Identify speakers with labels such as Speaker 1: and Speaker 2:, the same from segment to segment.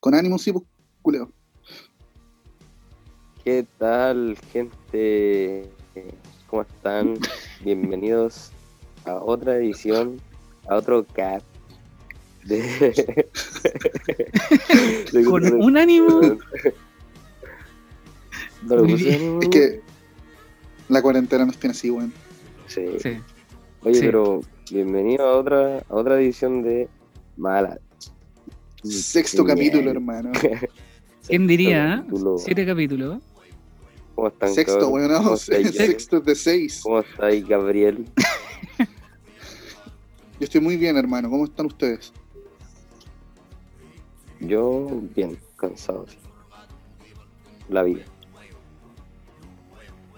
Speaker 1: Con ánimo, sí, pues, culeo.
Speaker 2: ¿Qué tal, gente? ¿Cómo están? Bienvenidos a otra edición, a otro cat de... de-
Speaker 3: Con un ánimo.
Speaker 2: No le puse ánimo.
Speaker 1: Es que la cuarentena nos tiene así, weón.
Speaker 2: Sí.
Speaker 3: Sí.
Speaker 2: Oye,
Speaker 3: sí.
Speaker 2: pero bienvenido a otra, a otra edición de Mala.
Speaker 1: Sexto
Speaker 2: Bien.
Speaker 1: capítulo, hermano.
Speaker 3: ¿Quién diría? ah? eh?
Speaker 2: Sexto capítulo.
Speaker 3: Siete capítulos.
Speaker 2: ¿Cómo están,
Speaker 1: Sexto,
Speaker 2: cabros?
Speaker 1: weón.
Speaker 2: ¿Cómo
Speaker 1: no,
Speaker 2: estáis, Jack?
Speaker 1: Sexto es de seis. Yo
Speaker 2: ¿Cómo estáis, Gabriel?
Speaker 1: estoy muy bien, hermano. ¿Cómo están ustedes?
Speaker 2: Yo, bien, cansado. sí. La vida.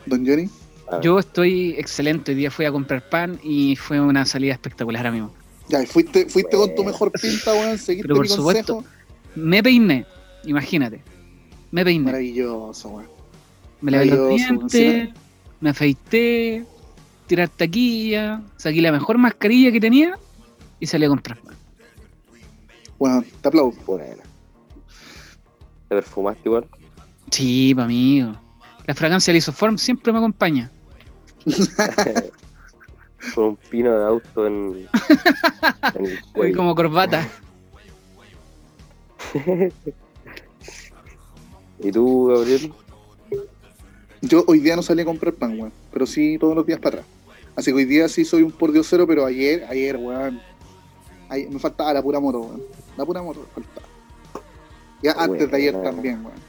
Speaker 1: ¿Don Johnny?
Speaker 2: A ver.
Speaker 3: Yo estoy excelente. Hoy día fui a comprar pan y fue una salida espectacular, amigo.
Speaker 1: Ya, y fuiste, fuiste con tu
Speaker 2: Bueno.
Speaker 1: mejor pinta, weón. Seguiste
Speaker 3: Pero por
Speaker 1: mi consejo.
Speaker 3: Me peiné, imagínate. Me peiné.
Speaker 1: Maravilloso, weón.
Speaker 3: Me lavé los
Speaker 1: maravilloso,
Speaker 3: dientes,
Speaker 1: encima.
Speaker 3: me afeité, tirar taquilla, saqué la mejor mascarilla que tenía y salí a comprar pan.
Speaker 1: Weón, te aplaudo.
Speaker 2: Buena. ¿Te perfumaste igual?
Speaker 3: Sí, pa' amigo. La fragancia de Isoform siempre me acompaña.
Speaker 2: Con un pino de auto en, en el
Speaker 3: Voy
Speaker 2: cuello.
Speaker 3: como corbata.
Speaker 2: ¿Y tú, Gabriel?
Speaker 1: Yo hoy día no salí a comprar pan, weón. Pero sí todos los días para atrás. Así que hoy día sí soy un pordiosero, pero ayer, ayer, weón. ayer- me faltaba la pura moto, weón. La pura moto me faltaba. Ya antes de ayer
Speaker 2: Bueno.
Speaker 1: también, weón.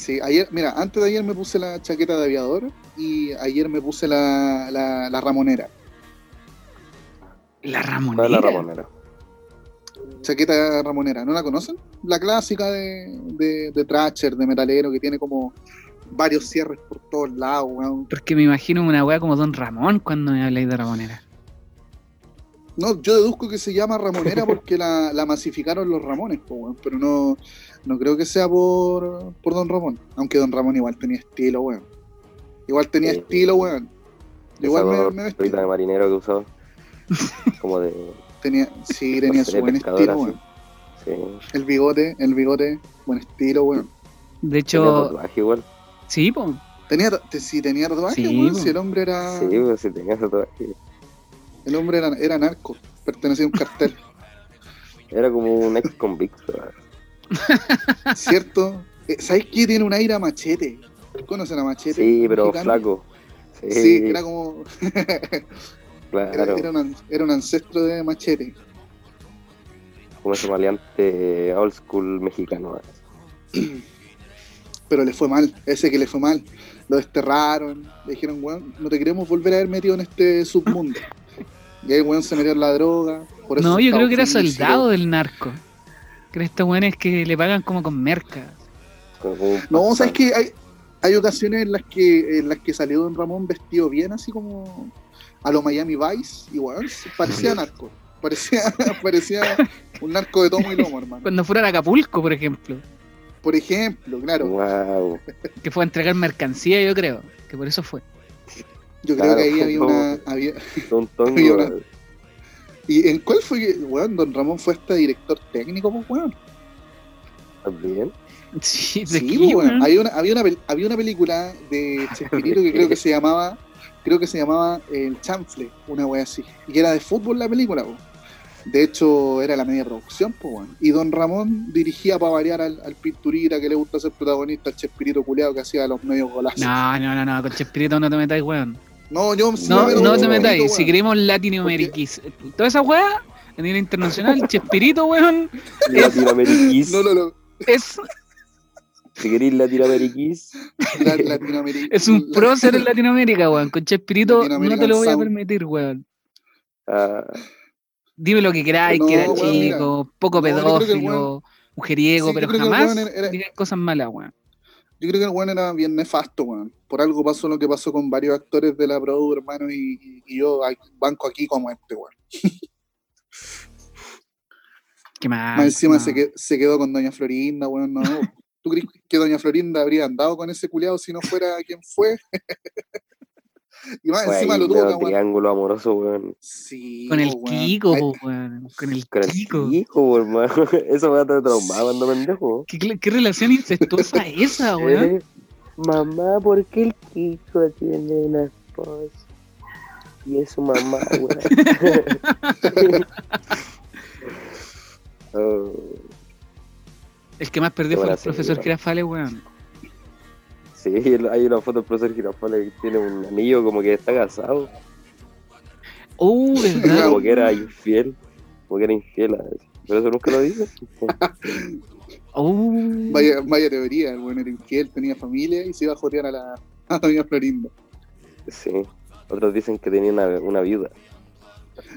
Speaker 1: Sí, ayer, mira, antes de ayer me puse la chaqueta de aviador y ayer me puse la, la, la ramonera.
Speaker 3: La
Speaker 2: ¿Cuál
Speaker 3: Ramonera.
Speaker 2: es la ramonera?
Speaker 1: Chaqueta ramonera, ¿no la conocen? La clásica de, de, de Thrasher, de metalero, que tiene como varios cierres por todos lados, weón.
Speaker 3: Porque me imagino una wea como Don Ramón cuando me habláis de Ramonera.
Speaker 1: No, yo deduzco que se llama Ramonera porque la, la masificaron los Ramones, po, weón, pero no, no creo que sea por, por Don Ramón. Aunque Don Ramón igual tenía estilo, weón. Igual tenía
Speaker 2: Sí.
Speaker 1: estilo, weón. Igual me, me
Speaker 2: Esa
Speaker 1: vestí.
Speaker 2: gorrita de marinero que usaba. Como de...
Speaker 1: Tenía, sí, tenía su
Speaker 2: sería
Speaker 1: buen
Speaker 2: pescador,
Speaker 1: estilo,
Speaker 2: así.
Speaker 1: weón.
Speaker 2: Sí.
Speaker 1: El bigote, el bigote, buen estilo, weón.
Speaker 3: De
Speaker 2: Tenía
Speaker 3: hecho,
Speaker 2: tatuaje igual.
Speaker 3: sí, po.
Speaker 1: Tenía, ta- te- sí, tenía tatuaje,
Speaker 3: Sí,
Speaker 1: weón.
Speaker 3: po.
Speaker 1: Si el hombre era,
Speaker 2: Sí, pues sí tenía tatuaje.
Speaker 1: el hombre era, era narco, pertenecía a un cartel,
Speaker 2: Era como un ex convicto.
Speaker 1: ¿cierto? Eh, ¿Sabes qué? Tiene un aire a machete. ¿Conocen a machete?
Speaker 2: Sí, pero
Speaker 1: Mexicano.
Speaker 2: flaco. eh, Sí,
Speaker 1: Sí, era como. Era,
Speaker 2: claro.
Speaker 1: era un, an- era un ancestro de Machete.
Speaker 2: Como ese maleante old school mexicano. ¿eh?
Speaker 1: Pero le fue mal, ese que le fue mal. Lo desterraron, le dijeron, weón, no te queremos volver a haber metido en este submundo. Y ahí, weón, se metió en la droga. Por eso
Speaker 3: No,
Speaker 1: se
Speaker 3: yo
Speaker 1: estaba
Speaker 3: creo que era
Speaker 1: ofendido.
Speaker 3: soldado del narco. Que eran estos weones que le pagan como con merca.
Speaker 2: Como un
Speaker 1: No,
Speaker 2: pastel.
Speaker 3: Ah.
Speaker 1: ¿sabes que Hay, hay ocasiones en las que en las que salió Don Ramón vestido bien, así como a lo Miami Vice, y weón, parecía narco. Parecía, parecía un narco de tomo y lomo, hermano.
Speaker 3: Cuando fueron a Acapulco, por ejemplo,
Speaker 1: Por ejemplo, claro,
Speaker 2: Wow.
Speaker 3: que fue a entregar mercancía, yo creo. Que por eso fue.
Speaker 1: yo creo
Speaker 2: Claro,
Speaker 1: que ahí había
Speaker 2: no.
Speaker 1: una, había,
Speaker 2: Son tongo.
Speaker 1: Oye, ahora- ¿Y en cuál fue que, weón, Don Ramón fue hasta director técnico, pues, weón?
Speaker 2: También.
Speaker 3: Sí, de
Speaker 1: Sí,
Speaker 3: aquí,
Speaker 1: pues, weón.
Speaker 3: weón.
Speaker 1: Había una, había, una, pel- había una película de Chespirito que creo que se llamaba, creo que se llamaba El Chanfle, una wea así. Y era de fútbol la película, pues. De hecho, era la media producción, pues, weón. Y Don Ramón dirigía para variar al, al pinturita que le gusta ser protagonista, al Chespirito culeado que hacía los medios golazos.
Speaker 3: No, no, no, no, con Chespirito no te metáis, weón.
Speaker 1: no, yo
Speaker 3: No,
Speaker 2: pero-
Speaker 3: no te
Speaker 2: pero-
Speaker 3: metáis. Si
Speaker 1: queréis
Speaker 3: queremos latinoameriquis, toda esa weá a nivel internacional, Chespirito, weón,
Speaker 2: Latinoameriquís.
Speaker 1: No, no, no.
Speaker 3: es,
Speaker 2: Si queréis latinoameriquís.
Speaker 1: La- Latinoameri-
Speaker 3: es un
Speaker 1: la-
Speaker 3: prócer en Latinoamérica, weón. Con Chespirito no te
Speaker 1: Latinoamerican
Speaker 3: lo voy a
Speaker 1: Sound.
Speaker 3: permitir, weón.
Speaker 2: ah,
Speaker 3: Dime lo que queráis,
Speaker 1: No,
Speaker 3: que era
Speaker 2: weón,
Speaker 3: chico, poco
Speaker 1: No, yo creo que el
Speaker 3: pedófilo, mujeriego,
Speaker 1: Sí, yo
Speaker 3: pero
Speaker 1: creo que el
Speaker 3: jamás
Speaker 1: weón era- era-
Speaker 3: digas cosas malas, weón.
Speaker 1: Yo creo que el weón era bien nefasto, weón. Por algo pasó lo que pasó con varios actores de la Produ, hermano, y, y yo aquí- banco aquí como este, weón.
Speaker 3: Qué mal.
Speaker 1: Más encima
Speaker 3: no.
Speaker 1: se, que- se quedó con Doña Florinda, weón, no. ¿Tú crees que Doña Florinda habría andado con ese culiado si no fuera quien fue? Y más
Speaker 2: Fue ahí,
Speaker 1: encima lo
Speaker 2: medio
Speaker 1: toca, weón.
Speaker 2: triángulo amoroso, weón.
Speaker 1: Sí,
Speaker 3: Con el
Speaker 1: po, weón.
Speaker 3: Kiko,
Speaker 1: Ay,
Speaker 3: po, weón. Con el
Speaker 2: Con el
Speaker 3: Kiko.
Speaker 2: Kiko, hermano. Eso me va a estar traumado cuando pendejo.
Speaker 3: ¿Qué, cl- qué relación incestuosa esa, Ah, weón?
Speaker 2: Eh, mamá, ¿por qué el Kiko tiene una esposa? Y es su mamá, weón. Oh,
Speaker 3: El que más
Speaker 2: Qué
Speaker 3: perdió fue el
Speaker 2: buena
Speaker 3: profesor
Speaker 2: serie,
Speaker 3: Girafales, weón.
Speaker 2: sí, hay una foto del profesor Girafales que tiene un anillo como que está casado.
Speaker 3: Oh, ¿verdad?
Speaker 2: Como que era infiel. Como que era infiel. a- Pero eso nunca lo dice.
Speaker 3: Oh.
Speaker 1: Vaya, vaya teoría, el weón era infiel, tenía familia y se iba a jotear a la, a la doña Florinda.
Speaker 2: Sí. Otros dicen que tenía una, una viuda.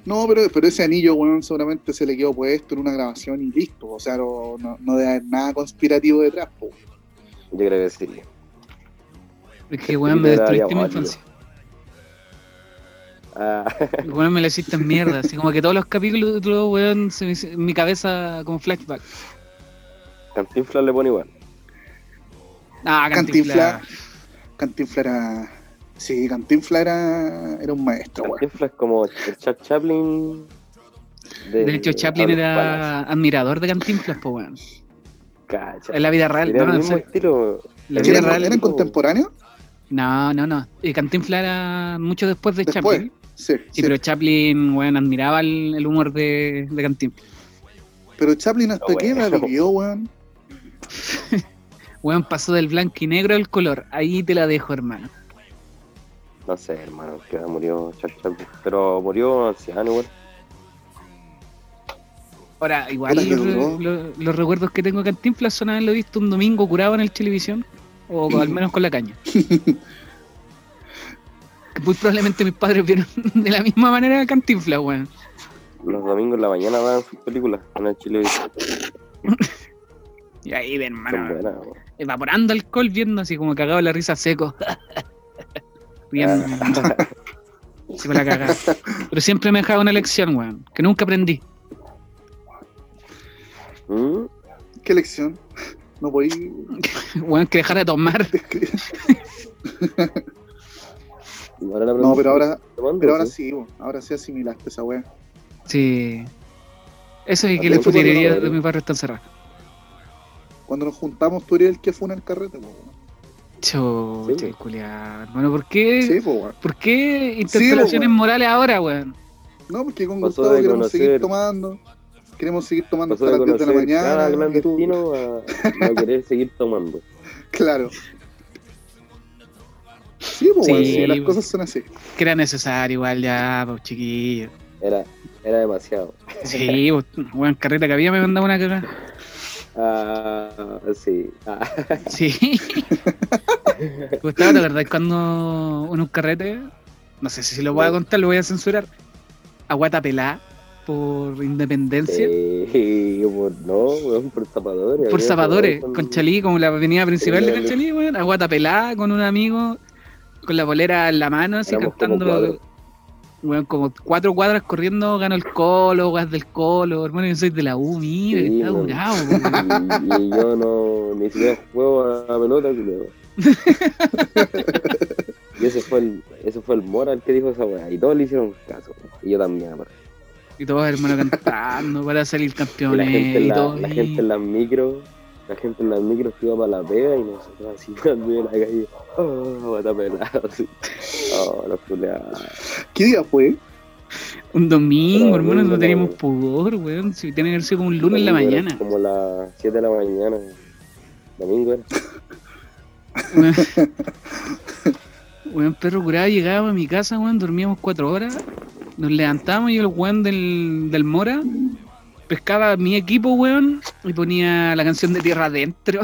Speaker 1: No, pero, pero ese anillo, weón, seguramente se le quedó puesto en una grabación y listo. O sea, no, no, no debe haber nada conspirativo detrás, po.
Speaker 2: Yo creo que sí.
Speaker 3: Es que, weón, me
Speaker 2: Era
Speaker 3: destruiste mi
Speaker 2: diabólico.
Speaker 3: infancia.
Speaker 2: Ah,
Speaker 3: Weón, me la hiciste en mierda. Así como que todos los capítulos, weón, se me hizo- en mi cabeza como flashback.
Speaker 2: Cantinflas le pone igual.
Speaker 3: Ah,
Speaker 1: Cantinfla.
Speaker 3: Cantinfla.
Speaker 1: Cantinfla era. Sí, Cantinfla era, era un maestro, weón.
Speaker 2: Cantinflas es como el Chad Chaplin.
Speaker 3: De hecho, Chaplin
Speaker 2: habla
Speaker 3: era
Speaker 2: hispana.
Speaker 3: admirador de Cantinflas, po, weón.
Speaker 2: Cacha.
Speaker 3: En la vida real,
Speaker 2: Tenía el
Speaker 3: no, en
Speaker 2: mismo
Speaker 3: serio.
Speaker 2: estilo.
Speaker 3: La
Speaker 1: ¿Sí
Speaker 3: vida
Speaker 2: Era
Speaker 1: ¿Eran,
Speaker 3: real.
Speaker 1: eran contemporáneos?
Speaker 3: No, no, no. Eh, Cantinflas era mucho después de
Speaker 1: Después.
Speaker 3: Chaplin.
Speaker 1: Sí,
Speaker 3: Sí,
Speaker 1: sí.
Speaker 3: pero Chaplin, weón, admiraba el, el humor de, de Cantinflas.
Speaker 1: Pero Chaplin, ¿hasta
Speaker 2: No,
Speaker 1: qué edad
Speaker 2: bueno.
Speaker 1: vivió, weón?
Speaker 3: Weón pasó del blanco y negro al color. Ahí te la dejo, hermano.
Speaker 2: No sé, hermano, que edad murió Chad Chaplin. Pero murió anciano, igual.
Speaker 3: Ahora, igual
Speaker 1: Puta,
Speaker 3: los,
Speaker 1: que duró.
Speaker 3: lo- los recuerdos que tengo de Cantinflas son haberlo visto un domingo curado en el televisión, o al menos con la caña. Que Muy probablemente mis padres vieron de la misma manera a Cantinflas, weón.
Speaker 2: Los domingos en la mañana daban sus películas. Una chile
Speaker 3: Y ahí, de
Speaker 2: son
Speaker 3: hermano,
Speaker 2: buenas, weón.
Speaker 3: evaporando alcohol, viendo así como cagado la risa seco. Riendo. Se me la cagaba. Pero siempre me dejaba una lección, weón, que nunca aprendí.
Speaker 2: ¿Mm?
Speaker 1: ¿Qué lección? No podí.
Speaker 3: Weón, que dejara de tomar.
Speaker 2: Y ahora la
Speaker 1: No,
Speaker 2: pregunta-
Speaker 1: pero ahora,
Speaker 2: tomando,
Speaker 1: pero ahora
Speaker 2: sí.
Speaker 1: sí, weón. Ahora sí asimilaste esa weón.
Speaker 3: Sí. Eso es que
Speaker 2: También
Speaker 3: la
Speaker 2: fue cuando
Speaker 3: putirería
Speaker 2: no-
Speaker 3: de mi barrio está cerrada.
Speaker 1: Cuando nos juntamos, tú eres el que fue en el carrete, po, weón.
Speaker 3: Chute,
Speaker 2: Sí.
Speaker 3: culiado. Hermano, ¿por qué,
Speaker 1: Sí, po, weón.
Speaker 3: ¿por qué interpelaciones
Speaker 1: weón.
Speaker 3: morales ahora, weón?
Speaker 1: No, porque con
Speaker 2: Pasó
Speaker 1: Gustavo
Speaker 2: de
Speaker 1: queremos
Speaker 2: conocer-
Speaker 1: seguir tomando. Queremos seguir tomando
Speaker 2: Pasó
Speaker 1: hasta las
Speaker 2: de
Speaker 1: 10 de
Speaker 2: conocer Ah,
Speaker 1: la
Speaker 2: cada
Speaker 1: mañana. y tú-
Speaker 2: clandestino a, a querer seguir tomando.
Speaker 1: Claro. Sí, pues,
Speaker 3: Sí,
Speaker 1: weón, sí, las
Speaker 3: weón.
Speaker 1: cosas son así.
Speaker 3: Que era necesario igual ya, pues chiquillo.
Speaker 2: Era, era demasiado.
Speaker 3: Sí, pues, weón, carreta que había me mandaba una cagada.
Speaker 2: Ah, sí. Ah,
Speaker 3: Sí. Gustavo, la verdad es cuando en un carrete, no sé si lo voy a contar, lo voy a censurar. Aguata pelá por independencia.
Speaker 2: sí, por- no, weón, por zapadores.
Speaker 3: Por Zapadores, con
Speaker 2: Chalí
Speaker 3: Chalí, como la avenida principal de
Speaker 2: Dale.
Speaker 3: Conchalí, weón, a guata pelada con un amigo, con la bolera en la mano, así
Speaker 2: Éramos como
Speaker 3: cantando,
Speaker 2: cuadros.
Speaker 3: weón, como cuatro cuadras corriendo, ganó el colo, weas del colo, hermano, yo soy de la U, mire,
Speaker 2: Sí,
Speaker 3: está
Speaker 2: weón.
Speaker 3: durado, weón.
Speaker 2: Y, y yo no, ni siquiera juego a la pelota, creo. y ese fue el, ese fue el moral que dijo esa weá. Y todos le hicieron caso. Y yo también, aparte.
Speaker 3: y todos hermano cantando para salir
Speaker 2: Y la
Speaker 3: campeones,
Speaker 2: gente, en
Speaker 3: y
Speaker 2: la,
Speaker 3: todo,
Speaker 2: la
Speaker 3: y-
Speaker 2: gente en las micro, la gente en las micro que iba para la pega y nosotros así también acá y oh, bata pelado, así. Oh, los culeados.
Speaker 1: ¿Qué día fue?
Speaker 3: un domingo,
Speaker 2: Pero
Speaker 3: hermano, no
Speaker 2: domingo,
Speaker 3: teníamos
Speaker 2: no.
Speaker 3: pudor, weón, si tiene que haber sido como un lunes en la
Speaker 2: Domingo era
Speaker 3: mañana.
Speaker 2: Como las 7 de la mañana. Domingo era.
Speaker 3: Weón. Weón, perro curado, llegábamos a mi casa, weón, dormíamos cuatro horas, nos levantábamos y el weón del, del Mora pescaba mi equipo, weón, y ponía la canción de Tierra Adentro.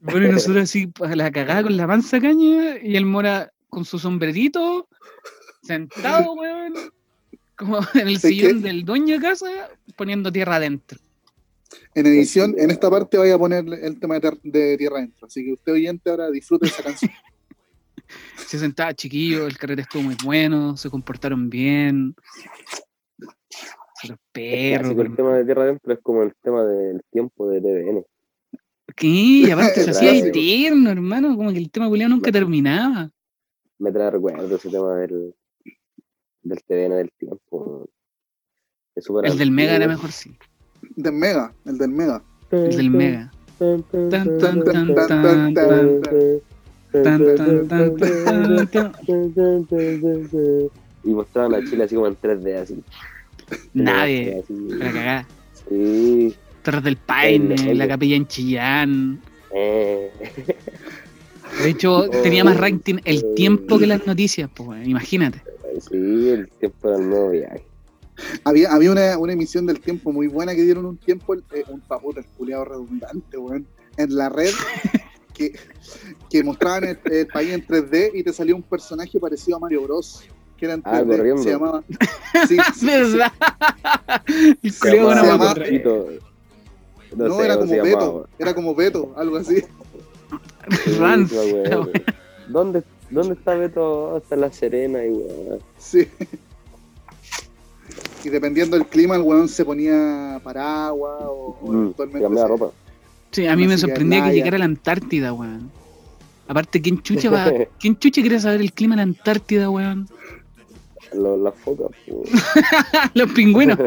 Speaker 3: Bueno, y nosotros así, a la cagada con la panza caña, y el Mora con su sombrerito, sentado, weón, como en el
Speaker 1: ¿Sabes
Speaker 3: sillón
Speaker 1: qué?
Speaker 3: del dueño de casa, poniendo Tierra Adentro.
Speaker 1: En edición, en esta parte voy a poner el tema de, ter- de Tierra Adentro. Así que usted, oyente, ahora disfrute esa canción.
Speaker 3: Se sentaba chiquillo, el carrete estuvo muy bueno, se comportaron bien. Los
Speaker 2: Así que
Speaker 3: perros.
Speaker 2: el tema de Tierra Adentro es como el tema del tiempo de TVN.
Speaker 3: ¿Qué? Y aparte se hacía
Speaker 2: Clásico.
Speaker 3: eterno, hermano. Como que el tema culiao nunca terminaba.
Speaker 2: Me trae recuerdo ese tema del, del TVN del tiempo. Es súper
Speaker 3: El del Mega era
Speaker 2: antiguo.
Speaker 3: mejor, sí.
Speaker 1: Del Mega, el del Mega.
Speaker 3: El del Mega. Tan, tan, tan, tan, tan, tan, tan, tan, tan, tan, tan.
Speaker 2: Y mostraban la chile así como en 3D, así.
Speaker 3: Nadie.
Speaker 2: Así.
Speaker 3: Para cagar.
Speaker 2: Sí.
Speaker 3: Torres del Paine,
Speaker 2: El- el-
Speaker 3: la capilla en Chillán.
Speaker 2: Eh.
Speaker 3: De hecho,
Speaker 2: Oh.
Speaker 3: tenía más ranking el tiempo que las noticias, pues, weón, imagínate.
Speaker 2: Sí, el tiempo era el nuevo viaje.
Speaker 1: Había, había una, una emisión del tiempo muy buena que dieron un tiempo, eh, un papote, el culiado redundante, weón, en la red, que, que mostraban el, el país en 3D y te salía un personaje parecido a Mario Bros. Que era en
Speaker 2: Ah,
Speaker 1: 3D,
Speaker 2: corriendo.
Speaker 1: se llamaba. Sí, sí,
Speaker 3: ¿Verdad? El
Speaker 2: Se
Speaker 3: culiao con
Speaker 2: llamaba
Speaker 1: llama-
Speaker 3: una moto.
Speaker 2: Pepito.
Speaker 1: no,
Speaker 2: sé
Speaker 1: era
Speaker 2: cómo
Speaker 1: como
Speaker 2: se
Speaker 1: Beto,
Speaker 2: llamaba.
Speaker 1: era como Beto, algo así.
Speaker 2: Sí,
Speaker 3: Rancio,
Speaker 2: esa weá,
Speaker 3: la
Speaker 2: weón. ¿Dónde, ¿Dónde está Beto? Hasta La Serena y weón.
Speaker 1: Sí. Y dependiendo del clima, el weón se ponía paraguas o, o
Speaker 2: Mm,
Speaker 1: eventualmente
Speaker 2: Cambiaba
Speaker 1: se-
Speaker 2: ropa.
Speaker 3: Sí, a mí
Speaker 1: No
Speaker 3: me
Speaker 1: sé qué
Speaker 3: sorprendía que
Speaker 1: playa.
Speaker 3: llegara a la Antártida, weón. Aparte, ¿quién chucha va? ¿Quién chucha quiere saber el clima en la Antártida, weón?
Speaker 2: Lo- Las focas, po.
Speaker 3: Los pingüinos.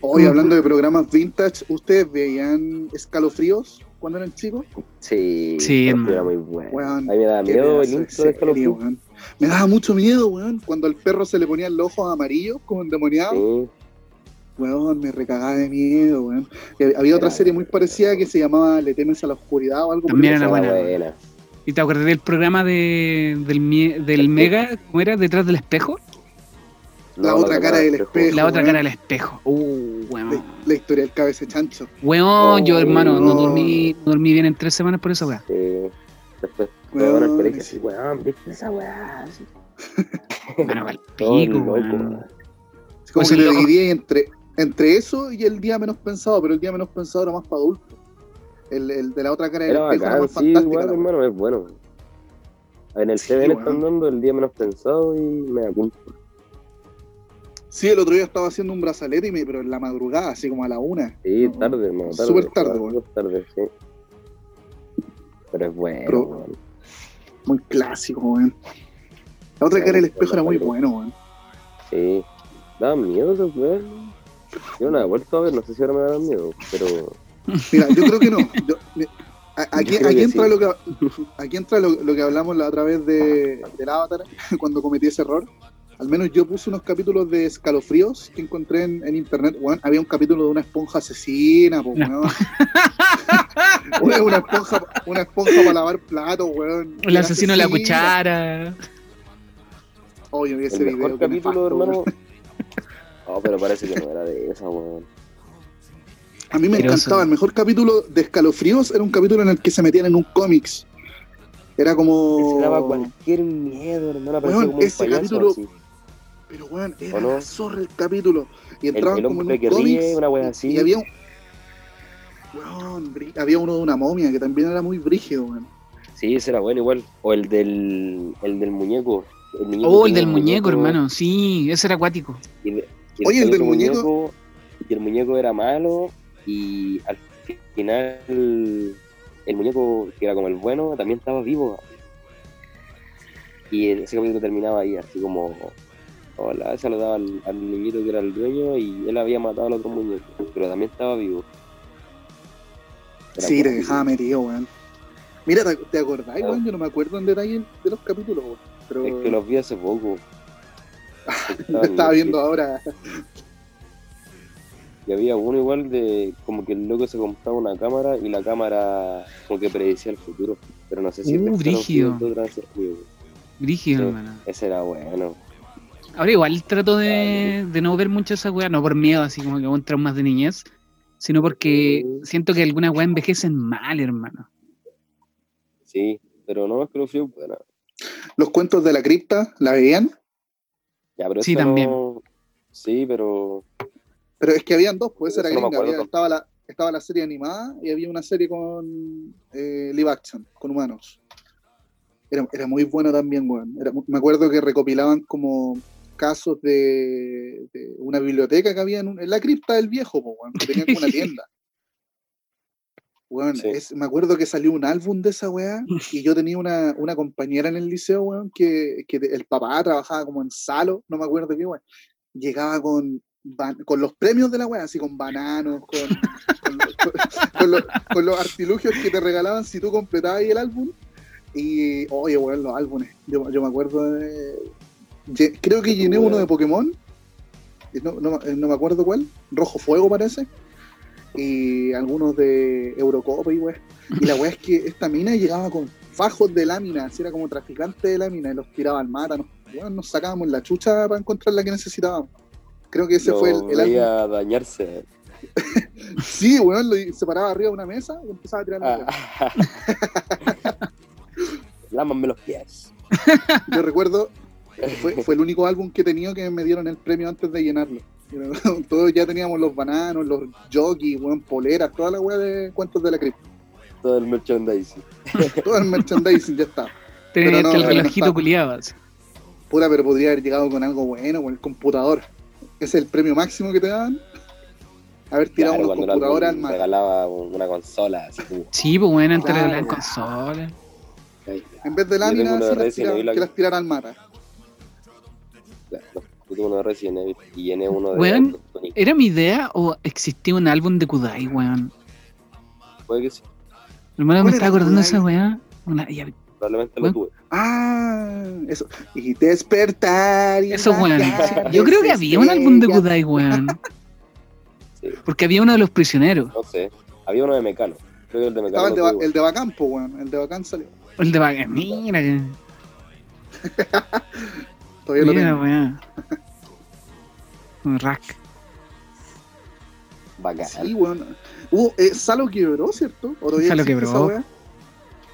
Speaker 1: Hoy, hablando de programas vintage, ¿ustedes veían escalofríos cuando eran chicos?
Speaker 2: Sí,
Speaker 3: Sí,
Speaker 2: pero
Speaker 3: hermano.
Speaker 2: era muy bueno.
Speaker 1: Weón,
Speaker 2: A mí me daba
Speaker 1: qué
Speaker 2: miedo el
Speaker 1: pedazo de
Speaker 2: intro de Call of
Speaker 1: serie,
Speaker 2: Duty.
Speaker 1: weón. Me daba mucho miedo, weón. Cuando al perro se le ponían los ojos amarillos, como endemoniado,
Speaker 2: Sí,
Speaker 1: weón, me recagaba de miedo, weón. Y hab- había otra
Speaker 2: Era-
Speaker 1: serie muy parecida que se llamaba Le temes a la oscuridad o algo por
Speaker 3: También
Speaker 1: el
Speaker 3: era
Speaker 2: esa
Speaker 1: estilo.
Speaker 3: buena.
Speaker 2: buena.
Speaker 3: ¿Y te acordás del programa de, del, mie- del Mega? ¿Cómo era? ¿Detrás del espejo?
Speaker 1: La otra
Speaker 2: que
Speaker 1: cara
Speaker 2: era
Speaker 1: del
Speaker 2: el
Speaker 1: espejo.
Speaker 3: La otra
Speaker 1: weón.
Speaker 3: cara del espejo. Uh, weón.
Speaker 1: La, la historia del cabeza chancho.
Speaker 3: Weón, yo
Speaker 2: Oh.
Speaker 3: hermano, no dormí, no dormí bien en tres semanas por esa weá.
Speaker 2: Sí. este, Después
Speaker 1: Weón,
Speaker 2: todo en el colegio
Speaker 1: sí.
Speaker 2: así, weón, viste esa weá. así.
Speaker 3: Bueno, pa'l
Speaker 2: Todo
Speaker 3: pico,
Speaker 2: loco,
Speaker 3: weón.
Speaker 1: Es como
Speaker 3: Pues
Speaker 1: que
Speaker 3: el
Speaker 1: lo
Speaker 3: loco.
Speaker 1: dividí entre, entre eso y el día menos pensado, pero el día menos pensado era más para adultos. El, el de la otra cara del
Speaker 2: Era
Speaker 1: espejo era
Speaker 2: bacán,
Speaker 1: más
Speaker 2: sí,
Speaker 1: fantástica.
Speaker 2: igual,
Speaker 1: la weón.
Speaker 2: hermano, es bueno. En el
Speaker 1: Sí,
Speaker 2: TVN
Speaker 1: weón.
Speaker 2: están dando el día menos pensado y me da culpa.
Speaker 1: Sí, el otro día estaba haciendo un brazalete, y me, pero en la madrugada, así como a la una.
Speaker 2: Sí, tarde, hermano, tarde.
Speaker 1: Súper tarde,
Speaker 2: súper
Speaker 1: weón.
Speaker 2: tarde, sí. Pero es bueno,
Speaker 1: Pero-
Speaker 2: weón.
Speaker 1: Muy clásico, weón. La otra
Speaker 2: Sí,
Speaker 1: cara del
Speaker 2: sí,
Speaker 1: espejo era muy
Speaker 2: sí.
Speaker 1: bueno, weón.
Speaker 2: Sí. Daba miedo esos weón. Yo no he vuelto a ver, no sé si ahora me darán miedo, pero.
Speaker 1: Mira, yo creo que no. Yo- me- a- a- aquí,
Speaker 2: Yo creo
Speaker 1: aquí
Speaker 2: que
Speaker 1: entra,
Speaker 2: sí.
Speaker 1: lo, que, aquí entra lo, lo que hablamos la otra vez de, del Avatar, cuando cometí ese error. Al menos yo puse unos capítulos de escalofríos que encontré en, en internet. Weón, había un capítulo de una esponja asesina, po,
Speaker 3: Una
Speaker 1: weón. Weón, una esponja, una esponja para lavar platos, weón.
Speaker 3: El asesino de la
Speaker 1: cuchara.
Speaker 3: cuchara.
Speaker 1: Oye, vi ese
Speaker 2: el
Speaker 1: video.
Speaker 2: mejor
Speaker 1: qué
Speaker 2: capítulo,
Speaker 1: nefasto, weón.
Speaker 2: hermano. No, pero parece que no era de esa, weón.
Speaker 1: A mí me
Speaker 3: Asqueroso.
Speaker 1: encantaba. El mejor capítulo de Escalofríos era un capítulo en el que se metían en un cómics. Era como.
Speaker 2: Se daba cualquier miedo, hermano.
Speaker 1: Oh.
Speaker 2: Parecía
Speaker 1: Weón,
Speaker 2: como un
Speaker 1: ese
Speaker 2: payaso,
Speaker 1: capítulo-
Speaker 2: así.
Speaker 1: Pero weón,
Speaker 2: ¿O
Speaker 1: era
Speaker 2: no?
Speaker 1: la zorra el capítulo. Y entraban
Speaker 2: el
Speaker 1: como en
Speaker 2: hombre
Speaker 1: un
Speaker 2: que
Speaker 1: cómics,
Speaker 2: ríe, una wea así.
Speaker 1: Y había un. Weón, brí- había uno de una momia que también era muy brígido, weón.
Speaker 2: Sí, ese era bueno igual. O el del, el del muñeco. El muñeco
Speaker 3: Oh, el
Speaker 2: tenía
Speaker 3: del
Speaker 2: un
Speaker 3: muñeco, hermano. Sí, ese era acuático.
Speaker 2: y de- y
Speaker 1: Oye, el
Speaker 2: otro
Speaker 1: del muñeco.
Speaker 2: Y el muñeco era malo. Y al final, el muñeco, que era como el bueno, también estaba vivo. Y ese capítulo terminaba ahí, así como. Hola, saludaba al, al niñito que era el dueño y él había matado al otro muñeco, pero también estaba vivo. Era
Speaker 1: Sí, te
Speaker 2: cuático.
Speaker 1: dejaba metido, weón. Mira, ¿te, te acordás, weón? Yo no me acuerdo en detalle de los capítulos, weón. Pero
Speaker 2: Oh. Es que los vi hace poco.
Speaker 1: lo Mm. estaba viendo ahora.
Speaker 2: Y había uno igual de como que el loco se compraba una cámara y la cámara como que predecía el futuro. Pero no sé si este
Speaker 3: Uh,
Speaker 2: pescaron
Speaker 3: brígido.
Speaker 2: frutos tras ese juego.
Speaker 3: Brígido,
Speaker 2: Sí.
Speaker 3: hermano.
Speaker 2: Ese era bueno.
Speaker 3: Ahora igual trato de, de no ver mucho esa weá, no por miedo, así como que con traumas de niñez, sino porque siento que algunas weas envejecen mal, hermano.
Speaker 2: Sí, pero no es que lo frío, bueno.
Speaker 1: Los cuentos de la cripta, ¿la veían?
Speaker 2: Ya, pero
Speaker 3: Sí,
Speaker 2: esa
Speaker 3: también.
Speaker 2: no- Sí, pero
Speaker 1: Pero es que habían dos, pues esa era
Speaker 2: Eso no me
Speaker 1: gringa. había-
Speaker 2: acuerdo.
Speaker 1: estaba, la, estaba la serie animada y había una serie con eh, live action, con humanos. Era, era muy bueno también, weón. Era mu- me acuerdo que recopilaban como casos de, de una biblioteca que había en, un- en la cripta del viejo, po, weón, que tenía como una tienda. Weón,
Speaker 2: Sí.
Speaker 1: es- me acuerdo que salió un álbum de esa weá y yo tenía una, una compañera en el liceo, weón, que, que de- el papá trabajaba como en salo, no me acuerdo qué weón. Llegaba con, ban- con los premios de la weá, así con bananos, con, con los- con- con los, con los artilugios que te regalaban si tú completabas ahí el álbum. Y, oye, weón, los álbumes. Yo, yo me acuerdo de. lle- Creo que llené uno de Pokémon. y No, no me- no me acuerdo cuál. Rojo Fuego parece. Y algunos de Eurocopa y weón. Y la weá es que esta mina llegaba con fajos de láminas, así era como traficante de láminas y los tiraba al mar. Nos, weón, nos sacábamos la chucha para encontrar la que necesitábamos. Creo que ese
Speaker 2: Lo
Speaker 1: fue el, el álbum.
Speaker 2: veía dañarse.
Speaker 1: Sí, weón, lo, se paraba arriba de una mesa y empezaba a tirar la weá.
Speaker 2: Ah. Lámame los pies.
Speaker 1: Yo recuerdo, eh, fue, fue el único álbum que he tenido que me dieron el premio antes de llenarlo. Todos ya teníamos los bananos, los jockeys, weón, poleras, toda la weá de cuentos de la cripta.
Speaker 2: Todo el merchandising.
Speaker 1: Todo el merchandising ya está.
Speaker 3: Tenía
Speaker 1: no,
Speaker 3: que
Speaker 1: pero
Speaker 3: el
Speaker 1: no
Speaker 3: relojito
Speaker 1: está.
Speaker 3: culiado. así.
Speaker 1: Pura, pero podría haber llegado con algo bueno, con el computador. Ese es el premio máximo que te dan. Haber tirado
Speaker 2: Claro,
Speaker 1: unos
Speaker 2: cuando el
Speaker 1: computadores al
Speaker 2: álbum
Speaker 1: mar.
Speaker 2: regalaba una consola así como.
Speaker 3: Sí, pues bueno, antes le
Speaker 1: Claro.
Speaker 3: hablaban consolas.
Speaker 2: ahí,
Speaker 1: En vez de
Speaker 2: Yo tengo
Speaker 1: láminas,
Speaker 2: uno
Speaker 1: sí
Speaker 2: de
Speaker 1: las
Speaker 2: Resident
Speaker 1: tiraba-
Speaker 2: Evil
Speaker 1: que
Speaker 2: acá.
Speaker 1: las tirara al mar.
Speaker 2: claro. Yo tengo uno de Resident Evil y llené uno de
Speaker 3: Weón.
Speaker 2: Doctor Sonic.
Speaker 3: ¿Era mi idea o existía un álbum de Kudai, weón?
Speaker 2: Puede que sí,
Speaker 3: Hermano,
Speaker 1: ¿Cuál
Speaker 3: me estaba
Speaker 1: era
Speaker 3: acordando de esa
Speaker 1: Kudai?
Speaker 3: weá. Una- ya-
Speaker 2: probablemente
Speaker 3: Weón.
Speaker 2: lo tuve.
Speaker 1: Ah, eso. Y despertar. Y
Speaker 3: Eso, weón.
Speaker 1: bajar
Speaker 3: Yo creo que
Speaker 1: las
Speaker 3: había un álbum de
Speaker 1: estrellas.
Speaker 3: Kudai, weón.
Speaker 2: Sí,
Speaker 3: Porque había uno de los prisioneros,
Speaker 2: no sé. Había uno de Mecano. Creo que el de
Speaker 1: Estaba
Speaker 2: Mecano.
Speaker 1: el de,
Speaker 2: lo
Speaker 1: Ba-
Speaker 2: tuve.
Speaker 1: el de Bacán, po, weón. El de Bacán salió.
Speaker 3: el de Vaga. Mira, que-
Speaker 1: Todavía lo
Speaker 3: mira,
Speaker 1: tengo.
Speaker 3: weón. Un rack.
Speaker 2: Bacán.
Speaker 1: Sí, weón. Hubo- eh, Salo quebró, ¿cierto? ¿O todavía
Speaker 3: Salo
Speaker 1: existe
Speaker 3: quebró.
Speaker 1: esa weá?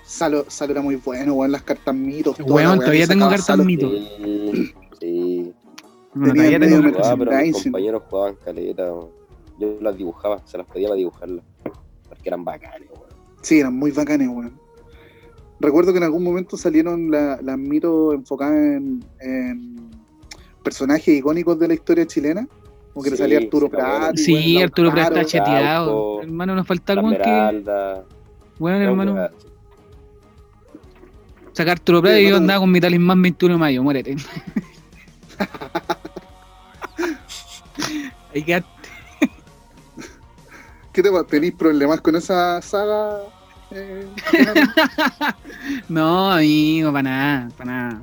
Speaker 1: Salo, Salo era muy bueno, weón. Las cartas mitos. toda la
Speaker 3: Weón,
Speaker 1: weá que
Speaker 3: todavía tengo
Speaker 1: sacaba
Speaker 3: cartas
Speaker 1: Salo.
Speaker 3: mitos.
Speaker 2: Sí, sí.
Speaker 1: Tenía
Speaker 3: Bueno,
Speaker 1: medio
Speaker 3: todavía tengo
Speaker 1: metro.
Speaker 3: cartas.
Speaker 2: Jugaba, pero mis
Speaker 1: merchandising.
Speaker 2: compañeros jugaban caleta. weón. Yo las dibujaba, se las pedía para dibujarlas. Porque eran bacanes, weón.
Speaker 1: Sí, eran muy bacanes, weón. Recuerdo que en algún momento salieron la- las mitos enfocadas en, en personajes icónicos de la historia chilena. Como que le
Speaker 2: Sí,
Speaker 1: salía Arturo
Speaker 2: sí, me acuerdo.
Speaker 1: Prat. y
Speaker 3: Sí,
Speaker 1: weón,
Speaker 3: Arturo Prat está
Speaker 1: Lautaro.
Speaker 3: chateado.
Speaker 2: Arauco,
Speaker 3: Hermano, nos falta
Speaker 2: La
Speaker 3: algo que.
Speaker 2: Esmeralda.
Speaker 3: Weón,
Speaker 2: era un
Speaker 3: hermano.
Speaker 2: cagazo.
Speaker 3: Sacar Arturo Prat y
Speaker 1: Oye,
Speaker 3: yo
Speaker 1: no te-
Speaker 3: andaba con mi talismán 21 de mayo, muérete. Ahí quedaste.
Speaker 1: ¿Qué te pa- ¿Tenéis problemas con esa saga? eh,
Speaker 3: No, amigo, para nada, para nada.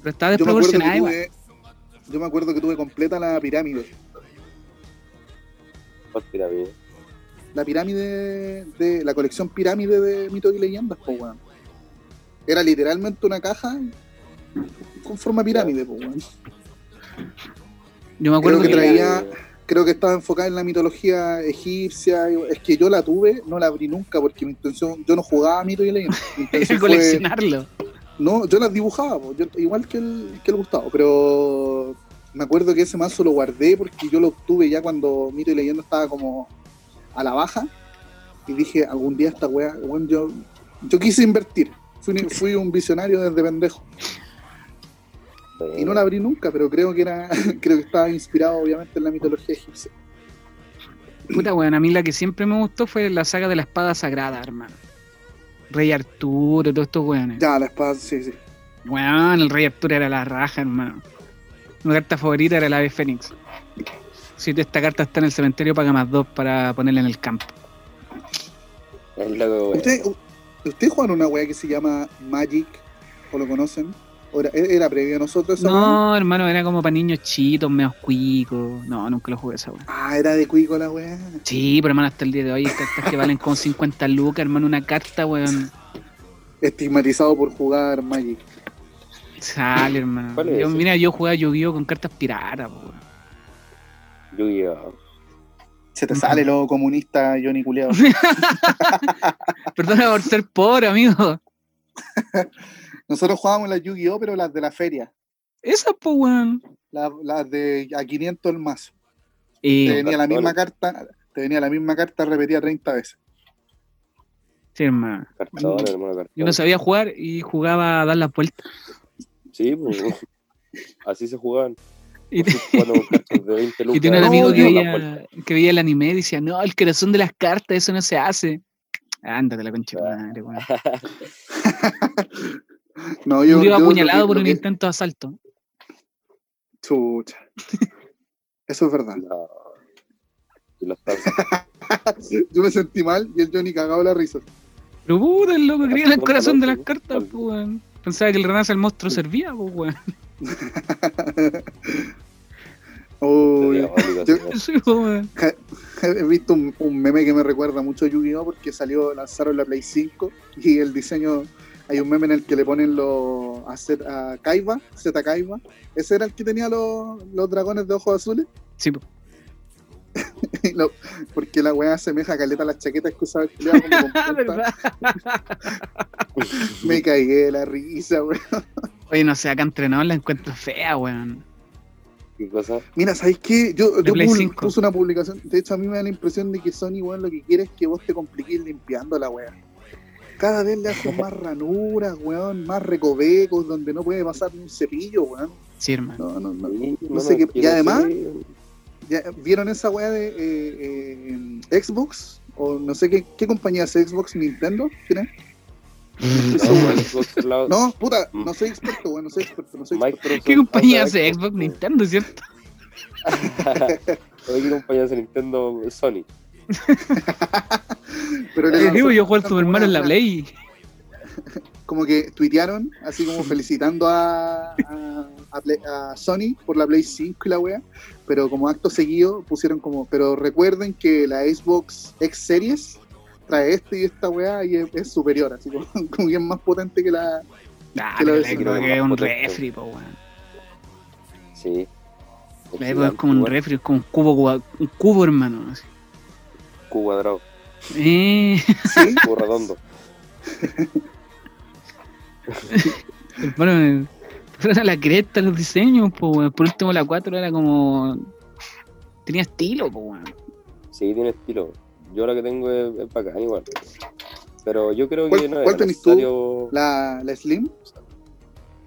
Speaker 3: Pero está
Speaker 1: yo, me acuerdo que
Speaker 3: desproporcionada, igual.
Speaker 1: tuve, yo me acuerdo que tuve completa la pirámide.
Speaker 2: Por pirámide.
Speaker 1: la pirámide de la colección pirámide de mitos y leyendas, po, weón. Era literalmente una caja con forma pirámide, po, weón.
Speaker 3: Yo me acuerdo
Speaker 1: creo
Speaker 3: que,
Speaker 1: que traía- Creo que estaba enfocada en la mitología egipcia. y- Es que yo la tuve, no la abrí nunca porque mi intención, yo no jugaba a mitos y leyendas. Mi intención
Speaker 3: era
Speaker 1: fue-
Speaker 3: coleccionarlo.
Speaker 1: no, yo las dibujaba, po, yo- igual que el, que el Gustavo, pero me acuerdo que ese mazo lo guardé porque yo lo obtuve ya cuando Mito y Leyenda estaba como a la baja y dije, algún día esta weá, weón, yo, yo quise invertir, fui, un- fui un visionario desde pendejo y no la abrí nunca, pero creo que era creo que estaba inspirado obviamente en la mitología egipcia.
Speaker 3: Puta, weón, a mí la que siempre me gustó fue la saga de la espada sagrada, hermano. Rey Arturo, todos estos weones.
Speaker 1: Ya, la espada, sí, sí.
Speaker 3: Weón, el Rey Arturo era la raja, hermano. Mi carta favorita era la ave Fénix. Si esta carta está en el cementerio, paga más dos para ponerla en el campo.
Speaker 2: Es loco, weón.
Speaker 1: ¿Ustedes usted jugaron una weá que se llama Magic? ¿O lo conocen? ¿O era, era previo a nosotros? esa weá?
Speaker 3: No, hermano, era como para niños chitos, meos cuicos. No, nunca lo jugué esa weón.
Speaker 1: Ah, era de cuico la weá.
Speaker 3: Sí, pero hermano, hasta el día de hoy hay cartas que valen como 50 lucas, hermano, una carta, weón.
Speaker 1: estigmatizado por jugar Magic.
Speaker 3: Sale, hermano.
Speaker 2: ¿Cuál es
Speaker 3: Yo,
Speaker 2: ese?
Speaker 3: mira, yo jugaba Yu-Gi-Oh con cartas piratas, po, weón.
Speaker 2: Yu-Gi-Oh.
Speaker 1: Se te sale lo comunista Johnny Culeado.
Speaker 3: Perdona por ser pobre, amigo.
Speaker 1: Nosotros jugábamos las Yu-Gi-Oh, pero las de la feria.
Speaker 3: Esa, po, weón.
Speaker 1: Las, las de a 500 el mazo.
Speaker 3: Y,
Speaker 1: Te
Speaker 3: Eh,
Speaker 1: venía la
Speaker 2: cartones.
Speaker 1: misma carta, te venía la misma carta repetida 30 veces.
Speaker 3: sí, hermano.
Speaker 2: Cartón, hermano, cartón.
Speaker 3: Yo no sabía jugar y jugaba a dar las vueltas.
Speaker 2: Sí, pues. Así se jugaban.
Speaker 3: Y, te-
Speaker 2: Cuando un cartón de 20 lucas.
Speaker 3: y tenía un
Speaker 1: No,
Speaker 3: amigo que
Speaker 1: no,
Speaker 2: daban la vuelta.
Speaker 3: veía, que veía el anime y decía, no, el corazón de las cartas, eso no se hace. Ándate la concha de
Speaker 1: Ah.
Speaker 3: tu madre, weón.
Speaker 1: No, yo.
Speaker 3: Murió
Speaker 1: yo lo
Speaker 3: apuñalado
Speaker 1: que-
Speaker 3: por
Speaker 1: lo
Speaker 3: un
Speaker 1: que-
Speaker 3: intento de asalto.
Speaker 1: Chucha. Eso es verdad.
Speaker 2: No. Y los panzas.
Speaker 1: Yo me sentí mal y el Johnny cagado la risa.
Speaker 3: Pero puta, el loco quería el
Speaker 2: Tampoco
Speaker 3: corazón de
Speaker 2: loco,
Speaker 3: las cartas,
Speaker 2: tampoco.
Speaker 3: po, weón. Pensaba que el renace el monstruo servía, po, weón.
Speaker 1: Uy.
Speaker 2: diabólicos,
Speaker 1: Yo-
Speaker 2: weón.
Speaker 3: Sí, po, weón.
Speaker 1: He visto un, un meme que me recuerda mucho a Yu-Gi-Oh! porque salió, lanzaron la Play 5 y el diseño. Hay un meme en el que le ponen los a, Z- a Kaiba, Z Kaiba. Ese era el que tenía los, los dragones de ojos azules.
Speaker 3: Sí, po.
Speaker 1: Lo- porque la weá asemeja caleta a las chaquetas que usaba el culiao como con
Speaker 3: Ah,
Speaker 1: punta.
Speaker 3: verdad.
Speaker 1: Me cagué de la risa, weón.
Speaker 3: Oye, no sé, acá entrenado la encuentro fea, weón.
Speaker 2: ¿Qué cosa?
Speaker 1: Mira, ¿sabes qué? Yo,
Speaker 3: De
Speaker 1: yo
Speaker 3: Play
Speaker 1: pul-
Speaker 3: 5.
Speaker 1: puse una publicación. De hecho, a mí me da la impresión de que Sony, weón, lo que quiere es que vos te compliques limpiando la weá. Cada vez le hacen más ranuras, weón, más recovecos, donde no puede pasar ni un cepillo, weón.
Speaker 3: Sí, hermano.
Speaker 1: No, no, no.
Speaker 2: Sí,
Speaker 1: No sé qué- y
Speaker 2: quiero
Speaker 1: además-
Speaker 2: ser-
Speaker 1: ¿Ya ¿Vieron esa weá de eh, eh, Xbox? O no sé qué, qué compañía hace Xbox, Nintendo, ¿quién es?
Speaker 2: No, weón, Xbox al
Speaker 3: Pues,
Speaker 2: lado-
Speaker 1: No, puta,
Speaker 3: mm.
Speaker 1: no soy experto, weón, no soy experto, no soy experto.
Speaker 2: Microsoft,
Speaker 3: ¿Qué compañía
Speaker 2: o sea,
Speaker 3: hace Xbox Nintendo, cierto?
Speaker 2: Oye, ¿qué compañía hace Nintendo Sony?
Speaker 1: Pero le
Speaker 3: Yo digo,
Speaker 1: lanzó-
Speaker 3: yo juego al Super Mario en la Play.
Speaker 1: como que tuitearon, así como felicitando a, a, a Play- a Sony por la Play 5 y la wea, pero como acto seguido pusieron como, pero recuerden que la Xbox X Series trae este y esta wea y es, es superior, así como, como que es más potente que la...
Speaker 3: Ah,
Speaker 1: Que lo
Speaker 3: pero
Speaker 1: dicen,
Speaker 3: creo
Speaker 2: ¿no?
Speaker 3: que es un
Speaker 2: Potente.
Speaker 3: refri, po, weón.
Speaker 2: Sí. Es
Speaker 3: Eh, pues, Es como un
Speaker 2: gigante,
Speaker 3: refri, es como un cubo, cua- un cubo, hermano. así.
Speaker 2: weón. Cubo cuadrado,
Speaker 3: Eh,
Speaker 1: Sí,
Speaker 2: cubo redondo.
Speaker 3: hermano, eh, fueron a la cresta los diseños, po, weón. Por último, la 4 era como. Tenía estilo, po, weón.
Speaker 2: Sí, tiene estilo. Yo la que tengo es, es bacán igual. Pero yo creo
Speaker 1: ¿Cuál-
Speaker 2: que no
Speaker 1: cuál
Speaker 2: es
Speaker 1: tenés tú?
Speaker 2: necesario...
Speaker 1: la, la Slim,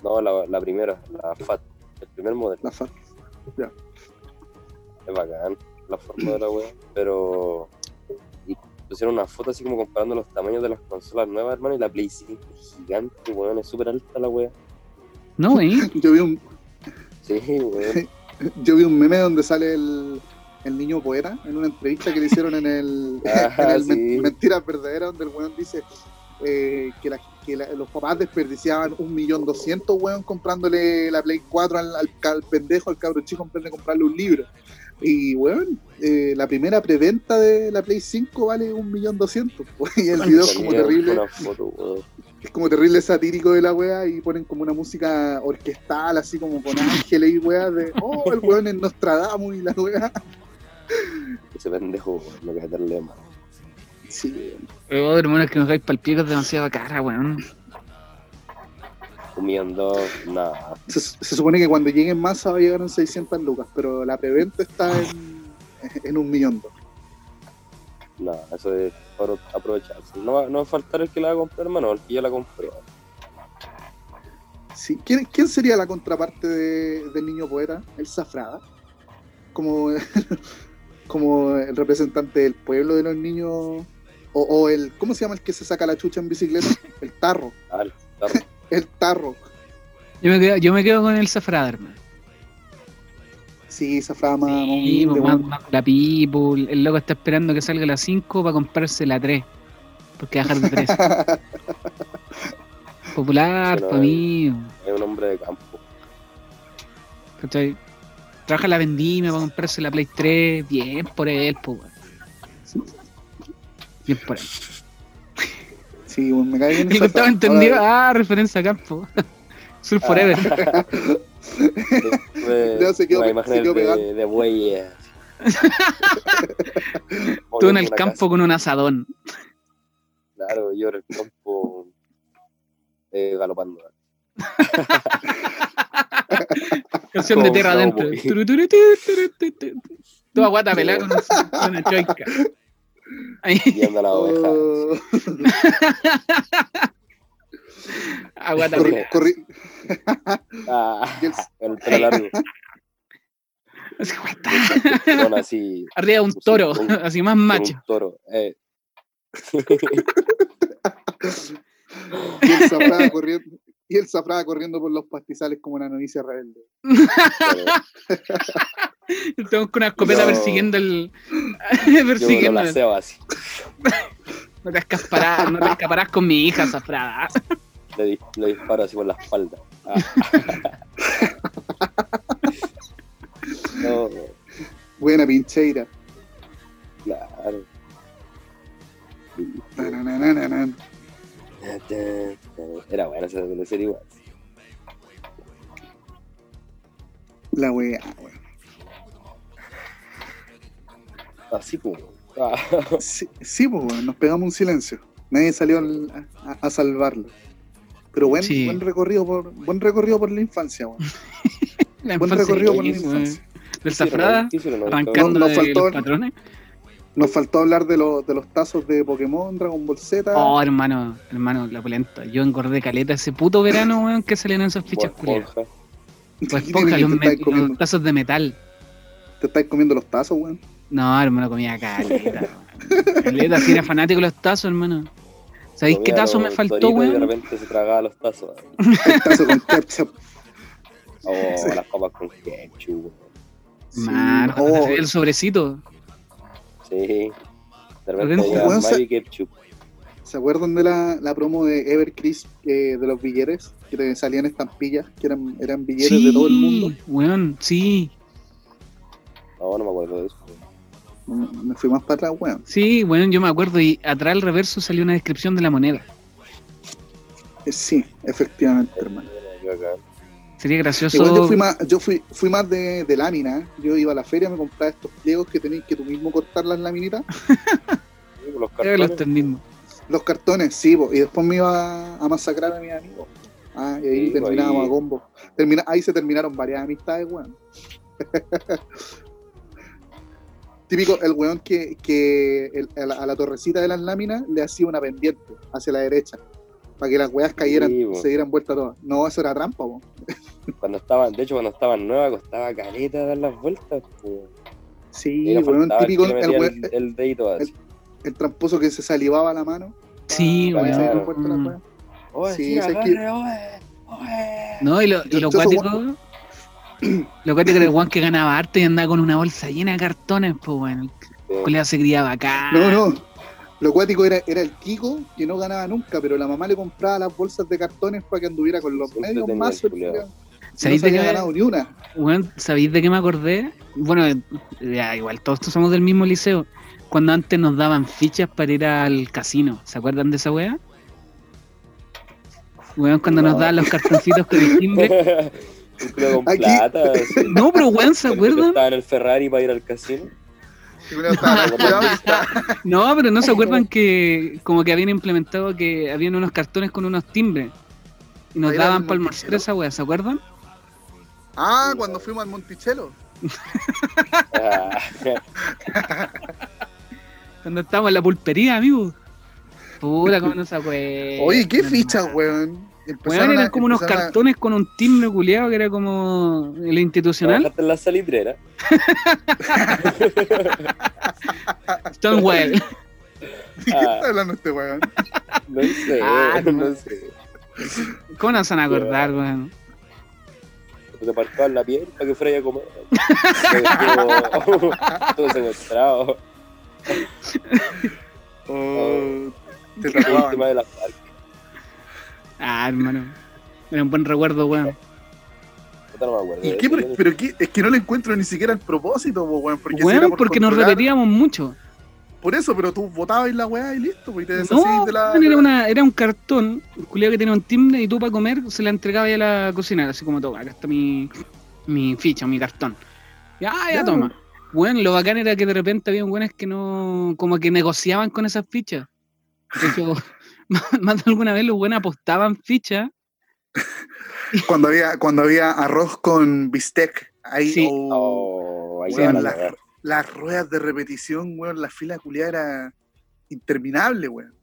Speaker 2: No, la, la primera, la FAT. El primer modelo.
Speaker 1: la Fat.
Speaker 2: Es bacán la forma de la wea. Pero... y pusieron una foto así como comparando los tamaños de las consolas nuevas, hermano. Y la Play 5 es gigante, weón. Es súper alta la wea.
Speaker 3: No, wey.
Speaker 1: Yo vi un,
Speaker 2: Sí, weón.
Speaker 1: yo vi un meme donde sale el, el niño poeta en una entrevista que le hicieron en el, en
Speaker 2: Ah,
Speaker 1: el Men-
Speaker 2: sí.
Speaker 1: Mentiras Verdaderas, donde el weón dice eh, que, la- que la- los papás desperdiciaban un millón doscientos weón comprándole la Play 4 al, al, ca- al pendejo, al cabro chico, en vez de comprarle un libro. Y weón, eh, la primera preventa de la Play 5 vale un millón doscientos. Y el video es como
Speaker 2: Salía
Speaker 1: terrible,
Speaker 2: Una foto, weón.
Speaker 1: es como terrible satírico de la wea y ponen como una música orquestal, así como con ángeles y wea de, oh, el weón es Nostradamus y la wea.
Speaker 2: Ese pendejo, weón, no queda tan lema.
Speaker 1: Sí,
Speaker 3: Oh, hermano, es que nos dejáis palpitos demasiado cara, weón.
Speaker 2: Comiendo, nada.
Speaker 1: se, se supone que cuando lleguen más va a llegar en 600 lucas, pero la preventa está en,
Speaker 3: Ah.
Speaker 1: en un millón.
Speaker 2: No, eso es para aprovecharse. No va, no va a faltar el que la va a comprar, hermano, el que ya la compré.
Speaker 1: Sí. ¿Quién, quién sería la contraparte de- del niño poeta? El Zafrada. Como, como el representante del pueblo de los niños. O, o el. ¿Cómo se llama el que se saca la chucha en bicicleta? El tarro.
Speaker 2: Ah, el tarro.
Speaker 1: El tarro.
Speaker 3: Yo me quedo, yo me quedo con el Zafrada, hermano.
Speaker 1: Sí, Zafrada más. más
Speaker 3: Sí,
Speaker 1: humilde,
Speaker 3: pues,
Speaker 1: Ah, weón.
Speaker 3: más- más la people. El loco está esperando que salga la 5 para comprarse la 3. Porque va a dejar de 3. Popular,
Speaker 2: Se la
Speaker 3: pa'
Speaker 2: doy.
Speaker 3: mí.
Speaker 2: es un hombre de campo.
Speaker 3: ¿cachai? Trabaja la vendimia para comprarse la Play 3. Bien por él, pues. weón. Bien por él.
Speaker 1: Sí, weón, me cae bien.
Speaker 3: El que estaba
Speaker 1: Zafrada.
Speaker 3: entendido.
Speaker 1: Ahora, Ah,
Speaker 3: Ah, referencia a campo. Sur Forever.
Speaker 2: Fue
Speaker 1: Ya se quedó-
Speaker 2: una
Speaker 1: se
Speaker 2: imagen
Speaker 1: quedó
Speaker 2: de,
Speaker 1: pegando.
Speaker 2: de bueyes.
Speaker 3: Tú en
Speaker 2: Moviendo
Speaker 3: el
Speaker 2: una
Speaker 3: campo con un asadón.
Speaker 2: casa. Claro, yo en el campo eh, galopando.
Speaker 3: Canción de
Speaker 2: Como
Speaker 3: tierra adentro.
Speaker 2: cowboy.
Speaker 3: Turu, turu, turu, turu, turu, turu. Toda guata pelada con un- con una choica. Ahí,
Speaker 2: Guiando a la oveja.
Speaker 1: oh,
Speaker 3: a guata
Speaker 1: corri-
Speaker 3: pelada.
Speaker 1: corri-
Speaker 2: Ah,
Speaker 1: y el-
Speaker 2: con el pelo largo.
Speaker 3: Así, guata.
Speaker 2: Son así.
Speaker 3: Arriba de un
Speaker 2: Sí,
Speaker 3: toro,
Speaker 2: con-
Speaker 3: así más
Speaker 2: con
Speaker 3: macho.
Speaker 2: Un toro. Eh,
Speaker 1: Y el Zafrada corriendo, y el Zafrada corriendo por los pastizales como una novicia rebelde.
Speaker 3: Estamos con una escopeta
Speaker 2: No.
Speaker 3: persiguiendo el.
Speaker 2: Yo me lo
Speaker 3: persiguiendo.
Speaker 2: laseo así.
Speaker 3: No te escaparás, no te escaparás con mi hija, Zafrada.
Speaker 2: Le, dis- le disparo así por la espalda. Ah. no,
Speaker 1: Buena pincheira.
Speaker 2: claro.
Speaker 1: Na, na, na, na, na, na.
Speaker 2: Era buena esa serie igual.
Speaker 1: La wea, weón.
Speaker 2: Así como. Ah,
Speaker 1: Sí, sí, pues, weón, nos pegamos un silencio. Nadie salió al- a, a salvarlo. Pero buen,
Speaker 3: Sí.
Speaker 1: buen recorrido por buen recorrido por la infancia, weón.
Speaker 3: La
Speaker 1: Buen
Speaker 3: infancia
Speaker 1: recorrido
Speaker 3: de
Speaker 1: por la
Speaker 3: Luis, weón.
Speaker 1: infancia.
Speaker 3: Del Zafrada,
Speaker 2: ¿Qué hicieron?
Speaker 3: arrancando
Speaker 1: Nos- nos
Speaker 3: de
Speaker 1: faltó
Speaker 3: los
Speaker 1: el-
Speaker 3: patrones.
Speaker 1: Nos faltó hablar de, los de los tazos de Pokémon, Dragon Ball Z.
Speaker 3: Oh, hermano, hermano, la polenta. Yo engordé caleta ese puto verano, weón, que salían esas fichas culiadas.
Speaker 2: Esponja.
Speaker 3: Pues
Speaker 1: Dime
Speaker 3: ponga
Speaker 1: que
Speaker 3: los,
Speaker 1: te,
Speaker 3: me-
Speaker 1: estáis comiendo,
Speaker 3: los tazos de metal.
Speaker 1: te estáis comiendo los tazos, weón.
Speaker 3: No, hermano, comía caleta. weón. caleta, si era fanático de los tazos, hermano. ¿Sabéis qué
Speaker 2: Comía
Speaker 3: tazo me
Speaker 2: los
Speaker 3: faltó,
Speaker 2: Doritos y De
Speaker 3: weón?
Speaker 2: repente se tragaba los tazos.
Speaker 1: El tazo con ketchup.
Speaker 2: O Oh, las papas con ketchup. weón.
Speaker 1: Sí,
Speaker 3: Mano,
Speaker 1: oh,
Speaker 3: cuando te veía el sobrecito.
Speaker 2: Sí. De
Speaker 3: Lorenzo,
Speaker 2: repente ya
Speaker 1: weón, se-
Speaker 2: Mavi ketchup.
Speaker 1: ¿Se acuerdan de la, la promo de Evercrisp eh, de los billetes? Que te salían estampillas, que eran, eran billetes de todo el mundo.
Speaker 3: Sí, weón, sí.
Speaker 2: No, no me acuerdo de eso. weón.
Speaker 1: Mm, Me fui más para atrás, weón.
Speaker 3: Sí, weón, yo me acuerdo. Y atrás al reverso salió una descripción de la moneda.
Speaker 1: Eh, Sí, efectivamente, hermano.
Speaker 2: Mira, yo acá.
Speaker 3: Sería gracioso.
Speaker 1: Igual yo fui más, yo fui, fui más de, de lámina. ¿eh? Yo iba a la feria, me compraba estos pliegos que tenéis que tú mismo cortar las laminitas.
Speaker 2: Sí, con Los
Speaker 3: Creo que los
Speaker 2: cartones.
Speaker 3: tendimos.
Speaker 1: Los cartones, sí, po, y después me iba a masacrar a mis amigos. Ah, y ahí
Speaker 2: Sí, po,
Speaker 1: terminábamos
Speaker 2: ahí.
Speaker 1: a combo. Termina, ahí se terminaron varias amistades, weón. Típico, el weón que, que el- a, la, a la torrecita de las láminas le hacía una pendiente hacia la derecha, para que las weas cayeran,
Speaker 2: Sí, pues. po.
Speaker 1: se dieran vuelta todas. No, eso era trampa, po.
Speaker 2: Cuando estaban, de hecho, cuando estaban nuevas, costaba caleta dar las vueltas. weón.
Speaker 1: Sí,
Speaker 2: Y no
Speaker 1: weón,
Speaker 2: faltaba el
Speaker 1: típico,
Speaker 2: que le
Speaker 1: el,
Speaker 2: metía
Speaker 1: weón-
Speaker 2: el, el dedito así.
Speaker 1: el tramposo que se salivaba la mano. Ah,
Speaker 3: Sí,
Speaker 1: para que se
Speaker 2: weón.
Speaker 1: dieran vuelta las weas.
Speaker 2: Oye,
Speaker 1: Sí,
Speaker 2: Oh, sí,
Speaker 1: o sea, es
Speaker 2: agarre, oh, eh,
Speaker 1: que-
Speaker 2: oye, oye.
Speaker 3: No, y lo, y
Speaker 1: Yo-
Speaker 3: lo
Speaker 1: yo soy
Speaker 3: cuático. Lo cuático era el weón que ganaba arte y andaba con una bolsa llena de cartones, pues bueno. El
Speaker 2: Sí,
Speaker 3: culiao se criaba acá.
Speaker 1: No, no. Lo cuático era, era el Kiko, que no ganaba nunca, pero la mamá le compraba las bolsas de cartones para que anduviera con los
Speaker 2: Siempre
Speaker 1: medios
Speaker 2: tenía
Speaker 1: más.
Speaker 2: el
Speaker 1: el culiao.
Speaker 2: culiao.
Speaker 1: Si No
Speaker 3: ¿Sabéis
Speaker 1: se
Speaker 3: de qué
Speaker 1: había
Speaker 3: me-
Speaker 1: ganado ni una.
Speaker 3: Weón, ¿sabéis de qué me acordé? Bueno, ya, igual todos somos del mismo liceo. Cuando antes nos daban fichas para ir al casino, ¿se acuerdan de esa weá? Weón, cuando nos
Speaker 2: No.
Speaker 3: daban los cartoncitos con el timbre.
Speaker 2: Un culo con
Speaker 1: Aquí.
Speaker 2: plata. así.
Speaker 3: No, pero weón, ¿se
Speaker 2: Cuando yo
Speaker 3: acuerdan?
Speaker 2: Estaba en el Ferrari para ir al casino.
Speaker 1: Ah,
Speaker 3: No, pero no se acuerdan que como que habían implementado que habían unos cartones con unos timbres. Y nos
Speaker 1: Ahí era
Speaker 3: daban
Speaker 1: el
Speaker 3: para almorzar
Speaker 1: Monticello.
Speaker 3: esa weá, ¿se acuerdan?
Speaker 1: Ah, cuando fuimos al Monticello.
Speaker 2: Ah,
Speaker 3: Cuando estábamos en la pulpería, amigo. Pura, cómo no se acuerdan.
Speaker 1: Oye, qué fichas, weón.
Speaker 3: Weón,
Speaker 1: Empezaron
Speaker 3: eran
Speaker 1: a-
Speaker 3: como unos
Speaker 1: empezaron a-
Speaker 3: cartones con un timbre culeado que era como el institucional.
Speaker 2: trabajaste en la salitrera.
Speaker 3: Stonewall.
Speaker 1: ¿Qué
Speaker 2: Ah,
Speaker 1: está hablando este weón?
Speaker 2: no sé,
Speaker 3: Ah, no.
Speaker 2: no sé.
Speaker 3: ¿Cómo no se van a acordar, weón?
Speaker 2: Te parcaban la piel para que fuera a comer. Estuvo- Estuvo secuestrado.
Speaker 1: Oh, te
Speaker 2: Estuvo
Speaker 1: tapaban.
Speaker 2: Víctima de la FARC.
Speaker 3: Ah, hermano. Era un buen recuerdo, weón.
Speaker 2: Puta, No me acuerdo.
Speaker 1: ¿Y
Speaker 2: de
Speaker 1: qué?
Speaker 2: eso.
Speaker 1: Pero, pero qué? Es que no le encuentro ni siquiera el propósito, po, weón. Porque, si era
Speaker 3: Weón,
Speaker 1: por
Speaker 3: porque nos
Speaker 1: controlar-
Speaker 3: repetíamos mucho.
Speaker 1: Por eso, pero tú votabas la weá y listo, po, y te deshacías
Speaker 3: No,
Speaker 1: de la.
Speaker 3: weón, era, una, era un cartón, culeado que tenía un timbre y tú para comer se la entregaba ya a la cocinera, así como toma, acá está mi, mi ficha, mi cartón. Ya, ya,
Speaker 1: Ya,
Speaker 3: toma. Bueno, lo bacán era que de repente había buenas que no, como que negociaban con esas fichas. De hecho, más de alguna vez los buenos apostaban fichas
Speaker 1: Cuando había, cuando había arroz con bistec, ahí
Speaker 3: Sí.
Speaker 1: oh,
Speaker 2: Oh, ahí
Speaker 3: Sí,
Speaker 2: se van a
Speaker 1: la-
Speaker 2: cagar.
Speaker 1: las ruedas de repetición, weón, la fila culiada era interminable, weón.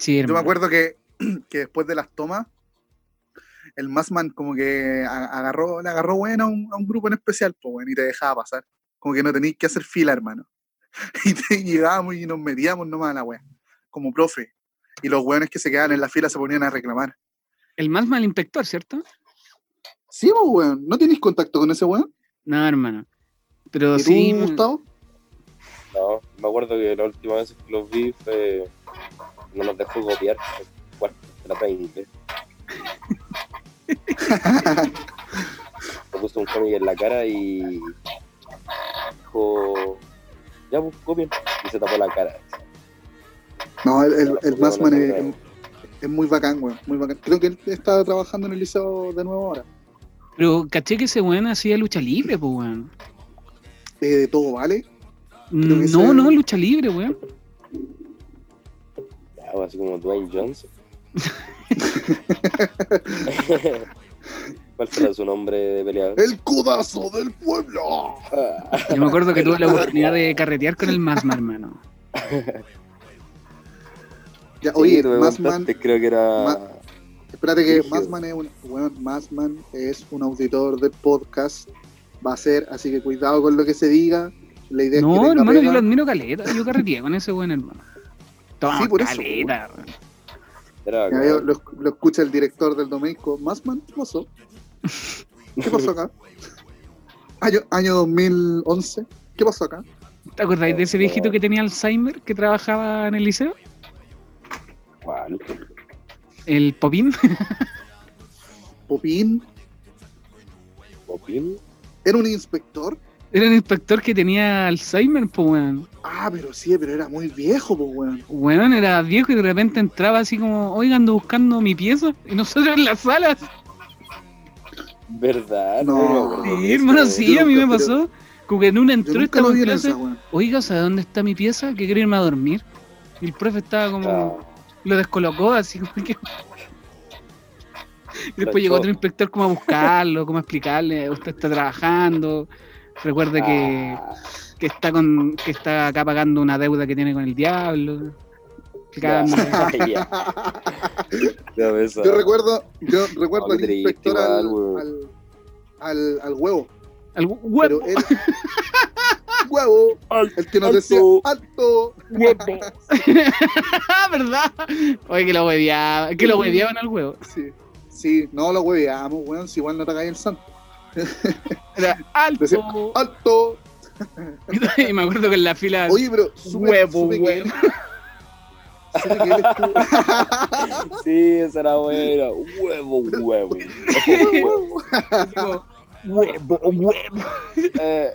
Speaker 3: Sí,
Speaker 1: Yo me
Speaker 3: hermano.
Speaker 1: acuerdo que, que después de las tomas, el Massman como que a- agarró, le agarró bueno a un, a un grupo en especial, pues, weón, y te dejaba pasar. Como que no tenías que hacer fila, hermano. y te llevábamos y nos metíamos nomás a la wea, como profe. Y los weones que se quedaban en la fila se ponían a reclamar.
Speaker 3: El más mal inspector, ¿cierto?
Speaker 1: Sí, vos, weón, ¿no tenéis contacto con ese weón?
Speaker 3: No, hermano. Pero
Speaker 1: ¿Y tú,
Speaker 3: sí.
Speaker 1: Gustavo?
Speaker 2: No, me acuerdo que la última vez que los vi fue. No nos dejó copiar. el cuarto de la 20. Me puso un cómic en la cara y. Dijo. Ya, pues, copien. Y se tapó la cara.
Speaker 1: No, el, el- el Massman es, es muy bacán, weón, muy bacán. Creo que él está trabajando en el liceo de nuevo ahora.
Speaker 3: Pero caché que ese weón hacía lucha libre, pues weón.
Speaker 1: Eh, de todo, ¿vale? Creo que
Speaker 3: No,
Speaker 1: ese-
Speaker 3: no, lucha libre, weón.
Speaker 2: Ya, pues, así como Dwayne Johnson. ¿Cuál será su nombre de peleador?
Speaker 1: ¡El codazo del pueblo!
Speaker 3: Yo me acuerdo que tuve la oportunidad de carretear con el Masma, hermano.
Speaker 1: Ya,
Speaker 2: Sí,
Speaker 1: oye,
Speaker 2: tú me
Speaker 1: Massman,
Speaker 2: contaste, creo que era.
Speaker 1: Ma- espérate que
Speaker 2: Rígido.
Speaker 1: Massman es un weón, Massman es un auditor del podcast, va a ser, así que cuidado con lo que se diga. La idea es que
Speaker 3: No,
Speaker 1: tenga
Speaker 3: hermano, yo
Speaker 1: pega.
Speaker 3: lo admiro caleta. Yo carreteé con ese weón, hermano. Toma,
Speaker 1: Sí, por eso,
Speaker 3: caleta. weón.
Speaker 2: era
Speaker 1: Ya veo, lo, lo escucha el director del Domenico. Massman, ¿qué pasó? ¿Qué pasó acá? Año, año 2011, ¿qué pasó acá?
Speaker 3: ¿Te acordáis de ese viejito que tenía Alzheimer que trabajaba en el liceo?
Speaker 2: ¿Cuál?
Speaker 3: El Popín.
Speaker 1: Popín
Speaker 2: ¿Popín?
Speaker 1: era un inspector.
Speaker 3: Era un inspector que tenía Alzheimer, pues weón.
Speaker 1: Ah, pero sí, pero era muy viejo, pues, weón.
Speaker 3: Weón era viejo y de repente entraba así como, oigan, ando buscando mi pieza. Y nosotros en las salas.
Speaker 2: ¿Verdad? este,
Speaker 1: No.
Speaker 2: me acuerdo de
Speaker 3: Sí,
Speaker 2: eso,
Speaker 3: hermano,
Speaker 2: güey.
Speaker 3: sí,
Speaker 1: Yo
Speaker 3: a mí me
Speaker 1: nunca-
Speaker 3: pasó. Como que en una
Speaker 1: Yo
Speaker 3: entró
Speaker 1: nunca
Speaker 3: estaba
Speaker 1: lo
Speaker 3: en
Speaker 1: vi en
Speaker 3: clase,
Speaker 1: esa, weón.
Speaker 3: oiga, ¿sabes dónde está mi pieza? Que quiero irme a dormir. Y el profe estaba como, lo descolocó así como que... Y Después llegó otro inspector como a buscarlo, como a explicarle, usted está trabajando, recuerde que,
Speaker 2: Ah,
Speaker 3: que está con que está acá pagando una deuda que tiene con el diablo. Explicándole.
Speaker 2: ya, ya.
Speaker 3: ¿eh?
Speaker 2: Ya ves,
Speaker 1: Yo
Speaker 2: ah.
Speaker 1: recuerdo, yo recuerdo
Speaker 2: qué
Speaker 1: al
Speaker 2: triste,
Speaker 1: inspector al,
Speaker 2: igual,
Speaker 1: al, al, al huevo.
Speaker 3: Al huevo,
Speaker 1: Pero él, huevo,
Speaker 2: Al-
Speaker 1: el que nos
Speaker 2: alto.
Speaker 1: decía alto.
Speaker 3: Ah, ¿verdad? Oye, que lo hueveaban, que lo hueveaban al huevo.
Speaker 1: Sí, sí, no lo hueveamos, weón, si igual no te cae el santo.
Speaker 3: Era
Speaker 1: Decía,
Speaker 3: alto.
Speaker 1: Alto.
Speaker 3: Y me acuerdo que en la fila
Speaker 1: Oye, pero supe,
Speaker 3: Huevo,
Speaker 1: supe que él- supe que él
Speaker 2: Sí, esa era buena. Huevo, huevo. huevo.
Speaker 3: digo, huevo, huevo.
Speaker 2: Eh,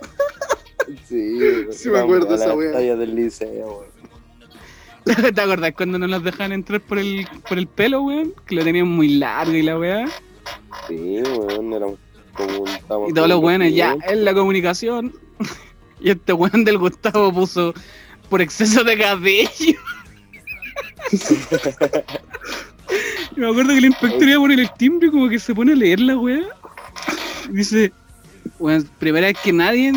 Speaker 2: sí,
Speaker 1: Sí me acuerdo
Speaker 2: vamos a
Speaker 1: esa
Speaker 2: la
Speaker 1: wea.
Speaker 2: batalla del liceo, güey.
Speaker 3: ¿Te acordás cuando no nos dejaban entrar por el, por el pelo, weón? Que lo tenían muy largo y la weá.
Speaker 2: Sí, weón, éramos como un- estábamos
Speaker 3: Y
Speaker 2: como
Speaker 3: todos los weones, ya,
Speaker 2: niños.
Speaker 3: en la comunicación. Y este weón del Gustavo puso por exceso de cabello. Y me acuerdo que el inspector iba a poner el timbre y como que se pone a leer la weá. Y dice, weón, primera vez que nadie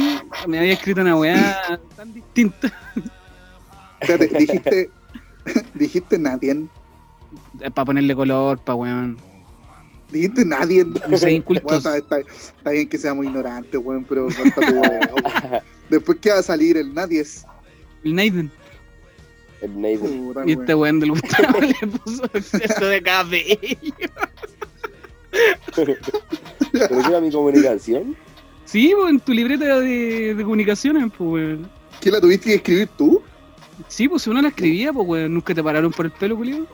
Speaker 3: me había escrito una weá tan distinta.
Speaker 1: Espérate, dijiste, dijiste nadie.
Speaker 3: Para ponerle color, pa' weón.
Speaker 1: Dijiste nadie.
Speaker 3: No sé,
Speaker 1: Weón,
Speaker 3: incultos.
Speaker 1: está, está- está bien que seamos ignorantes, weón, pero corta tu huevo, weón. Después que va a salir el nadie es.
Speaker 3: El Nathan.
Speaker 2: El Nathan.
Speaker 1: puta, weón.
Speaker 3: Y este weón del Gustavo le puso exceso de cabello.
Speaker 2: ¿Pero qué era mi comunicación?
Speaker 3: Sí, pues, en tu libreta de, de comunicaciones, pues, weón.
Speaker 1: ¿Qué la tuviste que escribir tú?
Speaker 3: Sí, pues si uno la escribía, pues, weón, nunca te pararon por el pelo, culiado.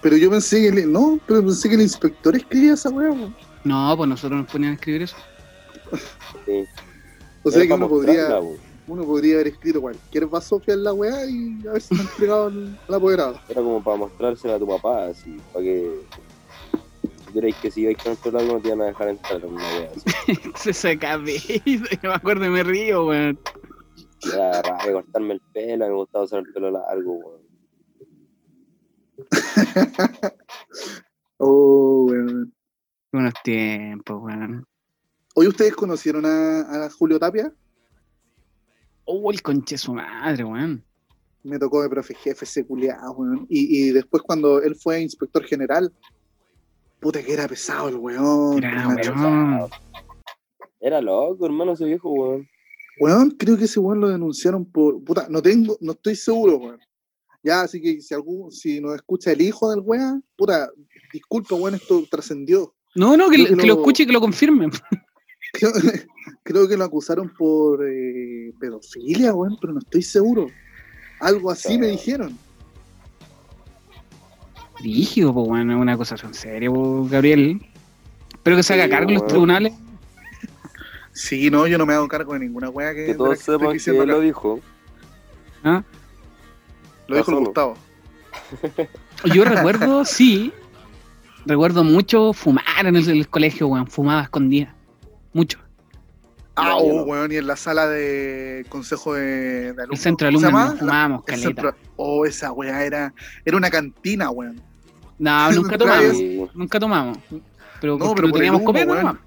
Speaker 1: Pero yo pensé que el, no, pero pensé que el inspector escribía esa weá. po.
Speaker 3: No, pues nosotros nos ponían a escribir eso.
Speaker 2: Sí.
Speaker 1: O sea
Speaker 2: Era
Speaker 1: que
Speaker 2: pa'
Speaker 1: uno podría,
Speaker 2: mostrarla, güey.
Speaker 1: uno podría haber escrito cualquier bazofia en la weá y haberse entregado al, al apoderado.
Speaker 2: Era como para mostrársela a tu papá, así, para que. Si creéis que si vais con otro lado no te iban a dejar entrar una wea así.
Speaker 3: Exceso de cabello, yo me acuerdo y me río, weón.
Speaker 2: Era raro cortarme el pelo, me gustaba usar el pelo largo, weón.
Speaker 1: Oh, weón.
Speaker 3: Buenos tiempos, weón.
Speaker 1: Hoy ustedes conocieron a, a Julio Tapia.
Speaker 3: Oh, el conche su madre, weón.
Speaker 1: Me tocó de profe jefe ese culiao, weón. Y, y después cuando él fue inspector general, puta que era pesado el weón.
Speaker 3: Era,
Speaker 1: macho.
Speaker 3: weón.
Speaker 2: Era loco, hermano, ese viejo, weón.
Speaker 1: Weón, creo que ese weón lo denunciaron por. Puta, no tengo, no estoy seguro, weón. Ya, así que si algún, si nos escucha el hijo del weón, puta, disculpa, weón, esto trascendió.
Speaker 3: No, no, que,
Speaker 1: Creo que
Speaker 3: que lo
Speaker 1: lo-
Speaker 3: escuche y que lo confirme.
Speaker 1: Creo, creo que lo acusaron por eh, pedofilia, weón, pero no estoy seguro. Algo así me dijeron.
Speaker 3: Rígido, pues, bueno, es una acusación seria, po, Gabriel. Espero que se haga
Speaker 2: Sí,
Speaker 3: cargo en los
Speaker 2: weón.
Speaker 3: tribunales.
Speaker 1: Sí, no, yo no me hago cargo de ninguna weá que.
Speaker 2: Que
Speaker 1: de la
Speaker 2: todos
Speaker 1: que estoy
Speaker 2: sepan que
Speaker 1: diciendo
Speaker 2: él
Speaker 1: acá.
Speaker 2: lo dijo.
Speaker 3: ¿ah?
Speaker 1: Lo dijo el
Speaker 2: Solo.
Speaker 1: Gustavo.
Speaker 3: Yo recuerdo, sí, recuerdo mucho fumar en el, el colegio, weón. Fumaba escondida. Mucho.
Speaker 1: Ah,
Speaker 2: No, yo no.
Speaker 1: weón, y en la sala de consejo de, de alumnos.
Speaker 3: El centro de
Speaker 1: ¿Cómo se
Speaker 3: alumnos
Speaker 1: llama?
Speaker 3: nos fumábamos,
Speaker 1: El
Speaker 3: caleta.
Speaker 1: centro- Oh, esa weá era, era una cantina, weón.
Speaker 3: No, nunca
Speaker 1: Centro-
Speaker 3: tomamos,
Speaker 2: Sí,
Speaker 3: nunca tomamos. Pero,
Speaker 1: No, pero
Speaker 3: no,
Speaker 1: por el
Speaker 3: teníamos
Speaker 1: humo,
Speaker 3: copia,
Speaker 1: weón.
Speaker 3: no,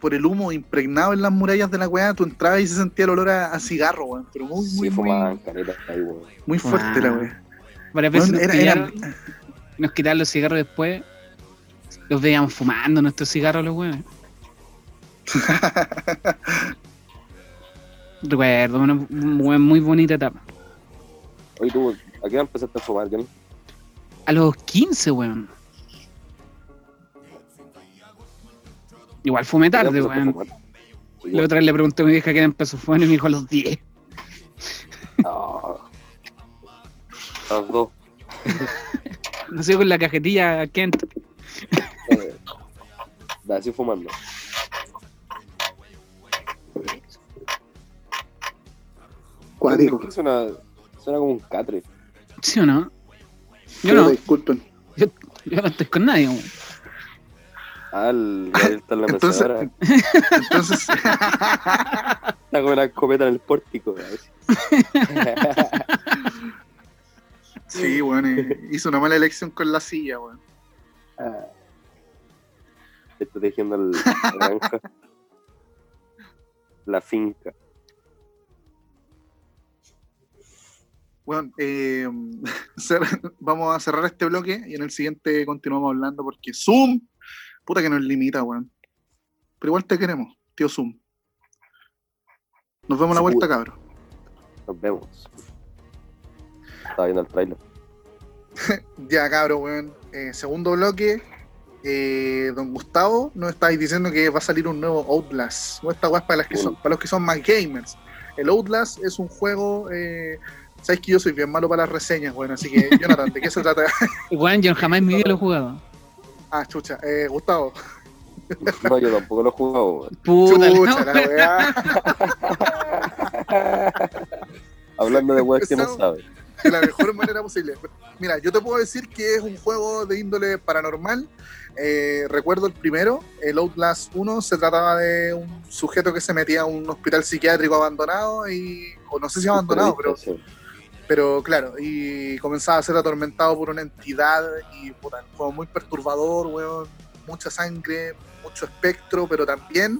Speaker 1: Por el humo impregnado en las murallas de la weá, tú entrabas y se sentía el olor a, a cigarro, weón. Pero muy,
Speaker 2: sí
Speaker 1: muy,
Speaker 2: fumaban
Speaker 1: muy,
Speaker 2: caretas ahí, weón.
Speaker 1: muy fuerte la
Speaker 3: Wow.
Speaker 1: weá.
Speaker 3: Varias veces
Speaker 1: Weón,
Speaker 3: nos
Speaker 1: era- era-
Speaker 3: pillaron, nos quitaron los cigarros después. Los veíamos fumando nuestros cigarros, los weones. Recuerdo, una muy, muy bonita etapa.
Speaker 2: Oye, tú, ¿a qué edad empezaste a fumar, Johnny?
Speaker 3: A los 15, weón. Igual fumé
Speaker 2: ¿A qué edad
Speaker 1: pues,
Speaker 2: empezaste
Speaker 3: tarde,
Speaker 2: a
Speaker 3: weón.
Speaker 2: fumar? Oye,
Speaker 3: La otra vez le pregunté a mi vieja que empezó a fumar y me dijo a los 10.
Speaker 2: ah. Las dos.
Speaker 3: Nació con la cajetilla Kent.
Speaker 2: eh, Nací fumando.
Speaker 1: Cuático.
Speaker 2: ¿Qué Suena, suena como un catre.
Speaker 3: ¿Sí o no? Yo
Speaker 1: Pero
Speaker 3: no,
Speaker 1: Disculpen.
Speaker 3: yo no estoy con nadie, weón.
Speaker 2: Ah, el Gabriel está en la
Speaker 1: Entonces-
Speaker 2: mesa ahora.
Speaker 1: Entonces,
Speaker 2: Está con la escopeta en el pórtico. a ver si-
Speaker 1: sí, weón, eh, hizo una mala elección con la silla, weón.
Speaker 2: Ah. Está tejiendo el- la granja. La finca.
Speaker 1: Bueno, eh, cer- vamos a cerrar este bloque y en el siguiente continuamos hablando porque Zoom, puta que nos limita, weón. Pero igual te queremos, tío Zoom. Nos vemos a la
Speaker 2: Sí,
Speaker 1: vuelta,
Speaker 2: weón.
Speaker 1: cabrón.
Speaker 2: Nos vemos. Estaba viendo el trailer.
Speaker 1: Ya, cabrón, weón. Eh, segundo bloque. Eh, don Gustavo nos estáis diciendo que va a salir un nuevo Outlast. Esta weá es para, las que son, para los que son más gamers. El Outlast es un juego. Eh, Sabes que yo soy bien malo para las reseñas, weón. Así que, Jonathan, ¿de qué se trata?
Speaker 3: Weón, yo jamás en mi vida lo he jugado.
Speaker 1: Ah, chucha. Eh, Gustavo.
Speaker 2: No, yo tampoco lo he jugado. weón.
Speaker 3: Puta,
Speaker 1: Chucha,
Speaker 3: no.
Speaker 1: la weá.
Speaker 2: Hablando de weas que no sabe.
Speaker 1: De la mejor manera posible. Mira, yo te puedo decir que es un juego de índole paranormal. Eh, recuerdo el primero, el Outlast 1, se trataba de un sujeto que se metía a un hospital psiquiátrico abandonado y, o no sé si abandonado, pero, pero claro, y comenzaba a ser atormentado por una entidad y puta, un juego muy perturbador, weón, mucha sangre, mucho espectro, pero también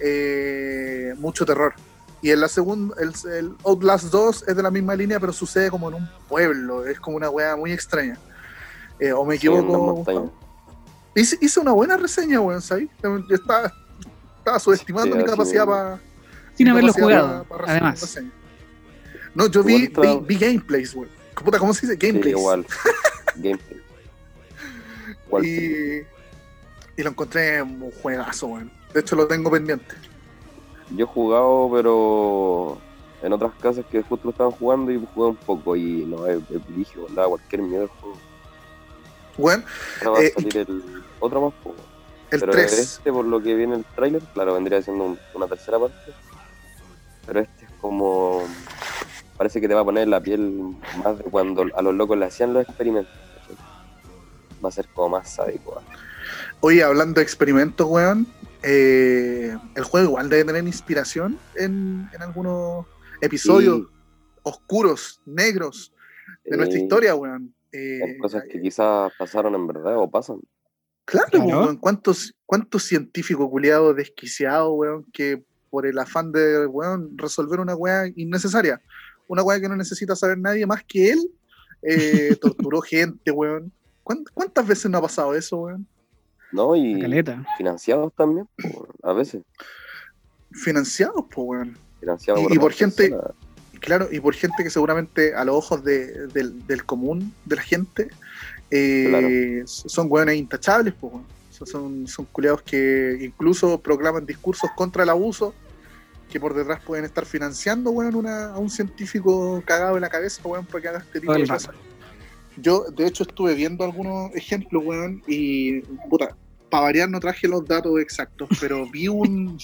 Speaker 1: eh, mucho terror. Y en la segunda, el, el Outlast 2 es de la misma línea, pero sucede como en un pueblo, es como una weá muy extraña. Eh, o me
Speaker 2: Sí, en las
Speaker 1: equivoco.
Speaker 2: montañas.
Speaker 1: Hice, hice una buena reseña, weón, ¿sabes? Yo estaba, estaba subestimando
Speaker 2: Sí,
Speaker 1: mi
Speaker 2: así
Speaker 1: capacidad
Speaker 2: mismo.
Speaker 1: para.
Speaker 3: Sin
Speaker 1: mi
Speaker 3: haberlo
Speaker 1: capacidad
Speaker 3: jugado,
Speaker 1: pa- pa reseñar
Speaker 3: además.
Speaker 1: reseñas. No, yo vi,
Speaker 2: Igual estaba-
Speaker 1: vi, vi gameplays, weón. Puta, ¿cómo se dice?
Speaker 2: Sí,
Speaker 1: Gameplays.
Speaker 2: igual. Gameplay. Igual.
Speaker 1: y, y lo encontré un juegazo, weón. De hecho, lo tengo pendiente.
Speaker 2: Yo he jugado, pero en otras casas que justo lo estaban jugando y jugué un poco y no, es es brígido, da cualquier miedo el juego.
Speaker 1: Weón,
Speaker 2: Ahora va a
Speaker 1: Eh,
Speaker 2: salir el otro más poco.
Speaker 1: el
Speaker 2: pero
Speaker 1: 3.
Speaker 2: este, por lo que viene el tráiler, claro, vendría siendo un- una tercera parte. Pero este es como... Parece que te va a poner la piel más de cuando a los locos le hacían los experimentos. ¿cachai? Va a ser como más sádico. ¿vale?
Speaker 1: Oye, hablando de experimentos, weón, eh, el juego igual debe tener inspiración en, en algunos episodios oscuros, negros de
Speaker 2: Eh,
Speaker 1: nuestra historia, weón. Eh,
Speaker 2: Hay cosas que quizás pasaron en verdad o pasan.
Speaker 1: Claro,
Speaker 3: Claro.
Speaker 1: pues, weón, ¿cuántos, cuántos científicos culiados desquiciados, weón, que por el afán de, weón, resolver una weá innecesaria, una weá que no necesita saber nadie más que él, eh, torturó gente, weón. ¿Cuán- ¿Cuántas veces no ha pasado eso, weón?
Speaker 2: ¿No? Y
Speaker 3: Caleta.
Speaker 2: financiados también, po, a veces.
Speaker 1: Financiados, pues, weón.
Speaker 2: Financiado
Speaker 1: Y- y por
Speaker 2: Marcel
Speaker 1: gente-
Speaker 2: Sala.
Speaker 1: Claro, y por gente que seguramente a los ojos de- del, del común, de la gente, eh,
Speaker 2: Claro.
Speaker 1: son hueones intachables, po, weón. O sea, son, son culiados que incluso proclaman discursos contra el abuso, que por detrás pueden estar financiando weón, una- a un científico cagado en la cabeza weón, para que haga este tipo
Speaker 3: Todo el
Speaker 1: de cosas. Yo, de hecho, estuve viendo algunos ejemplos, weón, y puta, para variar no traje los datos exactos, pero vi un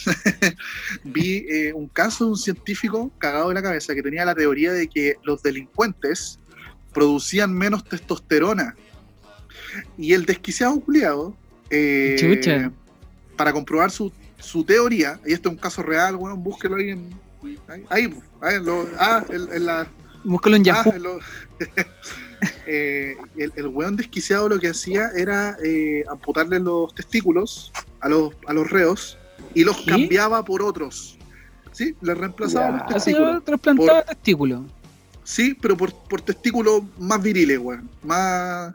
Speaker 1: vi eh, un caso de un científico cagado de la cabeza que tenía la teoría de que los delincuentes producían menos testosterona. Y el desquiciado culiado, eh,
Speaker 3: Chucha.
Speaker 1: para comprobar su, su teoría, y este es un caso real, bueno, búsquelo ahí en. Ahí, ahí, ahí en lo- ah, en- en la
Speaker 3: Búscalo en Yahoo.
Speaker 1: Ah, lo- Eh, el, el weón desquiciado lo que hacía era eh, amputarle los testículos a los, a los reos y los
Speaker 3: ¿Qué?
Speaker 1: cambiaba por otros. ¿Sí? Le reemplazaba
Speaker 2: Ya.
Speaker 1: los
Speaker 3: Así
Speaker 1: testículos.
Speaker 3: trasplantado testículo.
Speaker 1: Sí, pero por, por testículos más viriles, weón. Más,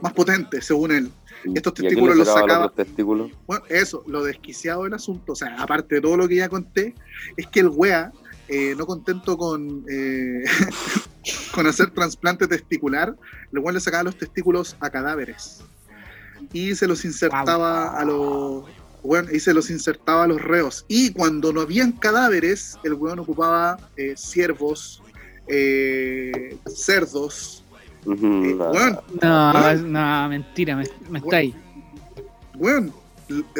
Speaker 1: más potentes, según él.
Speaker 2: Y-
Speaker 1: estos
Speaker 2: y aquí le
Speaker 1: testículos los
Speaker 2: sacaban
Speaker 1: sacaba-
Speaker 2: otros testículos.
Speaker 1: Bueno, eso, lo desquiciado del asunto, o sea, aparte de todo lo que ya conté, es que el wea, eh, no contento con, eh, con hacer trasplante testicular, el wea le sacaba los testículos a cadáveres y se los insertaba a los. weón, y se los insertaba a los reos. Y cuando no habían cadáveres, el weón ocupaba eh, ciervos, eh, cerdos.
Speaker 2: Ujú,
Speaker 1: eh,
Speaker 2: ah,
Speaker 1: weón,
Speaker 3: No,
Speaker 1: Ah.
Speaker 3: no, mentira, me, me está ahí.
Speaker 1: Weón,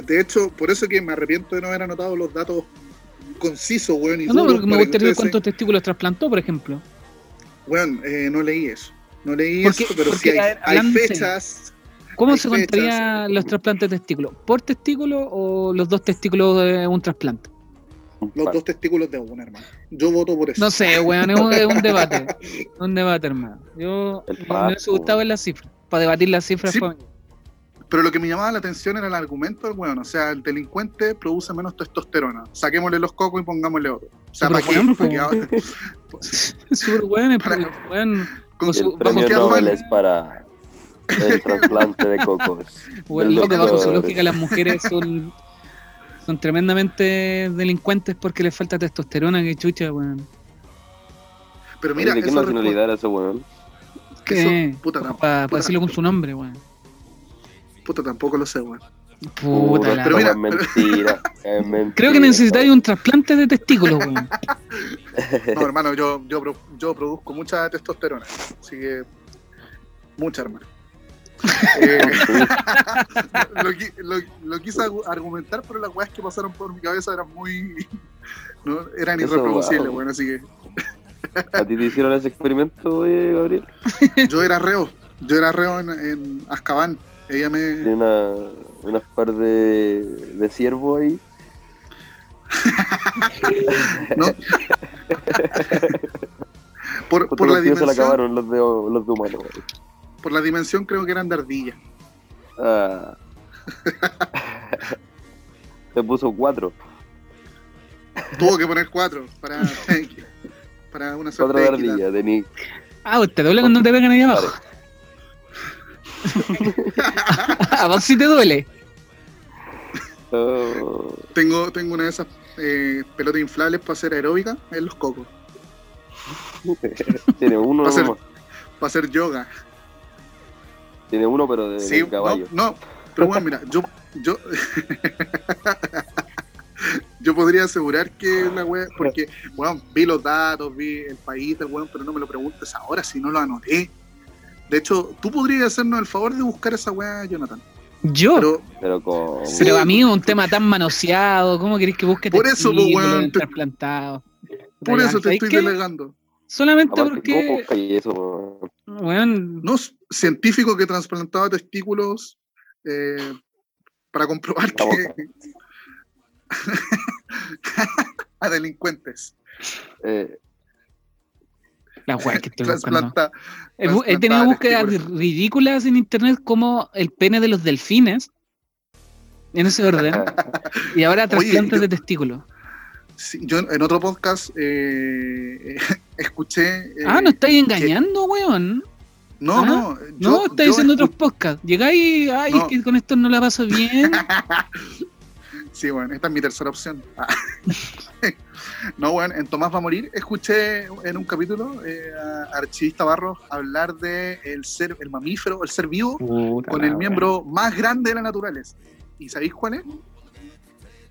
Speaker 1: de hecho, por eso que me arrepiento de no haber anotado los datos concisos, weón. Y
Speaker 3: No, no,
Speaker 1: duros
Speaker 3: porque me
Speaker 1: para que
Speaker 3: gustaría ver
Speaker 1: ustedes se-
Speaker 3: cuántos testículos trasplantó, por ejemplo.
Speaker 1: Weón, eh, no leí eso. No leí
Speaker 3: Porque-
Speaker 1: eso, pero
Speaker 3: porque,
Speaker 1: si hay,
Speaker 3: a ver,
Speaker 1: hay
Speaker 3: hablando en serio.
Speaker 1: fechas.
Speaker 3: ¿Cómo
Speaker 1: Hay
Speaker 3: se
Speaker 1: fechas.
Speaker 3: contarían los trasplantes de testículos? ¿Por testículo o los dos testículos de un trasplante?
Speaker 2: un
Speaker 1: Los
Speaker 2: par.
Speaker 1: dos testículos de una, hermano. Yo voto por eso.
Speaker 3: No sé, weón, es un, es un debate. Es un debate, hermano. Yo
Speaker 2: El
Speaker 3: me- me
Speaker 2: papo.
Speaker 3: hubiese gustado ver las cifras. Para debatir las cifras.
Speaker 1: Sí.
Speaker 3: pa-
Speaker 1: Pero lo que me llamaba la atención era el argumento del weón. O sea, el delincuente produce menos testosterona. Saquémosle los cocos y pongámosle otro. O sea,
Speaker 3: Pero,
Speaker 1: ¿para
Speaker 3: por
Speaker 1: qué?
Speaker 3: ejemplo,
Speaker 1: ¿Para qué ahora?
Speaker 3: Es súper weón, es
Speaker 1: Para-
Speaker 3: porque, weón,
Speaker 1: Con
Speaker 2: El
Speaker 1: su-
Speaker 2: premio
Speaker 1: vamos, Pues, ¿qué
Speaker 2: Nobel
Speaker 1: animal?
Speaker 2: es para el trasplante de cocos.
Speaker 3: weón,
Speaker 2: Del
Speaker 3: loco, bajo su
Speaker 2: doctor.
Speaker 3: lógica, las mujeres son, son tremendamente delincuentes porque les falta testosterona, que chucha, weón.
Speaker 1: Pero
Speaker 2: Oye,
Speaker 1: mira,
Speaker 2: ¿De qué
Speaker 1: eso
Speaker 2: nacionalidad era ese weón?
Speaker 1: Que
Speaker 3: ¿Qué?
Speaker 1: eso- puta, no,
Speaker 3: Para
Speaker 1: puta.
Speaker 3: decirlo con su nombre, weón.
Speaker 1: responde- puta, tampoco lo sé, weón.
Speaker 3: Puta la
Speaker 1: pero mira,
Speaker 2: es mentira. es mentira.
Speaker 3: Creo que necesitáis un trasplante de testículos, weón.
Speaker 1: No, hermano, yo, yo, pro- yo produzco mucha testosterona. Así que. Mucha, hermano. Eh, lo, qui- lo- lo quise agu- argumentar, pero las weas que pasaron por mi cabeza eran muy. no, eran
Speaker 2: Eso,
Speaker 1: irreproducibles,
Speaker 2: wow.
Speaker 1: bueno, así que.
Speaker 2: ¿A ti te hicieron ese experimento, oye, Gabriel?
Speaker 1: Yo era reo. Yo era reo en, en Azkaban. Ella
Speaker 2: Tiene
Speaker 1: me.
Speaker 2: una, unas par de, de ciervos ahí.
Speaker 1: Por,
Speaker 2: Por
Speaker 1: por, la,
Speaker 2: los pies se la
Speaker 1: dimensión,
Speaker 2: acabaron los de, los de humanos.
Speaker 1: por la dimensión, creo que eran de ardilla.
Speaker 2: Ah. Se puso cuatro.
Speaker 1: Tuvo que poner cuatro para. para una suerte
Speaker 2: Cuatro de
Speaker 1: de equidad.
Speaker 2: ardilla, Denis.
Speaker 3: Ah, pues te duele cuando te pegan ahí abajo. A vos sí te duele.
Speaker 2: Oh,
Speaker 1: Tengo, tengo una de esas eh, pelotas inflables para hacer aeróbica en los cocos.
Speaker 2: tiene uno
Speaker 1: Va a ser-
Speaker 2: nomás.
Speaker 1: para hacer yoga.
Speaker 2: Tiene uno, pero de,
Speaker 1: Sí,
Speaker 2: de caballo.
Speaker 1: no, no. Pero bueno, mira, yo, yo, yo podría asegurar que la wea, porque, bueno, vi los datos, vi el país del weón, pero no me lo preguntes ahora si no lo anoté. De hecho, tú podrías hacernos el favor de buscar esa wea, Jonathan.
Speaker 3: Yo. Pero,
Speaker 1: Pero
Speaker 2: Pero con.
Speaker 1: Sí.
Speaker 3: amigo, un tema tan manoseado. ¿Cómo querés que busque
Speaker 1: Por eso, pues,
Speaker 3: testículos
Speaker 1: weón, te-
Speaker 3: trasplantados?
Speaker 1: por
Speaker 3: Ya,
Speaker 1: eso te
Speaker 3: ¿sabes
Speaker 1: estoy
Speaker 3: qué?
Speaker 1: delegando.
Speaker 3: Solamente
Speaker 2: Aparte, ¿cómo
Speaker 3: porque,
Speaker 2: busca y eso?
Speaker 3: weón,
Speaker 1: No, científico que trasplantaba testículos eh, para comprobar
Speaker 2: La
Speaker 1: que. a delincuentes.
Speaker 2: Eh,
Speaker 3: la weá que estoy buscando.
Speaker 1: Trasplanta.
Speaker 3: He, bu- he tenido
Speaker 1: trasplantar
Speaker 3: búsquedas ridículas en internet como el pene de los delfines. En ese orden. Y ahora trasplantes
Speaker 1: yo-
Speaker 3: de testículos.
Speaker 1: Sí, yo en otro podcast eh, escuché. eh,
Speaker 3: Ah, no estáis engañando, weón.
Speaker 1: No,
Speaker 3: Ah,
Speaker 1: no.
Speaker 3: No,
Speaker 1: yo-
Speaker 3: estáis
Speaker 1: yo
Speaker 3: haciendo
Speaker 1: escu-
Speaker 3: otros podcasts. Llegáis, ay,
Speaker 1: No.
Speaker 3: es que con esto no la paso bien.
Speaker 1: Sí, bueno, esta es mi tercera opción. Ah. no, bueno, en Tomás va a morir. Escuché en un capítulo eh, a Archivista Barros hablar de el ser, el mamífero, el ser vivo,
Speaker 4: Puta
Speaker 1: con
Speaker 2: Ah,
Speaker 4: la
Speaker 1: el
Speaker 4: wea.
Speaker 1: miembro más grande de la naturaleza. ¿Y sabéis cuál es?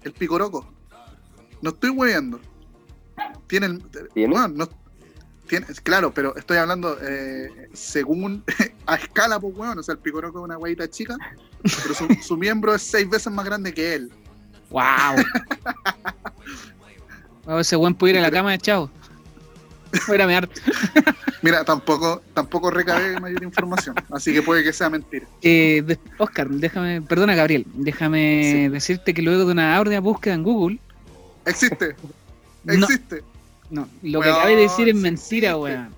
Speaker 1: El picoroco. No estoy hueveando. Tiene el.
Speaker 2: ¿Tiene?
Speaker 1: Bueno, no- tiene- claro, pero estoy hablando eh, según a escala, pues weón. O sea, el picoroco es una guayita chica, pero su, su miembro es seis veces más grande que él.
Speaker 3: ¡Wow! ese weón puede ir a la cama de chavo. Voy a ir a mear.
Speaker 1: Mira, tampoco, tampoco recabé mayor información, así que puede que sea mentira.
Speaker 3: Eh, de- Oscar, déjame, perdona Gabriel, déjame decirte que luego de una ardua búsqueda en Google,
Speaker 1: Existe,
Speaker 3: no,
Speaker 1: existe.
Speaker 3: no, lo que
Speaker 1: Eh, Weón,
Speaker 3: acabé de decir es
Speaker 1: sí
Speaker 3: mentira,
Speaker 1: existe.
Speaker 3: weón.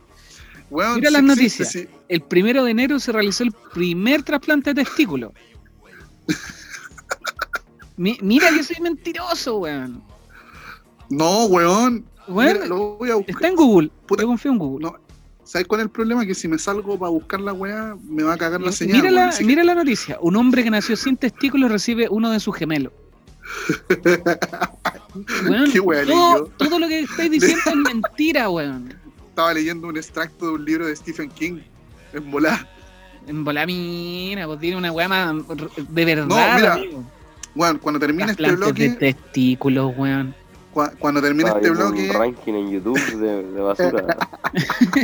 Speaker 1: Weón,
Speaker 3: Mira
Speaker 1: sí
Speaker 3: las
Speaker 1: existe,
Speaker 3: noticias.
Speaker 1: sí.
Speaker 3: El primero de enero se realizó el primer trasplante de testículo. Mi- mira que soy mentiroso, weón.
Speaker 1: No, weón.
Speaker 3: Weón,
Speaker 1: Mira, lo voy a buscar.
Speaker 3: está en Google.
Speaker 1: Puta.
Speaker 3: Yo confío en Google.
Speaker 1: No, ¿Sabes cuál es el problema? Que si me salgo para buscar la weá, me va a cagar la señal.
Speaker 3: mira,
Speaker 1: weón,
Speaker 3: la,
Speaker 1: así que-
Speaker 3: mira la noticia. Un hombre que nació sin testículos recibe uno de sus gemelos. Weón,
Speaker 1: Qué weón,
Speaker 3: todo,
Speaker 1: yo.
Speaker 3: todo lo que estáis diciendo es mentira, weón.
Speaker 1: Estaba leyendo un extracto de un libro de Stephen King. En volar.
Speaker 3: En bola mina, pues tiene una weá más de verdad.
Speaker 1: No, mira,
Speaker 3: amigo.
Speaker 1: Weón, cuando termine este
Speaker 3: Trasplantes de
Speaker 1: bloque,
Speaker 3: testículos, weón.
Speaker 1: cua- cuando termine este
Speaker 2: Había un
Speaker 1: bloque,
Speaker 2: ranking en YouTube de, de basura.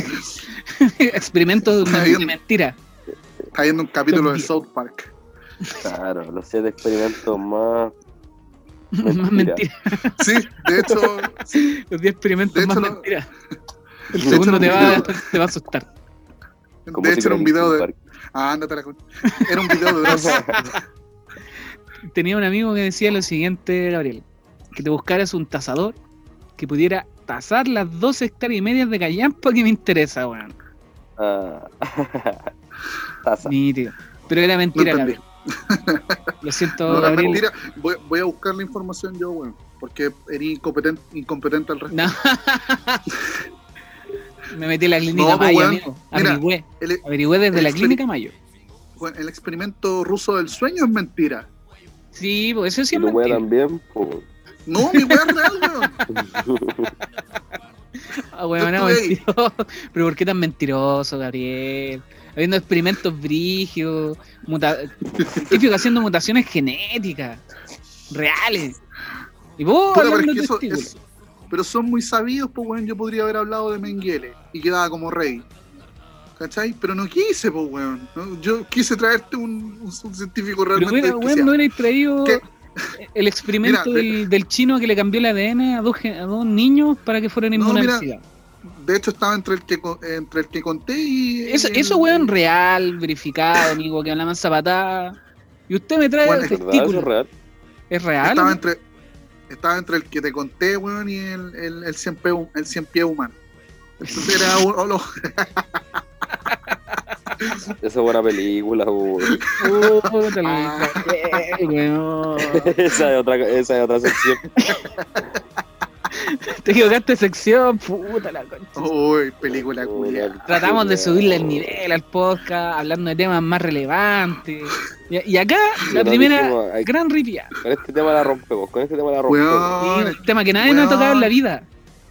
Speaker 3: Experimentos de,
Speaker 1: Está
Speaker 3: de
Speaker 1: bien.
Speaker 3: mentira.
Speaker 1: está viendo un capítulo de
Speaker 3: Dios.
Speaker 1: South Park.
Speaker 2: claro, los siete experimentos más.
Speaker 3: más
Speaker 2: Mentira.
Speaker 3: mentira.
Speaker 1: Sí, de hecho, sí,
Speaker 3: Los 10 experimentos
Speaker 1: De
Speaker 3: más
Speaker 1: hecho, no-
Speaker 3: mentira.
Speaker 1: de
Speaker 3: El
Speaker 1: hecho,
Speaker 3: segundo
Speaker 1: no
Speaker 3: te
Speaker 1: me
Speaker 3: va,
Speaker 1: creo.
Speaker 3: te va a asustar.
Speaker 2: como
Speaker 1: de hecho era un
Speaker 2: Secret
Speaker 1: video de,
Speaker 2: Park.
Speaker 1: Ah, ándate a la con- Era un video de Dross.
Speaker 3: Tenía un amigo que decía lo siguiente, Gabriel: que te buscaras un tasador que pudiera tasar las 2 hectáreas y medias de callampa que me interesa, weón.
Speaker 2: Ah. Taza.
Speaker 3: Nítido. Pero era mentira,
Speaker 1: No
Speaker 3: Gabriel.
Speaker 1: entendí.
Speaker 3: Lo siento,
Speaker 1: No, no,
Speaker 3: Gabriel.
Speaker 1: mentira. Voy, voy a buscar la información yo, weón. Porque era incompetente, incompetente al resto.
Speaker 3: No. Me metí en la clínica
Speaker 1: No, pues,
Speaker 3: Mayo,
Speaker 1: weón.
Speaker 3: amigo.
Speaker 1: Mira,
Speaker 3: Averigüé.
Speaker 1: El,
Speaker 3: Averigüé desde la
Speaker 1: experi-
Speaker 3: clínica Mayo.
Speaker 1: weón, el experimento ruso del sueño es mentira.
Speaker 3: Sí, pues eso sí
Speaker 2: Y
Speaker 3: es
Speaker 2: tu wea
Speaker 3: mentira.
Speaker 2: también, po.
Speaker 1: No, mi weón es real, weón.
Speaker 3: Ah,
Speaker 1: Yo
Speaker 3: weón, no,
Speaker 1: estuve ahí.
Speaker 3: mentiroso. Pero ¿por qué tan mentiroso, Gabriel? Habiendo experimentos brígidos, muta- científicos haciendo mutaciones genéticas, reales. Y vos
Speaker 1: Puta, pero
Speaker 3: hablando
Speaker 1: es que
Speaker 3: de
Speaker 1: eso-
Speaker 3: testículos.
Speaker 1: eso- Pero son muy sabidos, pues, weón. Yo podría haber hablado de Menguele y quedaba como rey. ¿Cachai? Pero no quise, pues, weón. No, Yo quise traerte un, un- un científico
Speaker 3: Pero
Speaker 1: realmente
Speaker 3: mira, weón,
Speaker 1: especial.
Speaker 3: no hubierais traído
Speaker 1: ¿Qué?
Speaker 3: el experimento
Speaker 1: Mira,
Speaker 3: del, del chino que le cambió el ADN a dos, gen- a dos niños para que fueran
Speaker 1: No, mira,
Speaker 3: inmunodeprimidos.
Speaker 1: De hecho, estaba entre el que, co- entre el que conté y.
Speaker 3: Eso,
Speaker 1: el-
Speaker 3: eso weón, real, verificado, amigo, que hablaban zapatada. Y usted me trae
Speaker 1: Bueno,
Speaker 3: el
Speaker 1: es
Speaker 2: ¿Verdad? Eso es
Speaker 3: testículo.
Speaker 2: real.
Speaker 3: ¿Es real?
Speaker 1: Estaba entre, estaba entre el que te conté, weón, y el, el, el, cien, pie, el cien pie humano. Entonces era un- uno-
Speaker 2: Esa es buena película, po.
Speaker 3: Puta,
Speaker 1: Ah.
Speaker 3: el- weón.
Speaker 2: Esa es otra, esa es otra sección.
Speaker 3: Te equivocaste de sección, puta la concha.
Speaker 1: Uy, película culia.
Speaker 3: Tratamos de subirle el nivel al podcast, hablando de temas más relevantes. Y, y acá, la primera gran ripia.
Speaker 2: Con este tema la rompemos, con este tema la rompemos.
Speaker 1: Weón,
Speaker 3: un tema que nadie nos ha tocado en la vida.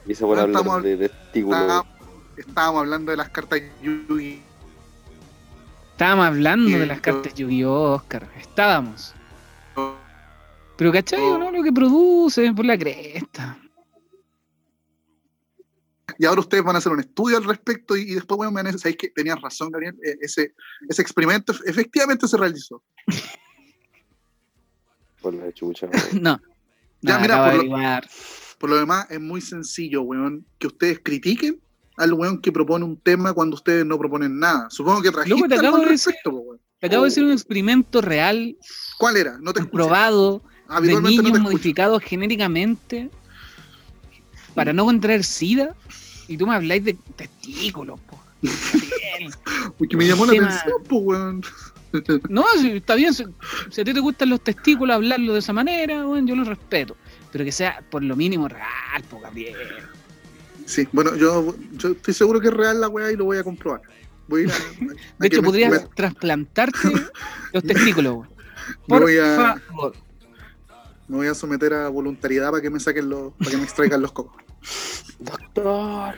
Speaker 2: Y se pone a
Speaker 1: Weón,
Speaker 2: hablar
Speaker 1: estamos-
Speaker 2: de testículos.
Speaker 1: estábamos, estábamos hablando de las cartas Yugi.
Speaker 3: Estábamos hablando de las cartas Yu-Gi-Oh, Oscar. Estábamos. Pero ¿cachai o no? Lo que produce por la cresta.
Speaker 1: Y ahora ustedes van a hacer un estudio al respecto y, y después, weón, me van a decir, "Sabes que tenías razón, Gabriel. E- Ese, ese experimento ef- efectivamente se realizó.
Speaker 2: Por Pues la chucha.
Speaker 3: No.
Speaker 1: Ya,
Speaker 3: No,
Speaker 1: mira,
Speaker 3: acabo de
Speaker 1: por lo-
Speaker 3: averiguar.
Speaker 1: Por lo demás, es muy sencillo, weón, que ustedes critiquen al weón que propone un tema cuando ustedes no proponen nada. Supongo que trajiste
Speaker 3: Loco, te
Speaker 1: algo
Speaker 3: acabo
Speaker 1: al
Speaker 3: de decir.
Speaker 1: respecto, po, weón.
Speaker 3: Te acabo de decir un experimento real,
Speaker 1: ¿Cuál era? No te escuché.
Speaker 3: probado, de
Speaker 1: Habitualmente no
Speaker 3: niños
Speaker 1: te escucho.
Speaker 3: modificados genéticamente para no contraer SIDA. Y tú me habláis de testículos, po. Bien.
Speaker 1: Uy, que me llamó la
Speaker 3: Tema-
Speaker 1: atención, pues, weón.
Speaker 3: No, si- está bien, si, si a ti te gustan los testículos, hablarlo de esa manera, bueno, yo lo respeto. Pero que sea por lo mínimo real, po, Gabriel.
Speaker 1: Sí, bueno, yo, yo estoy seguro que es real la weá y lo voy a comprobar. Voy a, ir a- a
Speaker 3: De hecho,
Speaker 1: que me-
Speaker 3: podrías
Speaker 1: me-
Speaker 3: trasplantarte los testículos, weón. Por
Speaker 1: voy a-
Speaker 3: favor.
Speaker 1: Me voy a someter a voluntariedad para que me saquen los, para que me extraigan los cocos.
Speaker 2: Doctor.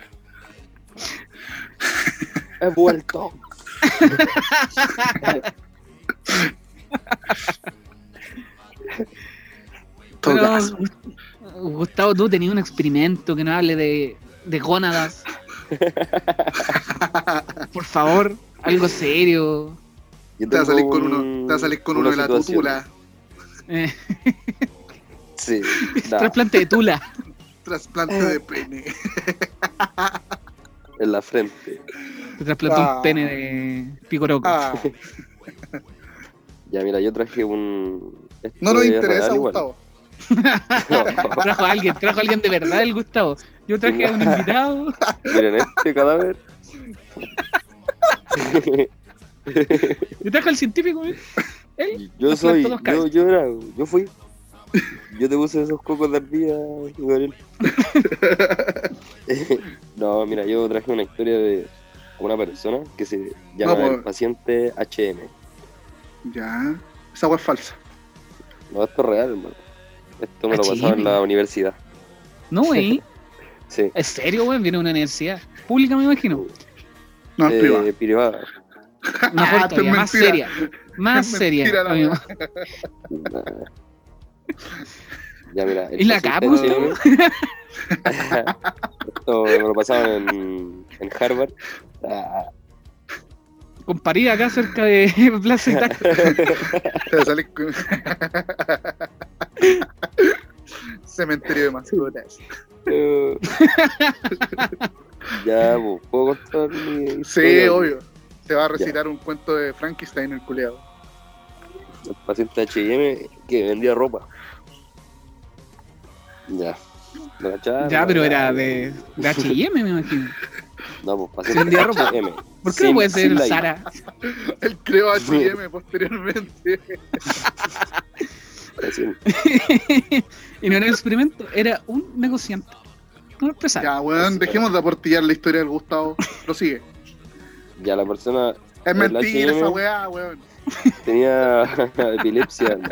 Speaker 2: He vuelto.
Speaker 1: Todo
Speaker 3: Pero,
Speaker 1: caso.
Speaker 3: Gustavo, tú tenías un experimento que no hable de, de gónadas. Por favor, algo serio.
Speaker 2: Yo
Speaker 1: Te va a salir
Speaker 2: tengo
Speaker 1: con
Speaker 2: un-
Speaker 1: uno, te va a salir con
Speaker 2: una
Speaker 1: uno de la
Speaker 2: situación.
Speaker 1: tutula.
Speaker 3: Eh,
Speaker 2: Sí, da,
Speaker 3: Trasplante de tula.
Speaker 1: Trasplante
Speaker 2: Eh.
Speaker 1: de pene.
Speaker 2: en la frente.
Speaker 3: Te trasplantó
Speaker 1: Ah.
Speaker 3: un pene de picoroco.
Speaker 1: Ah,
Speaker 2: Ya, mira, yo traje un. esto
Speaker 1: no nos
Speaker 2: es
Speaker 1: interesa,
Speaker 2: real igual.
Speaker 1: Gustavo.
Speaker 2: No,
Speaker 3: Trajo a alguien, trajo a alguien de verdad el Gustavo. Yo traje a un invitado.
Speaker 2: miren este cadáver.
Speaker 3: Yo traje al científico. ¿eh?
Speaker 2: yo
Speaker 3: Los
Speaker 2: soy,
Speaker 3: platos
Speaker 2: yo,
Speaker 3: caen.
Speaker 2: yo era, yo fui. Yo te puse esos cocos de ardilla, Gabriel. no, mira, yo traje una historia de una persona que se llama
Speaker 1: No, pues.
Speaker 2: el paciente HM.
Speaker 1: Ya. Esa agua es falsa.
Speaker 2: No, esto es real, hermano. Esto me lo
Speaker 3: HM.
Speaker 2: pasaba en la universidad.
Speaker 3: No, güey.
Speaker 2: Sí.
Speaker 3: ¿Es serio, güey? Viene a una universidad pública, me imagino. Ah,
Speaker 1: No, es
Speaker 2: Eh,
Speaker 1: privada.
Speaker 2: privada.
Speaker 3: Mejor
Speaker 1: Ah, esto es
Speaker 3: todavía, más
Speaker 1: mentira.
Speaker 3: seria. Más
Speaker 1: Es
Speaker 3: seria.
Speaker 1: mentira la
Speaker 3: amigo.
Speaker 2: Nah. Ya, mira. el
Speaker 3: ¿Y la
Speaker 2: paciente
Speaker 3: capa,
Speaker 2: HM. Esto me lo pasaba en, en Harvard. Ah,
Speaker 3: Comparida acá cerca de Plaza Itaco.
Speaker 1: Te va a salir con- Cementerio de mascotas.
Speaker 2: Eh, ya, bo, ¿puedo contar mi
Speaker 1: Sí,
Speaker 2: historia?
Speaker 1: obvio. Te va a recitar un cuento de Frankenstein el culeado.
Speaker 2: El paciente H&M que vendía ropa. Ya. ¿Me cacharon?
Speaker 3: Ya, pero era
Speaker 2: Ya.
Speaker 3: de, de H&M, me imagino.
Speaker 2: No, pues
Speaker 3: Se
Speaker 2: paciente
Speaker 3: vendía ropa.
Speaker 2: H&M.
Speaker 3: ¿Por qué
Speaker 2: Sin-
Speaker 3: no puede
Speaker 2: sin
Speaker 3: ser
Speaker 2: la I.
Speaker 3: Sara?
Speaker 1: El creo HM posteriormente.
Speaker 2: Sin-
Speaker 3: y no era un experimento, era un negociante. Un empresario.
Speaker 1: Ya, weón, dejemos de aportillar la historia del Gustavo. Lo sigue.
Speaker 2: Ya, la persona
Speaker 1: Es
Speaker 2: El
Speaker 1: mentira
Speaker 2: H&M.
Speaker 1: esa weá, weón.
Speaker 2: tenía epilepsia. ¿no?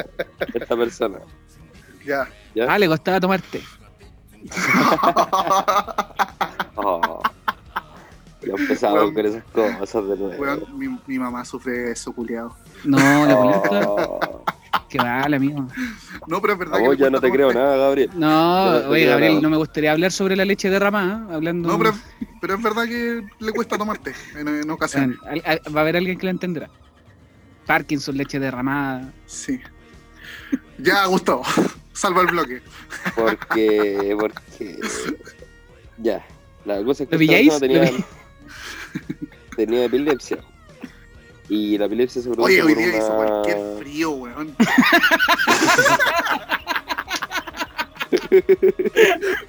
Speaker 2: Esta persona.
Speaker 1: Ya.
Speaker 2: Ya.
Speaker 3: Ah, le costaba tomarte.
Speaker 2: Oh. Ya empezamos
Speaker 1: Weón.
Speaker 2: con esas cosas de nuevo.
Speaker 1: Weón, mi, mi mamá sufre de eso, culiado.
Speaker 3: No, la polenta.
Speaker 2: Oh.
Speaker 3: Que vale, amigo.
Speaker 1: No, pero es verdad
Speaker 2: A
Speaker 1: que
Speaker 2: vos
Speaker 1: le
Speaker 2: ya no
Speaker 1: cuesta
Speaker 2: te creo
Speaker 1: tomar
Speaker 2: nada, Gabriel.
Speaker 3: No,
Speaker 2: Pero-
Speaker 3: oye,
Speaker 2: pero-
Speaker 3: Gabriel, no me gustaría hablar sobre la leche derramada. ¿eh?
Speaker 1: té.
Speaker 3: Hablando.
Speaker 1: No, pero, pero es verdad que le cuesta tomarte en, en ocasiones.
Speaker 3: Bueno, al- al- va a haber alguien que la entenderá. Parkinson, leche derramada.
Speaker 1: Sí. Ya, Gustavo. Salva el bloque.
Speaker 2: Porque, porque. Ya. La cosa es que
Speaker 3: ¿Lo
Speaker 2: esta
Speaker 3: pilláis?
Speaker 2: persona tenía,
Speaker 3: ¿Lo
Speaker 2: tenía epilepsia. Y la epilepsia se produce
Speaker 1: Oye, hoy
Speaker 2: por
Speaker 1: día hizo
Speaker 2: una-
Speaker 1: cualquier frío, weón.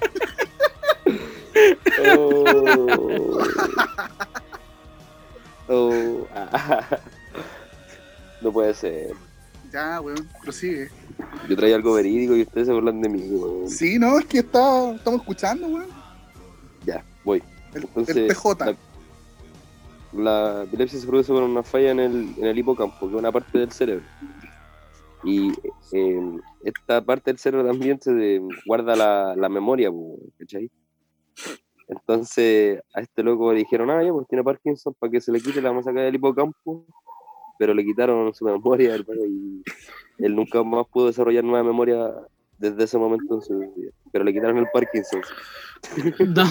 Speaker 2: Oh. Oh, ah. No puede ser.
Speaker 1: Ya, weón, prosigue.
Speaker 2: Yo traía algo verídico y ustedes se burlan de mí. weón.
Speaker 1: Sí, no, es que está, estamos escuchando, weón.
Speaker 2: Ya, voy.
Speaker 1: El,
Speaker 2: Entonces,
Speaker 1: el PJ.
Speaker 2: la- La epilepsia se produce por una falla en el, en el hipocampo, que es una parte del cerebro. Y eh, esta parte del cerebro también se de- guarda la, la memoria, po, ¿cachai? Entonces a este loco le dijeron, ah, ya, pues tiene Parkinson, para que se le quite la vamos a sacar del hipocampo, pero le quitaron su memoria, hermano, y él nunca más pudo desarrollar nueva memoria desde ese momento en su vida. Pero le quitaron el Parkinson.
Speaker 3: No.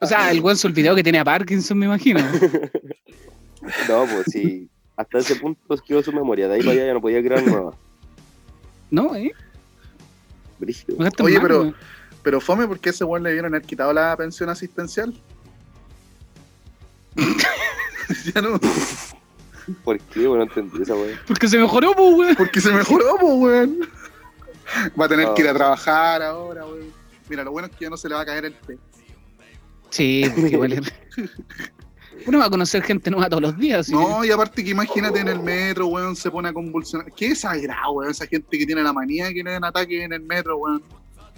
Speaker 3: o sea, el weón se olvidó que tenía Parkinson, me imagino.
Speaker 2: No, pues sí, hasta ese punto quedó su memoria, de ahí para allá ya no podía crear nueva.
Speaker 3: No, ¿eh?
Speaker 2: Brígido.
Speaker 3: Me gastan
Speaker 1: Oye,
Speaker 3: mal,
Speaker 1: pero-
Speaker 3: weón.
Speaker 1: Pero fome, porque a ese weón le dieron haber quitado la pensión asistencial? ya no,
Speaker 2: ¿Por qué? Bueno, no entendí esa weá.
Speaker 3: Porque se mejoró, pues, weón.
Speaker 1: porque se mejoró, po, weón. Va a tener
Speaker 2: Ah.
Speaker 1: que ir a trabajar ahora, weón. Mira, lo bueno es que ya no se le va a caer el té.
Speaker 3: Sí, porque igual es- Uno va a conocer gente nueva todos los días. así
Speaker 1: No, y aparte que imagínate en el metro, weón, se pone a convulsionar. Qué sagrado, weón, esa gente que tiene la manía que le den ataque en el metro, weón.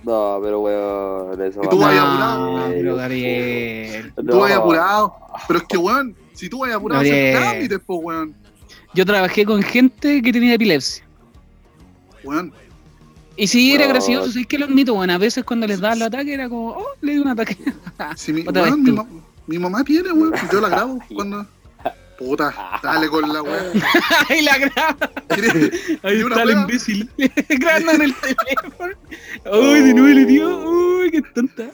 Speaker 2: No, pero weón, eso
Speaker 1: Y
Speaker 3: que-
Speaker 1: tú
Speaker 3: No,
Speaker 1: vayas apurado.
Speaker 3: pero Gabriel.
Speaker 1: Tú vas apurado. Pero es que, weón, si tú vas apurado, haces
Speaker 3: Gabriel.
Speaker 1: trámites, po, weón.
Speaker 3: Yo trabajé con gente que tenía epilepsia.
Speaker 1: weón.
Speaker 3: Y sí, era
Speaker 2: No.
Speaker 3: gracioso, sí, es que lo admito, bueno, a veces cuando les daba el ataque era como, oh, le di un ataque.
Speaker 1: Si mi,
Speaker 3: Ah, Otra
Speaker 1: weón,
Speaker 3: vez
Speaker 1: mi,
Speaker 3: tú.
Speaker 1: ma- mi mamá tiene, weón. Yo la grabo cuando. Puta, dale con la weón.
Speaker 3: Ahí la graba, ahí
Speaker 1: Y una
Speaker 3: está el
Speaker 1: wea.
Speaker 3: imbécil, grabando en el teléfono. Uy, de nuevo le dio, uy, qué tonta.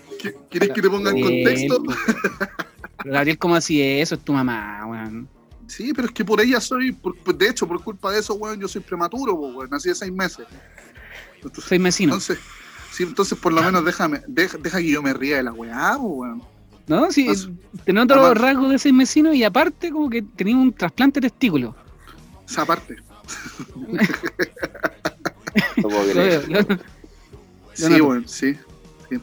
Speaker 1: ¿Quieres que te ponga en
Speaker 3: Bien, pues.
Speaker 1: contexto?
Speaker 3: weón. Pero Gabriel, ¿cómo así es? Eso es tu mamá, weón.
Speaker 1: Sí, pero es que por ella soy. por- por- de hecho, por culpa de eso, weón, yo soy prematuro, po, weón. Nací de seis meses. Entonces,
Speaker 3: Soy vecino.
Speaker 1: entonces, sí, entonces por lo menos déjame, deja, deja que yo me ría de la weá, po, weón.
Speaker 3: ¿No? Sí,
Speaker 1: entonces-
Speaker 3: te noto los
Speaker 1: además-
Speaker 3: rasgos de ese vecino y aparte como que tenía un trasplante de testículo.
Speaker 1: Esa parte.
Speaker 2: No puedo
Speaker 3: Lo veo,
Speaker 2: creer.
Speaker 3: lo-
Speaker 1: Sí,
Speaker 3: noto.
Speaker 1: weón, sí. sí.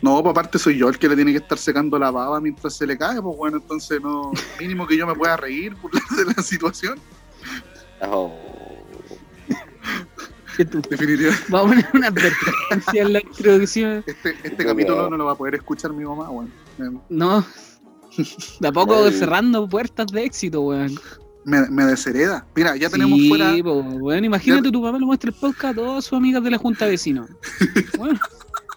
Speaker 1: No, pues aparte soy yo el que le tiene que estar secando la baba mientras se le cae, pues bueno, entonces no, mínimo que yo me pueda reír por la- de la situación.
Speaker 2: Oh.
Speaker 3: que tú-
Speaker 1: Definitivamente,
Speaker 3: Va a poner una advertencia en la introducción.
Speaker 1: este, este
Speaker 2: Yo
Speaker 1: capítulo
Speaker 2: creo.
Speaker 1: no lo va a poder escuchar mi mamá, weón. Me-
Speaker 3: No. De a poco
Speaker 1: Eh.
Speaker 2: Ay.
Speaker 3: cerrando puertas de éxito, weón.
Speaker 1: Me, me deshereda. Mira, ya tenemos
Speaker 3: sí,
Speaker 1: fuera.
Speaker 3: po, weón. Imagínate
Speaker 1: ya-
Speaker 3: tu papá le muestra el podcast a todas sus amigas de la Junta de Vecinos. Weón,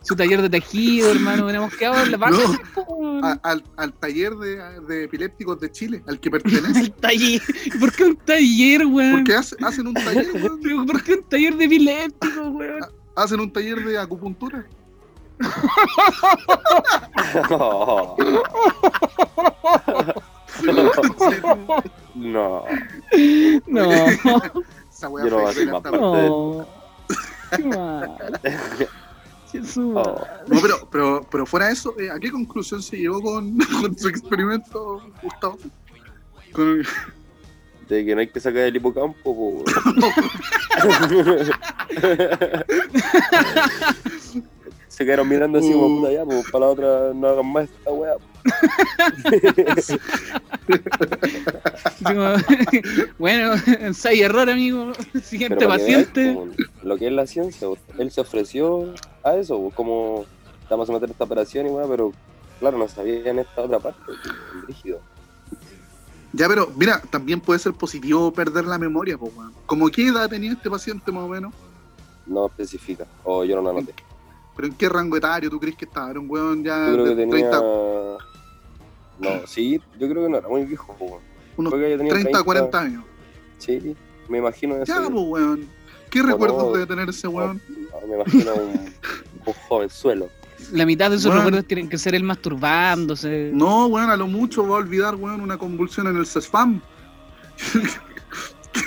Speaker 3: su taller de tejido, hermano. Hubiéramos quedado en la base. po, weón.
Speaker 1: a- al, al taller de, de epilépticos de Chile, al que pertenece.
Speaker 3: El taller. ¿Por qué un taller, weón?
Speaker 1: Porque hace- hacen un taller, weón.
Speaker 3: Pero, ¿Por qué un taller de epiléptico, weón?
Speaker 1: Hacen un taller de acupuntura.
Speaker 2: Oh. No.
Speaker 3: No,
Speaker 1: Esa weá
Speaker 2: Yo no voy a
Speaker 1: fue cruel
Speaker 2: hacer más
Speaker 1: hasta-
Speaker 2: parte.
Speaker 3: no. Qué mal. Jesús.
Speaker 2: Oh.
Speaker 1: No, pero, pero, pero fuera de eso, eh, ¿a qué conclusión se llegó con, con su experimento, Gustavo? Con-
Speaker 2: De que no hay que sacar el hipocampo, po. Se quedaron mirando así como puta ya, pues para la otra no hagan más esta weá.
Speaker 3: Así como, bueno, ensayo y error, amigo.
Speaker 2: Pero
Speaker 3: Siguiente
Speaker 2: para que veáis,
Speaker 3: paciente.
Speaker 2: como lo que es la ciencia, po. él se ofreció a eso, po, como vamos a meter esta operación y weá, pero claro, no sabían esta otra parte, pues, po, rígido.
Speaker 1: Ya, pero mira, también puede ser positivo perder la memoria, po, weón. ¿Cómo qué edad tenía este paciente más o menos?
Speaker 2: No especifica, o yo no la noté.
Speaker 1: ¿Pero en qué rango etario tú crees que estaba? ¿Era un weón ya
Speaker 2: Yo creo que
Speaker 1: Ah, de
Speaker 2: tenía.
Speaker 1: 30,
Speaker 2: No, sí, yo creo que no era muy viejo, po.
Speaker 1: Unos
Speaker 2: Creo que ya tenía
Speaker 1: 30, 40 años?
Speaker 2: Sí, me imagino eso.
Speaker 1: Ya, pues.
Speaker 2: yo.
Speaker 1: po, weón. ¿Qué
Speaker 2: O
Speaker 1: recuerdos
Speaker 2: no.
Speaker 1: debe tener ese weón?
Speaker 2: No, me imagino un, un jovenzuelo.
Speaker 3: La mitad de esos
Speaker 1: Bueno.
Speaker 3: recuerdos tienen que ser él masturbándose.
Speaker 1: No, weón, a lo mucho va a olvidar, weón, una convulsión en el CESFAM.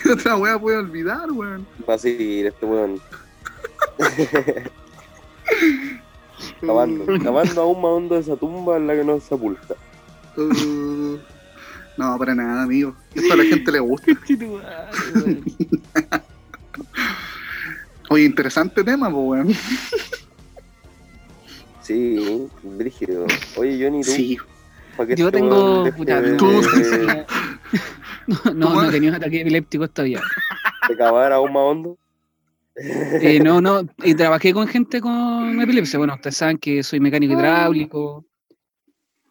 Speaker 1: ¿Qué otra weá puede olvidar, weón?
Speaker 2: Va a seguir este weón cavando,
Speaker 1: Mm.
Speaker 2: cavando aún más hondo esa tumba en la que no se sepulta.
Speaker 1: Uh, no, para nada, amigo. Esto a la gente le gusta.
Speaker 3: Sí, tú, ay, weón.
Speaker 1: Oye, interesante tema, pues, weón.
Speaker 2: Sí, brígido. Oye, Johnny, tú. ¿Para
Speaker 3: Yo tengo. puta,
Speaker 2: este de,
Speaker 1: Tú-
Speaker 2: de,
Speaker 3: no, no, no
Speaker 1: weón.
Speaker 3: he tenido ataque epiléptico todavía.
Speaker 2: de cavar aún más hondo.
Speaker 3: Eh, no, no, y trabajé con gente con epilepsia. Bueno, ustedes saben que soy mecánico
Speaker 2: Ah.
Speaker 3: hidráulico.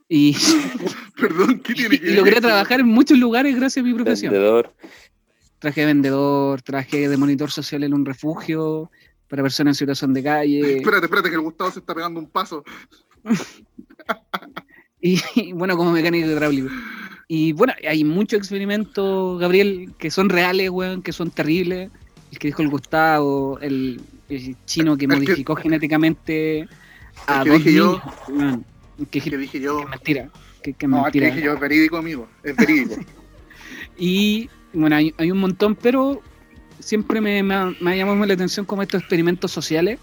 Speaker 3: Y,
Speaker 1: Perdón, ¿qué tiene que
Speaker 3: y logré trabajar en muchos lugares gracias a mi profesión.
Speaker 2: Vendedor.
Speaker 3: Traje de vendedor, traje de monitor social en un refugio para personas en situación de calle.
Speaker 1: Espérate, espérate, que el Gustavo se está pegando un paso.
Speaker 3: Y, y bueno, como mecánico hidráulico. Y bueno, hay muchos experimentos, Gabriel, que son reales, weón, que son terribles. El que dijo el Gustavo, el, el chino que
Speaker 1: El que-
Speaker 3: modificó genéticamente a
Speaker 1: El que
Speaker 3: dos
Speaker 1: dije yo.
Speaker 3: niños, weón. Que,
Speaker 1: Que
Speaker 3: que
Speaker 1: dije yo.
Speaker 3: es mentira. Que, que es
Speaker 1: No, el que
Speaker 3: mentira.
Speaker 1: dije yo es verídico, amigo. Es verídico.
Speaker 3: Y bueno, hay, hay un montón, pero siempre me, me, ha- me ha llamado la atención como estos experimentos sociales.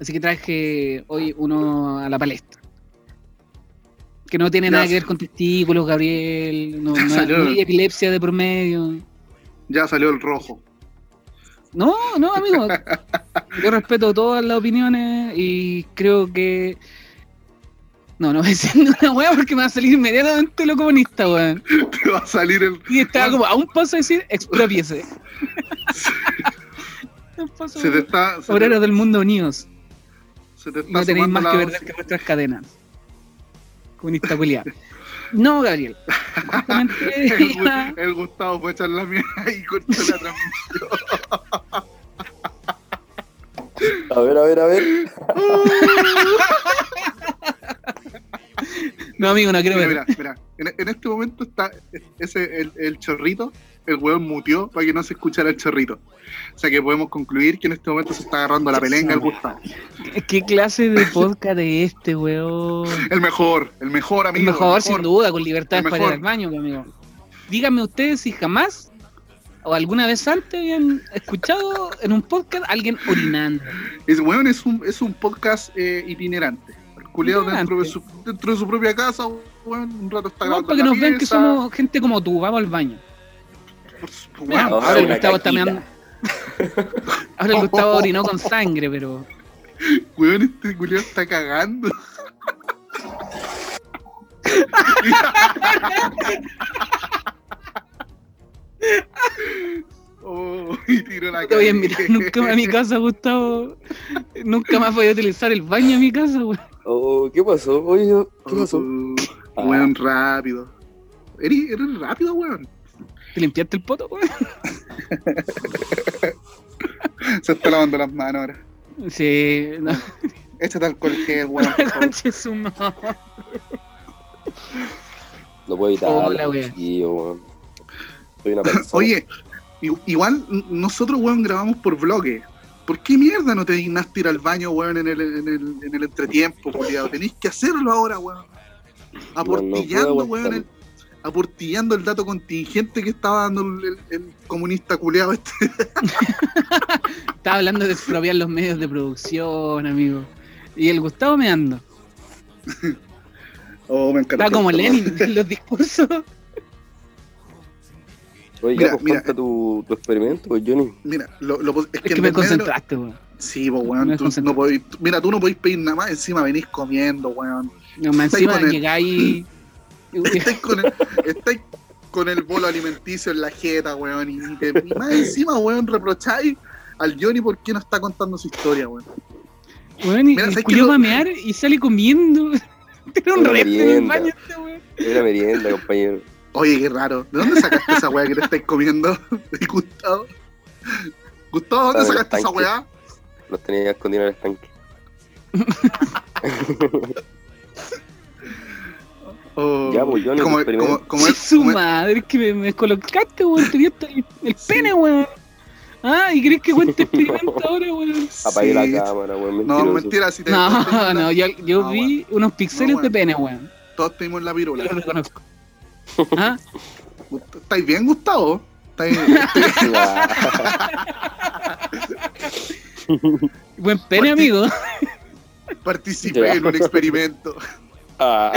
Speaker 3: Así que traje hoy uno a la palestra. Que no tiene
Speaker 1: Ya
Speaker 3: nada que
Speaker 1: sa-
Speaker 3: ver con testículos, Gabriel. No, no-
Speaker 1: salió.
Speaker 3: no hay epilepsia de promedio.
Speaker 1: Ya salió el rojo.
Speaker 3: No, no, amigo. Yo respeto todas las opiniones y creo que. No, no voy a decir una weá porque me va a salir inmediatamente lo comunista, weón.
Speaker 1: Te va a salir el.
Speaker 3: Y estaba como a un paso de decir, expropiese. un paso.
Speaker 1: Se te está. Se
Speaker 3: Obreros
Speaker 1: te,
Speaker 3: del mundo unidos.
Speaker 1: se te está
Speaker 3: No tenéis
Speaker 1: sumando
Speaker 3: más que
Speaker 1: la-
Speaker 3: perder que vuestras cadenas. Comunista culiado. No, Gabriel. Justamente
Speaker 1: El,
Speaker 3: iba-
Speaker 1: Gu- el Gustavo fue a echar la mierda y cortó la transmisión.
Speaker 2: A ver, a ver, a ver.
Speaker 3: No, amigo, no quiero
Speaker 1: Mira,
Speaker 3: ver.
Speaker 1: mira, mira. En, en este momento está ese, el, el chorrito, el hueón muteó para que no se escuchara el chorrito. O sea que podemos concluir que en este momento se está agarrando la pelenga el Gustavo.
Speaker 3: ¿Qué clase de podcast es este, weón?
Speaker 1: El mejor, el mejor
Speaker 3: El
Speaker 1: amigo.
Speaker 3: mejor, sin duda, con libertad
Speaker 1: El
Speaker 3: para ir al
Speaker 1: mejor.
Speaker 3: baño, amigo. Díganme ustedes si jamás o alguna vez antes habían escuchado en un podcast a alguien orinando.
Speaker 1: Es, weón, es un, es un podcast eh, itinerante. El culiao
Speaker 3: Itinerante.
Speaker 1: dentro de, su, dentro de su propia casa, weón, un rato está
Speaker 3: Weón,
Speaker 1: grabando
Speaker 3: para que
Speaker 1: en la
Speaker 3: nos vean que
Speaker 1: pieza.
Speaker 3: somos gente como tú, vamos al baño.
Speaker 1: Por su-
Speaker 3: Mira,
Speaker 1: weón,
Speaker 2: Ahora
Speaker 3: ahora el
Speaker 2: una
Speaker 3: Gustavo está
Speaker 2: caquita.
Speaker 3: meando- Ahora el Gustavo orinó con sangre, pero.
Speaker 1: Weón, este culiao está cagando. oh, y tiró la
Speaker 3: Te voy a
Speaker 1: calle.
Speaker 3: invitar nunca más a mi casa, Gustavo. Nunca más voy a utilizar el baño en mi casa, weón.
Speaker 2: Oh, ¿Qué pasó? Oye, ¿qué pasó?
Speaker 1: Oh,
Speaker 2: Ah.
Speaker 1: Weón, rápido. Eres, eres rápido, weón.
Speaker 3: ¿Te limpiaste el poto, weón?
Speaker 1: Se está lavando las manos ahora.
Speaker 3: Sí, no.
Speaker 1: Échate alcohol gel, weón. por favor.
Speaker 3: Conche su madre.
Speaker 2: No puedo
Speaker 3: Hola,
Speaker 2: evitarlo,
Speaker 3: wea.
Speaker 2: chiquillo, weón. Soy una persona.
Speaker 1: Oye, i- igual n- nosotros, weón, grabamos por bloque. ¿Por qué mierda no te dignaste ir al baño, weón, en el, en el, en el entretiempo, culiado? Tenéis que hacerlo ahora, weón. Aportillando,
Speaker 2: puedo
Speaker 1: weón, el,
Speaker 2: aguantarme.
Speaker 1: aportillando el dato contingente que estaba dando el, el- el comunista culiado este.
Speaker 3: Estaba hablando de expropiar los medios de producción, amigo. Y el Gustavo me ando.
Speaker 1: Oh, me encanta.
Speaker 3: Estaba como Lenin en los discursos.
Speaker 2: Oye,
Speaker 1: mira,
Speaker 2: ya, pues,
Speaker 1: mira.
Speaker 2: cuenta tu, tu experimento, pues, Johnny.
Speaker 1: Mira, lo, lo, es que,
Speaker 3: Es
Speaker 1: en
Speaker 3: que me
Speaker 1: el medio-
Speaker 3: concentraste, weón.
Speaker 1: Sí, pues,
Speaker 3: Me
Speaker 1: weón. tú
Speaker 3: desconcentré.
Speaker 1: no podéis- mira, tú no podéis pedir nada más, encima venís comiendo, weón.
Speaker 3: No, más
Speaker 1: Estáis
Speaker 3: encima
Speaker 1: con el-
Speaker 3: llegáis.
Speaker 1: Estáis con el, estáis con el bolo alimenticio en la jeta, weón. Y, te- y más encima, weón, reprocháis al Johnny por qué no está contando su historia, weón.
Speaker 3: Weón, y
Speaker 1: Mira,
Speaker 3: el
Speaker 1: ¿sabes
Speaker 3: culiao
Speaker 1: qué?
Speaker 3: va a mear y sale comiendo. Tiene un
Speaker 2: Una
Speaker 3: resto en el
Speaker 2: merienda.
Speaker 3: baño este, weón.
Speaker 2: Es una merienda, compañero.
Speaker 1: Oye, qué raro. ¿De dónde sacaste esa weá que te estáis comiendo, Gustavo? Gustavo, ¿dónde
Speaker 2: Sabe,
Speaker 1: sacaste esa
Speaker 2: tanque.
Speaker 1: weá?
Speaker 2: Los tenía escondidos en el estanque.
Speaker 1: Oh,
Speaker 2: Ya, pues, Johnny,
Speaker 1: como, como,
Speaker 2: tu experimento.
Speaker 1: como,
Speaker 3: Sí, su
Speaker 1: como-
Speaker 3: madre, es que me, me descolocaste, weón. Te vi hasta el, el
Speaker 1: Sí.
Speaker 3: pene, weón. Ah, ¿y crees que cuente experimento ahora, weón?
Speaker 2: Apagué
Speaker 1: Sí.
Speaker 2: la cámara, weón.
Speaker 1: No,
Speaker 2: Mentiroso.
Speaker 1: mentira, si te
Speaker 3: No, no, yo, yo
Speaker 1: No,
Speaker 3: vi unos pixeles
Speaker 1: No,
Speaker 3: de
Speaker 1: weón.
Speaker 3: pene, weón.
Speaker 1: todos tuvimos la
Speaker 3: Lo
Speaker 1: pirula.
Speaker 3: reconozco. Ah,
Speaker 1: Gust- ¿Estáis bien, Gustavo? ¿Estáis,
Speaker 3: buen
Speaker 1: Porque-
Speaker 3: pene, amigo.
Speaker 1: participé
Speaker 2: Ya.
Speaker 1: en un experimento.
Speaker 2: Ah.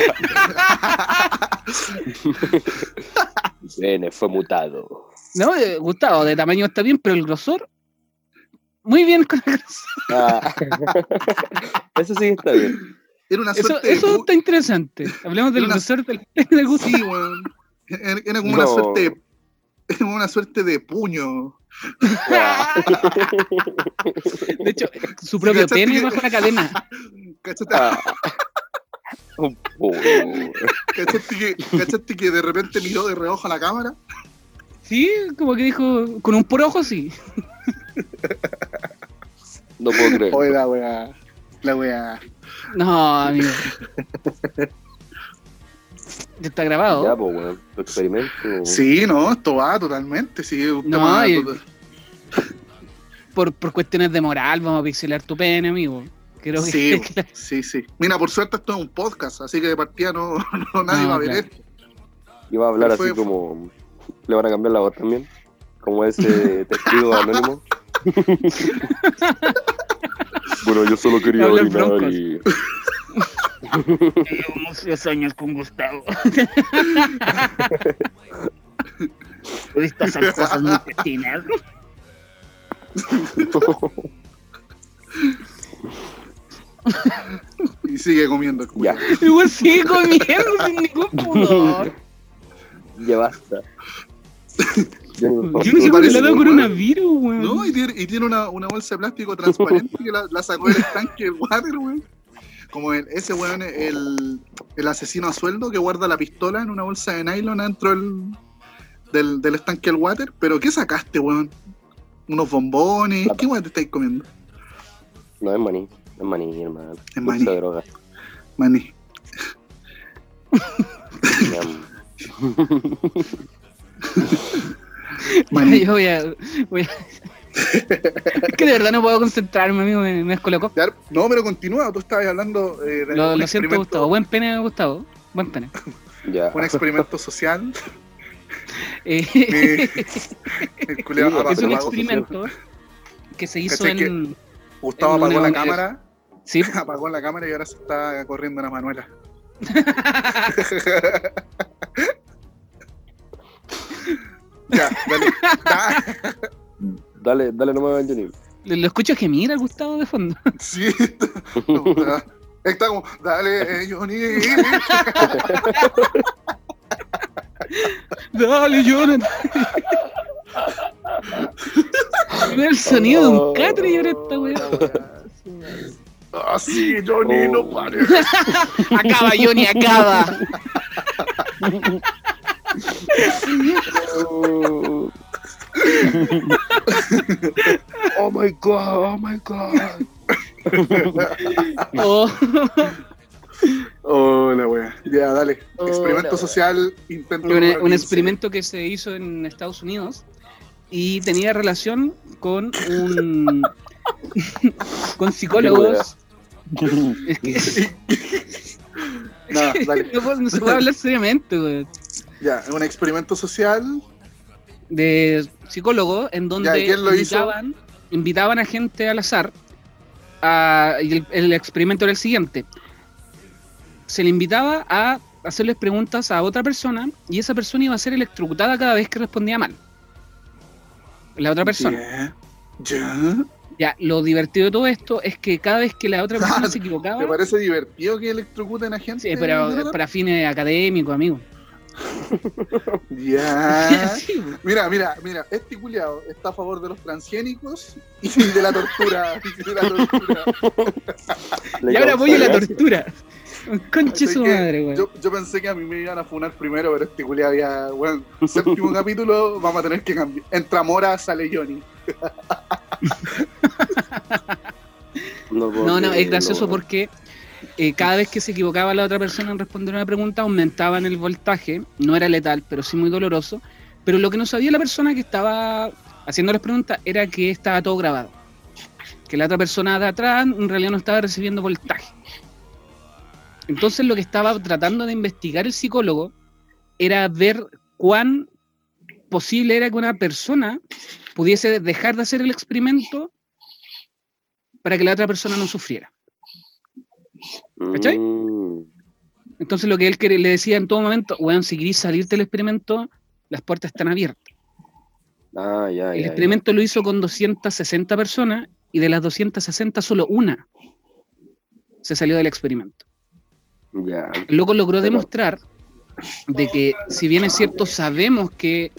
Speaker 2: Bene, fue mutado.
Speaker 3: No, eh, Gustavo, de tamaño está bien, pero el grosor. Muy bien con el grosor.
Speaker 2: Ah. Eso sí que está bien.
Speaker 1: Era una
Speaker 3: Eso,
Speaker 1: Ah, suerte de
Speaker 3: eso
Speaker 1: bu-
Speaker 3: está interesante. Hablemos del
Speaker 1: Una-
Speaker 3: grosor del pene de Gustavo.
Speaker 1: Sí, weón. Era era como una
Speaker 2: No.
Speaker 1: suerte de, era como una suerte de puño.
Speaker 2: Ah.
Speaker 3: De hecho, su propio
Speaker 1: ¿Cachaste
Speaker 3: pene
Speaker 1: que-
Speaker 3: bajo la cadena.
Speaker 1: ¿Cachaste,
Speaker 2: Ah. Un poco.
Speaker 1: cachaste que, cachaste que de repente miró de reojo a la cámara?
Speaker 3: Sí, como que dijo, con un por ojo sí.
Speaker 2: No puedo creer.
Speaker 1: Oye, la weá. La weá.
Speaker 3: No, amigo. Ya está grabado.
Speaker 2: Ya, pues, weón. Tu experimento.
Speaker 1: Sí, no, esto va totalmente. Sí, un
Speaker 3: No,
Speaker 1: tema
Speaker 3: y-
Speaker 1: to-
Speaker 3: por, por cuestiones de moral vamos a pixelar tu pene, amigo. Creo que
Speaker 1: sí, sí, sí. Mira, por suerte esto es un podcast, así que de partida no, no- nadie
Speaker 3: No,
Speaker 1: va a ver
Speaker 3: claro.
Speaker 1: esto.
Speaker 2: Iba a hablar así
Speaker 1: Fue-
Speaker 2: como. Le van a cambiar la voz también. Como ese testigo anónimo. bueno, yo solo quería
Speaker 3: Hablan
Speaker 2: orinar
Speaker 3: broncos.
Speaker 2: y.
Speaker 3: llevo muchos años con Gustavo. He visto hacer cosas muy cochinas.
Speaker 1: Y sigue comiendo el culo.
Speaker 2: Ya,
Speaker 3: Igual sigue comiendo sin ningún pudor.
Speaker 2: ya basta. Yo
Speaker 3: Yo no sé por qué le ha dado coronavirus, weón.
Speaker 1: No, y tiene, y tiene una, una bolsa de plástico transparente que la, la sacó del estanque del water, weón. Como el- ese weón, el, el asesino a sueldo que guarda la pistola en una bolsa de nylon dentro del, del, del estanque del water. Pero ¿qué sacaste, weón? ¿Unos bombones? ¿Qué weón te estáis comiendo?
Speaker 2: No, es maní. Es maní, hermano.
Speaker 1: Es maní.
Speaker 2: Dulce de droga.
Speaker 1: Maní.
Speaker 2: Ñam.
Speaker 1: Maní.
Speaker 3: Yo voy a. voy a- es que de verdad no puedo concentrarme, amigo. Me, me descolocó.
Speaker 1: Claro, No, pero continúa, tú estabas hablando eh, de
Speaker 3: Lo,
Speaker 1: un,
Speaker 3: lo siento, Gustavo.
Speaker 1: experimento,
Speaker 3: Buen pene, Gustavo. Buen pene.
Speaker 2: Ya.
Speaker 1: un experimento social.
Speaker 3: Eh,
Speaker 1: Eh, el culiao
Speaker 2: Sí,
Speaker 1: apagó-
Speaker 3: es un
Speaker 2: apagó.
Speaker 3: experimento que se hizo
Speaker 1: ¿Cachai que-
Speaker 3: en.
Speaker 1: Gustavo
Speaker 3: en una
Speaker 1: apagó la
Speaker 3: bandera.
Speaker 1: cámara,
Speaker 3: Sí,
Speaker 1: apagó la cámara y ahora se está corriendo una manuela. ya, dale. Da-
Speaker 2: Dale, dale, no me vayan, Johnny.
Speaker 3: lo, lo escucho que mira Gustavo de fondo.
Speaker 1: sí. no, da- Está como, dale, eh, Johnny.
Speaker 3: Dale, Jonathan. Mira el sonido de un catre y ahora esta weá.
Speaker 1: Ah, sí, Johnny, no
Speaker 2: Oh.
Speaker 1: pares.
Speaker 3: Acaba, Johnny, acaba.
Speaker 2: Oh. oh my god, oh my god.
Speaker 3: Oh,
Speaker 1: Hola, wea. Ya, dale.
Speaker 2: Hola,
Speaker 1: Experimento
Speaker 2: wea.
Speaker 1: social, intento.
Speaker 3: un,
Speaker 1: número
Speaker 3: un
Speaker 1: 15.
Speaker 3: experimento que se hizo en Estados Unidos y tenía relación con un. con psicólogos. Es que
Speaker 1: Nada, dale.
Speaker 3: no, puedo- no se puede hablar seriamente, weón.
Speaker 1: Ya, un experimento social.
Speaker 3: de psicólogo en donde
Speaker 1: Ya, ¿y quién lo hizo?
Speaker 3: invitaban, invitaban a gente al azar a- y el, el experimento era el siguiente. Se le invitaba a hacerles preguntas a otra persona y esa persona iba a ser electrocutada cada vez que respondía mal. La otra persona.
Speaker 1: Ya. ya.
Speaker 3: Ya, lo divertido de todo esto es que cada vez que la otra persona se equivocaba,
Speaker 1: ¿Te parece divertido que electrocuten a gente?
Speaker 3: sí, pero para fines académicos, amigo.
Speaker 1: Ya.
Speaker 3: Sí, pues. güey.
Speaker 1: Mira, mira, mira, este culiao está a favor de los transgénicos y de la tortura. y de la tortura.
Speaker 3: y ahora apoyo la
Speaker 2: torre
Speaker 3: tortura. Conche
Speaker 1: Así
Speaker 3: su
Speaker 1: que
Speaker 3: madre, güey.
Speaker 1: Yo, yo pensé que a mí me iban a funar primero, pero este culiao había, bueno, séptimo capítulo, vamos a tener que cambiar. Entra Mora, sale Johnny.
Speaker 2: puedo
Speaker 3: No, no, es
Speaker 2: creerlo,
Speaker 3: gracioso
Speaker 2: weón.
Speaker 3: porque eh, cada vez que se equivocaba la otra persona en responder una pregunta, aumentaban el voltaje. No era letal, pero sí muy doloroso. Pero lo que no sabía la persona que estaba haciendo las preguntas era que estaba todo grabado. Que la otra persona de atrás en realidad no estaba recibiendo voltaje. Entonces lo que estaba tratando de investigar el psicólogo era ver cuán posible era que una persona pudiese dejar de hacer el experimento para que la otra persona no sufriera. ¿cachai?
Speaker 2: Mm.
Speaker 3: Entonces lo que él quería- le decía en todo momento, weón, si querís salirte del experimento, las puertas están abiertas.
Speaker 2: Ah, ya, ya,
Speaker 3: El
Speaker 2: ya.
Speaker 3: experimento lo hizo con 260 personas y de las 260 solo una se salió del experimento.
Speaker 2: Ya.
Speaker 3: El loco logró
Speaker 2: Pero-
Speaker 3: demostrar de que si bien es cierto sabemos que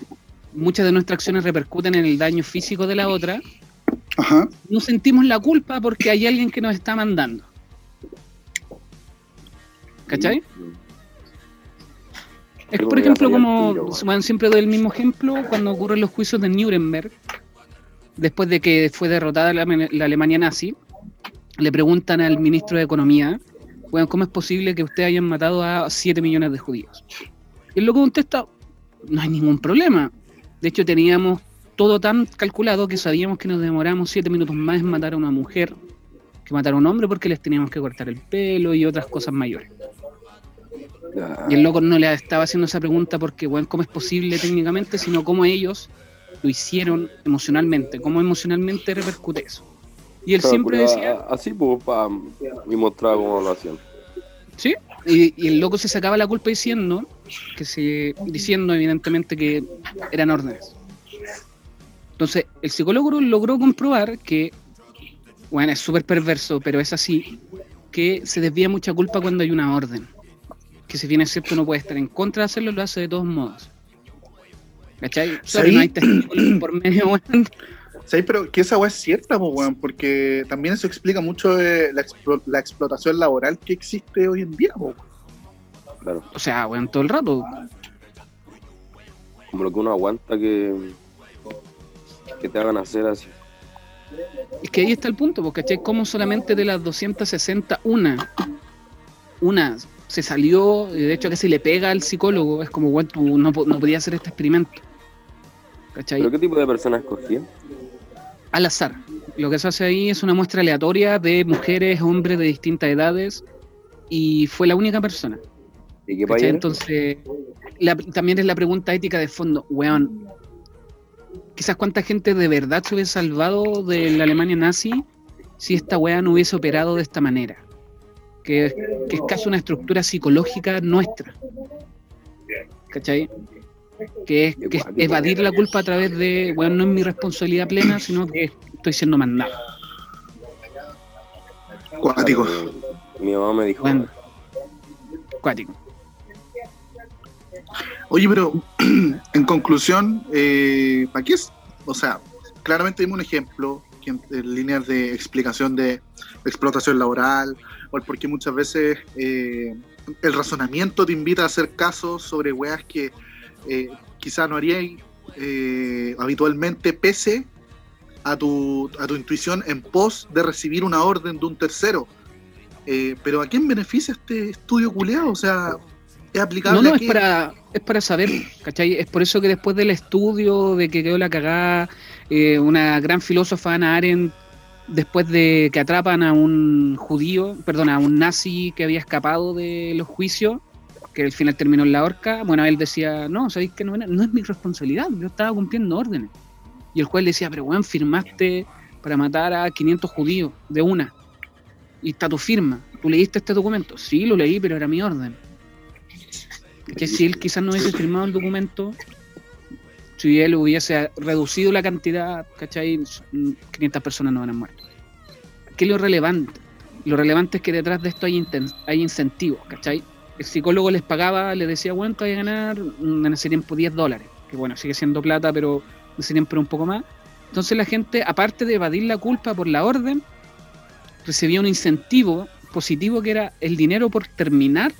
Speaker 3: muchas de nuestras acciones repercuten en el daño físico de la otra,
Speaker 1: Ajá.
Speaker 3: no sentimos la culpa porque hay alguien que nos está mandando. ¿Cachai? Es
Speaker 2: Yo
Speaker 3: por
Speaker 2: me
Speaker 3: ejemplo
Speaker 2: voy a
Speaker 3: como,
Speaker 2: salir al tiro,
Speaker 3: bueno, siempre doy el mismo ejemplo, cuando ocurren los juicios de Nuremberg, después de que fue derrotada la, Ame- la Alemania nazi, le preguntan al ministro de Economía, bueno, ¿cómo es posible que ustedes hayan matado a 7 millones de judíos? Y él lo contesta, no hay ningún problema. De hecho, teníamos todo tan calculado que sabíamos que nos demoramos 7 minutos más en matar a una mujer que matar a un hombre porque les teníamos que cortar el pelo y otras cosas mayores.
Speaker 2: Ya.
Speaker 3: Y el loco no le estaba haciendo esa pregunta porque, bueno, cómo es posible técnicamente, sino cómo ellos lo hicieron emocionalmente, cómo emocionalmente repercute eso. Y él
Speaker 2: Estaba
Speaker 3: siempre
Speaker 2: curado,
Speaker 3: decía,
Speaker 2: a- Así, pues, pam, y mostraba cómo lo hacían.
Speaker 3: sí, y, y el loco se sacaba la culpa diciendo, que se, diciendo evidentemente que eran órdenes. Entonces, el psicólogo logró comprobar que, bueno, es súper perverso, pero es así, que se desvía mucha culpa cuando hay una orden. Que si bien es cierto no puede estar en contra de hacerlo, lo hace de todos modos. ¿Cachai? Sorry,
Speaker 1: Sí.
Speaker 3: no hay testículos por medio, weón.
Speaker 1: Sí, pero que esa weá es cierta, po, weón, porque también eso explica mucho eh, la, explo- la explotación laboral que existe hoy en día, po, weón.
Speaker 2: Claro.
Speaker 3: O sea, weón, todo el rato.
Speaker 2: Como lo que uno aguanta que. que te hagan hacer así.
Speaker 3: Es que ahí está el punto, porque ¿cachai? Como solamente de las 260, una, una se salió, y de hecho casi le pega al psicólogo, es como, bueno, tú no, po- no podías hacer este experimento. ¿Cachai?
Speaker 2: ¿Pero qué tipo de personas cogían?
Speaker 3: al azar. Lo que se hace ahí es una muestra aleatoria de mujeres, hombres de distintas edades, y fue la única persona.
Speaker 2: ¿De qué
Speaker 3: ¿cachai?
Speaker 2: país?
Speaker 3: Entonces, la- también es la pregunta ética de fondo, weón. Quizás cuánta gente de verdad se hubiese salvado de la Alemania nazi si esta weá no hubiese operado de esta manera. Que, que es casi una estructura psicológica nuestra. ¿Cachai? Que es, que es evadir la culpa a través de, weón, no es mi responsabilidad plena, sino que estoy siendo mandado.
Speaker 1: Cuático.
Speaker 2: Ah, Mi mamá me dijo,
Speaker 3: Bueno. Cuático.
Speaker 1: Oye, pero en conclusión, eh, ¿para qué es? O sea, claramente dimos un ejemplo que en, en líneas de explicación de explotación laboral, o el por qué muchas veces eh, el razonamiento te invita a hacer casos sobre weas que eh, quizás no haríais eh, habitualmente, pese a tu, a tu intuición en pos de recibir una orden de un tercero. Eh, pero ¿a quién beneficia este estudio culeado? O sea, ¿es aplicable
Speaker 3: No, no,
Speaker 1: a
Speaker 3: es
Speaker 1: qué?
Speaker 3: para, es para saber, ¿cachai? Es por eso que después del estudio de que quedó la cagada, eh, una gran filósofa, Ana Arendt, después de que atrapan a un judío, perdón, a un nazi que había escapado de los juicios, que al final terminó en la horca, bueno, él decía, no, ¿sabéis que no, era- no es mi responsabilidad? Yo estaba cumpliendo órdenes. Y el juez le decía, pero weón, firmaste para matar a 500 judíos de una. Y está tu firma. ¿Tú leíste este documento? Sí, lo leí, pero era mi orden. Que si él quizás no hubiese firmado el documento, si él hubiese reducido la cantidad, ¿cachai? 500 personas no hubieran muerto. ¿Qué es lo relevante? Lo relevante es que detrás de esto hay, inten- hay incentivos, ¿cachai? El psicólogo les pagaba, les decía, bueno, te voy a ganar mm, en ese tiempo 10 dólares, que bueno, sigue siendo plata, pero en ese tiempo era un poco más. Entonces la gente, aparte de evadir la culpa por la orden, recibía un incentivo positivo que era el dinero por terminar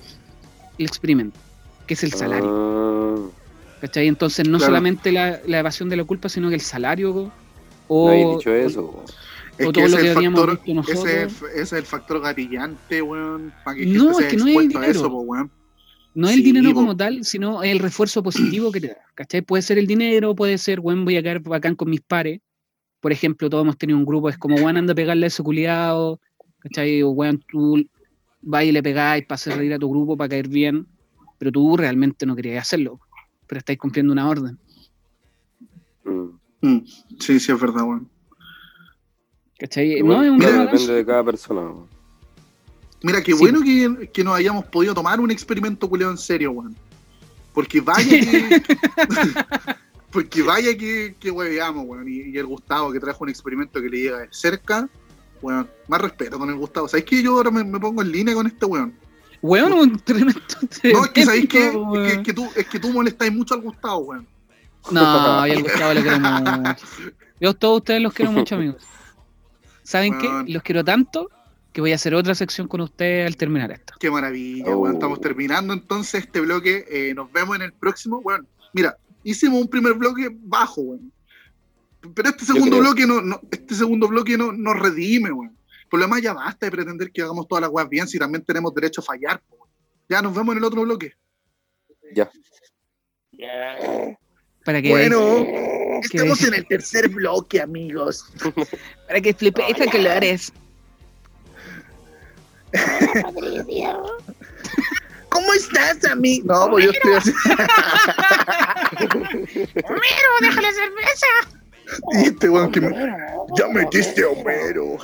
Speaker 3: el experimento, que es el salario.
Speaker 2: "Ah,
Speaker 3: ¿Cachai? Entonces no
Speaker 1: Claro.
Speaker 3: solamente la, la evasión de la culpa, sino que el salario o,
Speaker 2: no
Speaker 3: Oh,
Speaker 2: habéis dicho eso. po".
Speaker 1: Es
Speaker 3: o
Speaker 1: que
Speaker 3: todo
Speaker 1: ese
Speaker 3: lo que
Speaker 1: es el
Speaker 3: habíamos
Speaker 1: factor,
Speaker 3: visto nosotros.
Speaker 1: ese, es- ese es el factor gatillante, weón, para que
Speaker 3: No,
Speaker 1: gente
Speaker 3: es
Speaker 1: sea
Speaker 3: que no hay
Speaker 1: expuesta a
Speaker 3: dinero.
Speaker 1: eso, po, weón.
Speaker 3: no es
Speaker 1: sí,
Speaker 3: el dinero
Speaker 1: po.
Speaker 3: como tal, sino el refuerzo positivo que te da. ¿Cachai? Puede ser el dinero, puede ser, bueno, voy a caer bacán con mis pares. Por ejemplo, todos hemos tenido un grupo, es como, bueno, anda a pegarle a ese culiado, ¿cachai? O, bueno, tú vas y le pegáis para hacer reír a tu grupo, para caer bien, pero tú realmente no querías hacerlo, pero estáis cumpliendo una orden.
Speaker 2: Mm.
Speaker 1: Mm, sí, sí, es verdad, weón.
Speaker 3: ¿Cachai?
Speaker 2: Igual,
Speaker 3: Eh, no, es un
Speaker 2: claro,
Speaker 3: tema-
Speaker 2: depende de cada persona. po.
Speaker 1: Mira, qué
Speaker 3: Sí,
Speaker 1: bueno que, que nos hayamos podido tomar un experimento culeado en serio, weón. Porque vaya que. porque vaya que, que hueveamos, weón. Y, y el Gustavo que trajo un experimento que le llega de cerca, weón. Más respeto con el Gustavo. ¿Sabéis que yo ahora me, me pongo en línea con este weón?
Speaker 3: Weón, un tremendo.
Speaker 1: No, es que sabéis que,
Speaker 3: técnico,
Speaker 1: es que,
Speaker 3: weón.
Speaker 1: es que tú, es que tú molestáis mucho al Gustavo, weón.
Speaker 3: No, yo al Gustavo lo quiero mucho. Yo a todos ustedes los quiero mucho, amigos. ¿Saben
Speaker 1: Weón.
Speaker 3: qué? Los quiero tanto que voy a hacer otra sección con ustedes al terminar esto.
Speaker 1: Qué maravilla,
Speaker 2: Oh.
Speaker 1: weón. Estamos terminando entonces este bloque. Eh, nos vemos en el próximo. Bueno, mira, hicimos un primer bloque bajo, weón. Pero este segundo
Speaker 2: creo.
Speaker 1: bloque no, no- este segundo bloque no, nos redime, weón. Por lo demás ya basta de pretender que hagamos todas las weas bien si también tenemos derecho a fallar, po, weón. Ya nos vemos en el otro bloque.
Speaker 3: Para que,
Speaker 1: Bueno,
Speaker 3: que-
Speaker 1: estamos en el tercer bloque, amigos.
Speaker 3: para que
Speaker 1: Oh,
Speaker 3: flipéis a colores.
Speaker 1: ¿Cómo estás, amigo? No, pues yo estoy así.
Speaker 4: deja la cerveza.
Speaker 1: Y este weón que me... Ya metiste a Homero.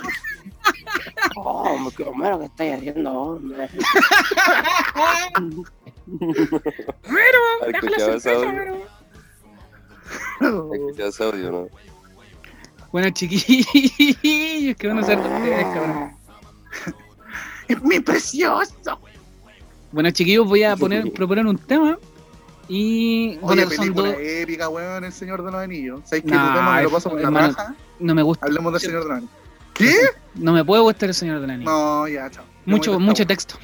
Speaker 5: Oh, qué malo que estáis haciendo, hombre.
Speaker 3: Ah,
Speaker 2: ¿Has escuchado ese audio? ¿Has escuchado ese audio, no?
Speaker 3: Bueno, chiquillos, que van a hacer de ustedes, cabrón?
Speaker 1: Mi precioso.
Speaker 3: Bueno, chiquillos, voy a poner, proponer un tema.
Speaker 1: Oye,
Speaker 3: Y bueno, son
Speaker 1: película
Speaker 3: dos-
Speaker 1: épica, weón, El Señor de los Anillos. ¿Sabes qué?
Speaker 3: Nah,
Speaker 1: tu tema me lo
Speaker 3: es-
Speaker 1: paso por la
Speaker 3: hermano.
Speaker 1: raja.
Speaker 3: no me gusta,
Speaker 1: Hablemos del Señor de los Anillos. ¿Qué?
Speaker 3: no me puede gustar el señor de la Anillos.
Speaker 1: No, ya, chao.
Speaker 3: mucho,
Speaker 1: Dejemos
Speaker 3: mucho
Speaker 1: esta
Speaker 3: texto.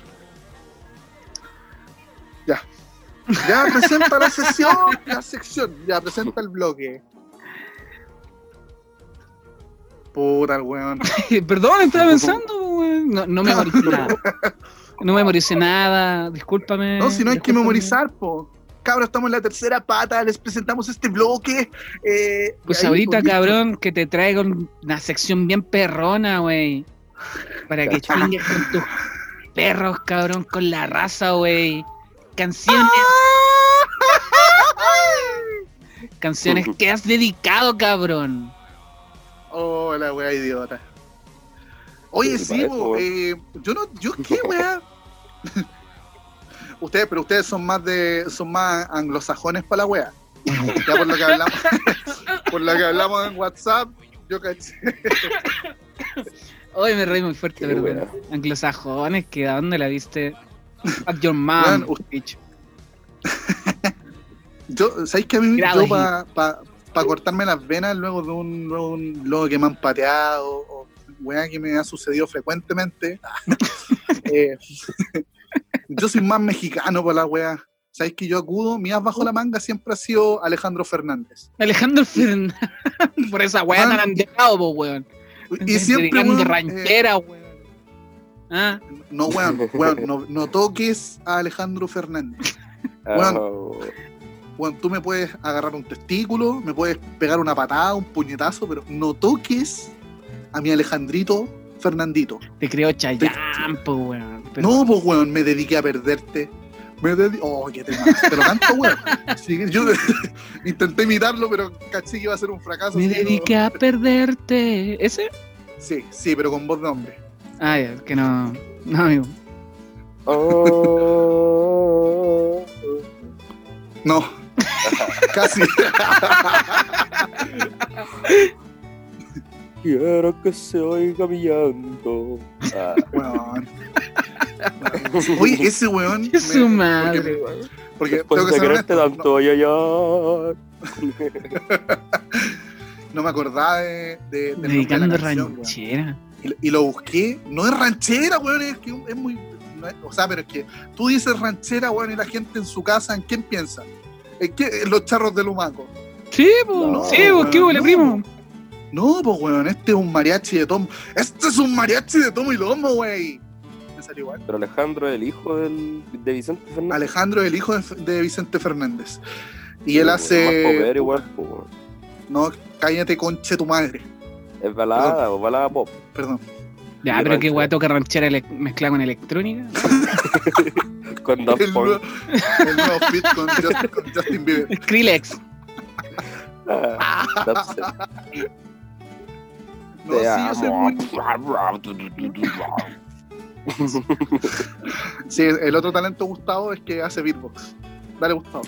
Speaker 1: weá. Ya, presenta la sesión, la sección. Ya, presenta el bloque. Puta el weón.
Speaker 3: Eh, Perdón, estaba pensando, weón. No, no memoricé nada. No memoricé nada, discúlpame.
Speaker 1: No, si no hay que
Speaker 3: discúlpame.
Speaker 1: memorizar, po. Cabros, estamos en la tercera pata, les presentamos este bloque. eh,
Speaker 3: Pues
Speaker 1: ahí,
Speaker 3: ahorita,
Speaker 1: listo.
Speaker 3: cabrón, que te traigo una sección bien perrona, güey. Para que chingues con tus perros, cabrón, con la raza, güey. Canciones. Canciones que has dedicado, cabrón.
Speaker 1: Oh, la weá idiota. Oye,
Speaker 2: Sí,
Speaker 1: sí,
Speaker 2: para
Speaker 1: po,
Speaker 2: eso,
Speaker 1: eh, yo no, yo qué weá. ustedes, pero ustedes son más de, son más anglosajones para la weá. Ya por lo que hablamos, por lo que hablamos en WhatsApp, yo caché.
Speaker 3: Hoy me reí muy fuerte,
Speaker 2: Qué
Speaker 3: ¿verdad? Anglosajones, que ¿a dónde la viste? At your mom,
Speaker 1: Weón, u-
Speaker 3: bitch.
Speaker 1: Yo, ¿sabéis que a mí,
Speaker 3: Grado
Speaker 1: yo para cortarme las venas luego de un, luego de un logo que me han pateado o weá que me ha sucedido frecuentemente, eh, yo soy más mexicano por la weá. ¿Sabéis que yo acudo? Mías bajo la manga siempre ha sido Alejandro Fernández.
Speaker 3: Alejandro Fernández. Por esa weá
Speaker 1: Man.
Speaker 3: tan andejado, po, weón.
Speaker 1: Ah, Y siempre,
Speaker 3: Dedicando
Speaker 1: weón, eh,
Speaker 3: ranchera, weón. Ah,
Speaker 1: no, weón, weón, no, no toques a Alejandro Fernández.
Speaker 2: Bueno.
Speaker 1: Weón, tú me puedes agarrar un testículo, me puedes pegar una patada, un puñetazo, pero no toques a mi Alejandrito Fernandito.
Speaker 3: te creó Chayanne, po, weón. Pero-
Speaker 1: No, pues, weón, me dediqué a perderte. Me dediqué. Oh, qué tema. Pero tanto, weón. Sí, yo intenté imitarlo, pero caché que iba a ser un fracaso.
Speaker 3: Me
Speaker 1: así que no-
Speaker 3: dediqué a perderte. ¿Ese?
Speaker 1: Sí, sí, pero con voz de hombre.
Speaker 3: Ah, ya, que no. No, amigo.
Speaker 2: Ah, Oh.
Speaker 1: No. Casi.
Speaker 2: Quiero que se oiga mi llanto. Ah,
Speaker 1: Weón. Oye, ese weón.
Speaker 3: Qué su madre,
Speaker 1: porque me-
Speaker 3: weón.
Speaker 1: Porque, tengo
Speaker 2: después
Speaker 1: que
Speaker 2: Pues de
Speaker 1: ser
Speaker 2: quererte
Speaker 1: honesto,
Speaker 2: tanto, ay, ay, ay.
Speaker 1: no, no me acordaba de. de, del nombre de
Speaker 3: Dedicando
Speaker 1: la canción, weón.
Speaker 3: ranchera.
Speaker 1: y, y lo busqué. No es ranchera, weón, es que es muy. no es- o sea, pero es que tú dices ranchera, weón, y la gente en su casa, ¿en quién piensa? ¿En qué? En los charros de Lumaco.
Speaker 3: Sí, po.
Speaker 2: No,
Speaker 3: sí, po. ¿Qué
Speaker 1: weón,
Speaker 3: huele,
Speaker 1: no.
Speaker 3: primo?
Speaker 1: No, pues, weón, este es un mariachi de Tom. Este es un mariachi de Tom y Lomo, wey. Me salió igual.
Speaker 2: Pero Alejandro, el hijo del, de Vicente Fernández.
Speaker 1: Alejandro, el hijo de, de Vicente Fernández. Y él
Speaker 2: Pues, Más popero
Speaker 1: hace.
Speaker 2: igual, pues, po.
Speaker 1: No, cállate, conche tu madre.
Speaker 2: Es balada, o balada pop.
Speaker 1: Perdón.
Speaker 3: Ya,
Speaker 2: de
Speaker 3: pero qué
Speaker 2: ranchera.
Speaker 3: weá toca ranchera ele- mezclada con electrónica.
Speaker 2: Con Daft
Speaker 1: el, nuevo,
Speaker 2: Punk.
Speaker 1: el nuevo fit con, Just- con Justin Bieber.
Speaker 3: Skrillex.
Speaker 2: Ah, Daft Punk.
Speaker 1: No, sí, ese es muy- Sí, el otro talento Gustavo es que hace beatbox. Dale, Gustavo.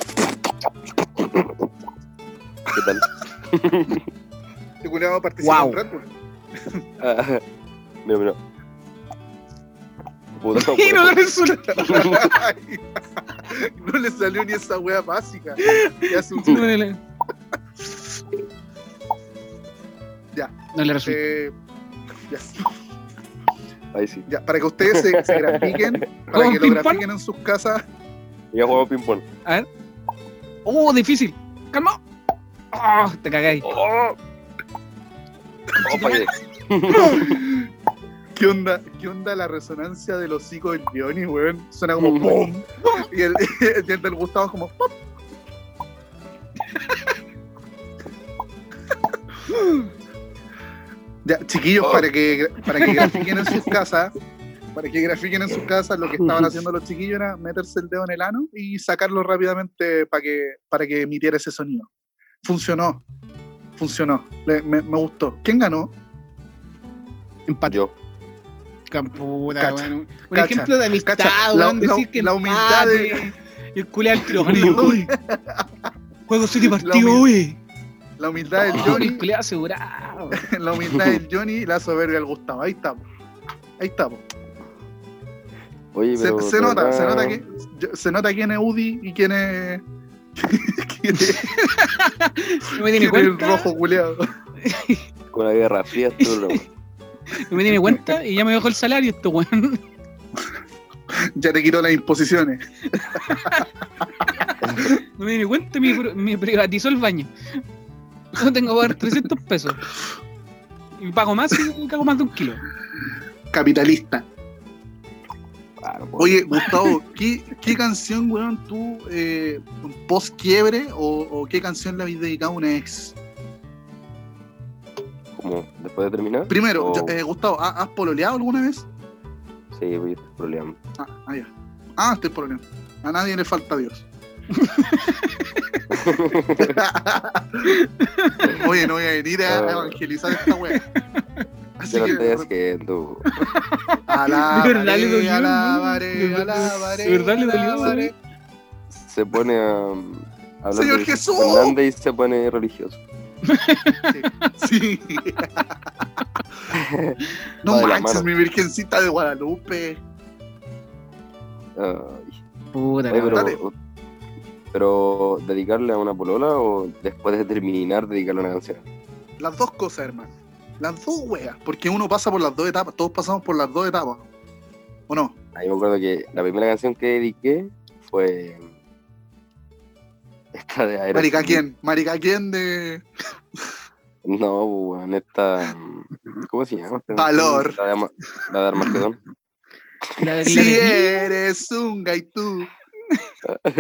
Speaker 2: ¿Qué tal?
Speaker 1: Este culiao participa
Speaker 3: Guau.
Speaker 1: en Red Bull.
Speaker 2: Ah, mira, mira. Puta,
Speaker 3: Y no
Speaker 2: puta,
Speaker 3: resulta.
Speaker 1: Ay, no le salió ni esa wea básica. Ya su-
Speaker 3: No le-
Speaker 1: Ya.
Speaker 3: No le resulta.
Speaker 1: eh, ya,
Speaker 2: Ahí sí.
Speaker 1: ya, para que ustedes se, se grafiquen, para
Speaker 3: ¿Con
Speaker 1: que lo
Speaker 3: ping-pong?
Speaker 1: grafiquen en sus casas.
Speaker 2: Ya jugamos ping-pong.
Speaker 3: Oh, difícil. Calma. Oh, te cagáis.
Speaker 2: ¡Oh! Oh, fallé.
Speaker 1: ¿Qué onda, ¿Qué onda la resonancia del hocico del Johnny, weón? Suena como ¡pum! Y el, y el del Gustavo es como ¡pop! Ya, chiquillos, para que, para que grafiquen en sus casas, para que grafiquen en sus casas, lo que estaban haciendo los chiquillos era meterse el dedo en el ano y sacarlo rápidamente para que, para que emitiera ese sonido. Funcionó, funcionó, Le- me, me gustó. ¿Quién ganó?
Speaker 3: Empate.
Speaker 2: Yo.
Speaker 3: Campura,
Speaker 1: Cacha,
Speaker 3: weón. Un
Speaker 1: cacha,
Speaker 3: ejemplo de amistad,
Speaker 1: cacha. La-
Speaker 3: weón.
Speaker 1: la-
Speaker 3: decir que
Speaker 1: la humildad de-
Speaker 3: empate. Y el culé al tiro. Uy. Juego City
Speaker 1: La
Speaker 3: partido,
Speaker 1: humildad.
Speaker 3: uy.
Speaker 1: La humildad del
Speaker 3: El
Speaker 1: Johnny
Speaker 3: culé asegurado.
Speaker 1: la humildad del Johnny y la soberbia del Gustavo. Ahí estamos. Ahí estamos.
Speaker 2: Oye,
Speaker 1: Se,
Speaker 2: pero.
Speaker 1: se
Speaker 2: pero
Speaker 1: nota,
Speaker 2: acá-
Speaker 1: se nota que yo- se nota quién es Udi y quién es. quién es,
Speaker 3: No
Speaker 1: quién
Speaker 3: me tiene
Speaker 1: es el
Speaker 3: cuenta.
Speaker 1: rojo culeado.
Speaker 2: Con la guerra fría, tú, no.
Speaker 3: No me tiene cuenta y ya me dejó el salario esto, weón.
Speaker 1: Ya te quitó las imposiciones.
Speaker 3: No me tiene cuenta, me, me privatizó el baño. No tengo que pagar 300 pesos. Y pago más y cago más de un kilo.
Speaker 1: Capitalista.
Speaker 2: Claro, pues, po.
Speaker 1: Oye, Gustavo, ¿qué, qué canción, weón, tú eh, post quiebre o, o qué canción le habéis dedicado a una ex?
Speaker 2: como después de terminar.
Speaker 1: Primero,
Speaker 2: o-
Speaker 1: ya, eh, Gustavo, ¿ha- ¿has pololeado alguna vez?
Speaker 2: Sí, voy a estar problemando.
Speaker 1: Ah, ah, ya. Ah, este es problema. A nadie le falta Dios. Oye, no voy a venir a
Speaker 2: Ah.
Speaker 1: evangelizar esta wea. Así
Speaker 2: Yo lo estoy
Speaker 1: que,
Speaker 2: haciendo.
Speaker 3: De verdad le
Speaker 1: alabaré,
Speaker 3: dolió,
Speaker 1: alabaré,
Speaker 3: hermano.
Speaker 1: alabaré,
Speaker 3: De verdad le dolió,
Speaker 1: alabaré.
Speaker 2: Se pone a. um, hablar
Speaker 1: Señor
Speaker 2: de
Speaker 1: Jesús.
Speaker 2: Fernández y se pone religioso.
Speaker 1: Sí. No
Speaker 2: Va de la
Speaker 1: manches,
Speaker 2: mano.
Speaker 1: mi virgencita de Guadalupe.
Speaker 2: Ay.
Speaker 3: Puta,
Speaker 2: Ah, Oye,
Speaker 3: cabrón.
Speaker 1: dale.
Speaker 2: pero, pero dedicarle a una polola o después de terminar dedicarle a una canción.
Speaker 1: Las dos cosas, hermano. Las dos weas. Porque uno pasa por las dos etapas. Todos pasamos por las dos etapas. ¿O no?
Speaker 2: Ahí me acuerdo que la primera canción que dediqué fue esta de Aerosmith.
Speaker 1: Marica, ¿quién? Marica, ¿quién de.?
Speaker 2: No, pues, weón, esta. mm, ¿Cómo se llama?
Speaker 1: Valor.
Speaker 2: La de, Ama- la de Armagedón.
Speaker 3: La de-
Speaker 1: Si
Speaker 3: la de-
Speaker 1: eres un gaitú.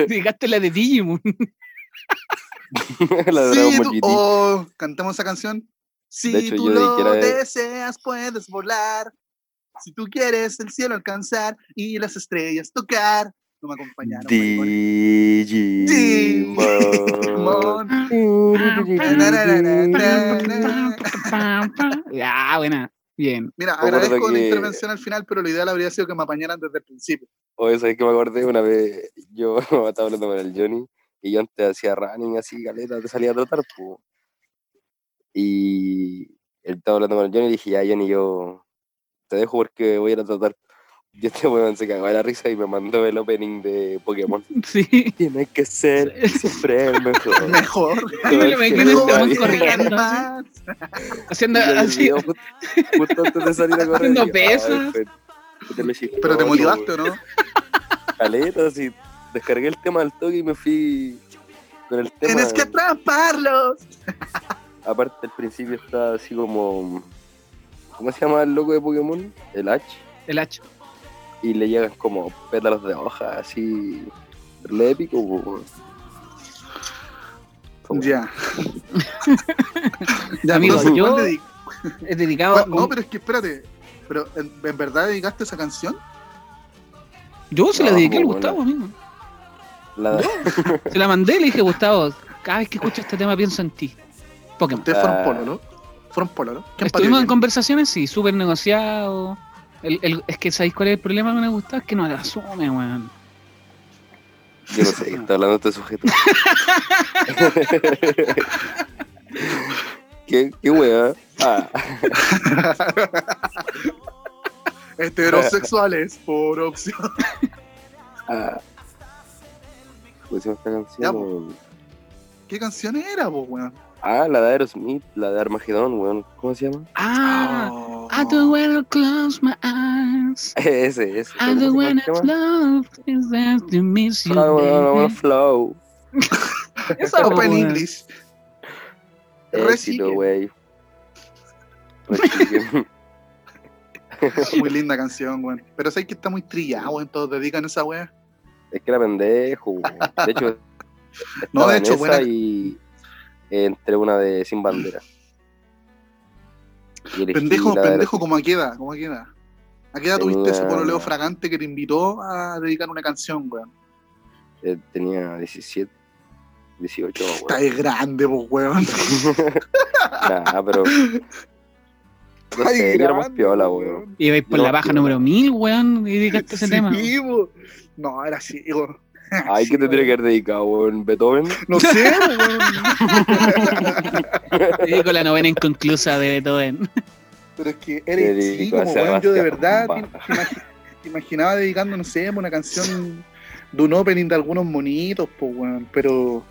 Speaker 3: Llegaste la
Speaker 1: eh.
Speaker 3: de Digimon.
Speaker 2: la de Dragon
Speaker 1: Si
Speaker 2: Ball
Speaker 1: tú-
Speaker 2: GT.
Speaker 1: oh, cantamos esa canción. Si
Speaker 2: hecho,
Speaker 1: tú
Speaker 2: yo
Speaker 1: lo
Speaker 2: dediqué la de-
Speaker 1: deseas, puedes volar. Si tú quieres el cielo alcanzar y las estrellas tocar. No me acompañaron. maricones.
Speaker 2: Digimon.
Speaker 1: Mon. Tarararara.
Speaker 3: Ya, Ah, buena. Bien.
Speaker 1: Mira,
Speaker 2: Me acuerdo
Speaker 1: agradezco la
Speaker 2: que-
Speaker 1: intervención al final, pero lo ideal habría sido que me apañaran desde el principio.
Speaker 2: Oye, ¿sabes qué me acordé? Una vez yo estaba hablando con el Johnny y yo antes hacía running así, galeta, te salía a trotar, po. Y él estaba hablando con el Johnny y dije, ya Johnny, yo te dejo porque voy a ir a trotar. Y este weón se cagó de la risa y me mandó el opening de Pokémon.
Speaker 3: Sí.
Speaker 2: Tiene que ser siempre el mejor.
Speaker 1: Mejor.
Speaker 2: Todo el
Speaker 3: me lo imagino
Speaker 2: tiempo
Speaker 3: como
Speaker 2: ahí.
Speaker 3: un corriendo,
Speaker 1: Más.
Speaker 3: Haciendo
Speaker 2: Y yo les
Speaker 3: así.
Speaker 2: digo, "Jut- Justo antes de salir a correr.
Speaker 3: Haciendo
Speaker 2: yo, "Ay,
Speaker 3: pesas".
Speaker 2: Fred, puta, me chistoso,
Speaker 1: Pero te motivaste,
Speaker 2: weón".
Speaker 1: ¿o no?
Speaker 2: Caleta, así. Descargué el tema al toque y me fui con el tema.
Speaker 1: Tienes que atraparlos.
Speaker 2: Aparte, al principio está así como. ¿Cómo se llama el loco de Pokémon? El H.
Speaker 3: El hacho.
Speaker 2: Y le llegan como pétalos de hoja, así. Re épico, po, weón. Fue bueno.
Speaker 1: Ya. ya,
Speaker 3: Amigo,
Speaker 1: entonces,
Speaker 3: yo-
Speaker 1: ¿cuál dedic-
Speaker 3: He dedicado.
Speaker 1: cuál- No, pero es que espérate. Pero, ¿en, en verdad dedicaste esa canción?
Speaker 3: Yo se la
Speaker 2: No,
Speaker 3: dediqué al
Speaker 2: muy
Speaker 3: Gustavo, amigo.
Speaker 2: La-
Speaker 3: Se la mandé y le dije, Gustavo, cada vez que escucho este tema pienso en ti. Pokémon.
Speaker 1: Ustedes fueron
Speaker 2: Ah.
Speaker 1: polo, ¿no? Fueron polo, ¿no? ¿Quién partió?
Speaker 3: Estuvimos en conversaciones, sí, súper negociado. El, el- es que, ¿sabéis cuál es el problema con el Gustavo? Es que no la asume, weón.
Speaker 2: Yo no sé de qué está hablando este sujeto. ¿Qué, qué wea? Ah,
Speaker 1: Heterosexuales, por opción.
Speaker 2: ah. ¿Cómo se llama esta canción?
Speaker 1: Ya, po. ¿Qué canción era, vos, weón?
Speaker 2: Ah, la de Aerosmith, la de Armagedón, weón. ¿Cómo se llama?
Speaker 3: Ah,
Speaker 1: Oh.
Speaker 3: I don't wanna close my eyes.
Speaker 2: Ese, ese.
Speaker 3: I
Speaker 2: ¿Cómo se
Speaker 3: don't
Speaker 2: llama el
Speaker 3: wanna
Speaker 2: tema?
Speaker 3: close is that to miss you.
Speaker 2: Flow, weón, weón,
Speaker 3: baby.
Speaker 2: flow.
Speaker 3: Esa,
Speaker 1: Open
Speaker 3: weón. Eh,
Speaker 1: English.
Speaker 2: Éxito,
Speaker 1: Recique.
Speaker 2: wey. Recique.
Speaker 1: Muy linda canción, weón. Pero sé que está muy trillado, weón. Todos dedican esa weá.
Speaker 2: es que era pendejo. weón. De hecho,
Speaker 1: No,
Speaker 2: estaba
Speaker 1: de
Speaker 2: en
Speaker 1: hecho,
Speaker 2: esa
Speaker 1: buena.
Speaker 2: y entre una de Sin Bandera. Y elegí
Speaker 1: Pendejo,
Speaker 2: la de-
Speaker 1: pendejo, como a qué edad, como a qué edad. ¿A qué edad tuviste ese
Speaker 2: Tenía-
Speaker 1: pololeo fragante que te invitó a dedicar una canción, weón?
Speaker 2: eh, tenía 17, 18,
Speaker 1: Está de grande, vos, weón.
Speaker 2: weón. nah, ah, pero. No
Speaker 1: Ay,
Speaker 2: sé, yo era más
Speaker 1: grande,
Speaker 2: piola,
Speaker 1: weón.
Speaker 2: weón.
Speaker 3: Y vais por
Speaker 2: No,
Speaker 3: la baja
Speaker 2: tío.
Speaker 3: número 1000, weón, y dedicaste ese
Speaker 1: Sí,
Speaker 3: tema.
Speaker 1: po. No, era así, weón.
Speaker 2: Ay, que te tiene que haber dedicado, weón. Beethoven.
Speaker 1: No sé, weón.
Speaker 3: Dedico la novena inconclusa de Beethoven.
Speaker 1: Pero es que
Speaker 2: Te
Speaker 1: eres sí,
Speaker 2: dedico
Speaker 1: como
Speaker 2: a
Speaker 1: weón, yo de
Speaker 2: Sebastián
Speaker 1: verdad te,
Speaker 2: Bach.
Speaker 1: te imagi- te imaginaba dedicando, no sé, una canción de un opening de algunos monitos, pues weón, pero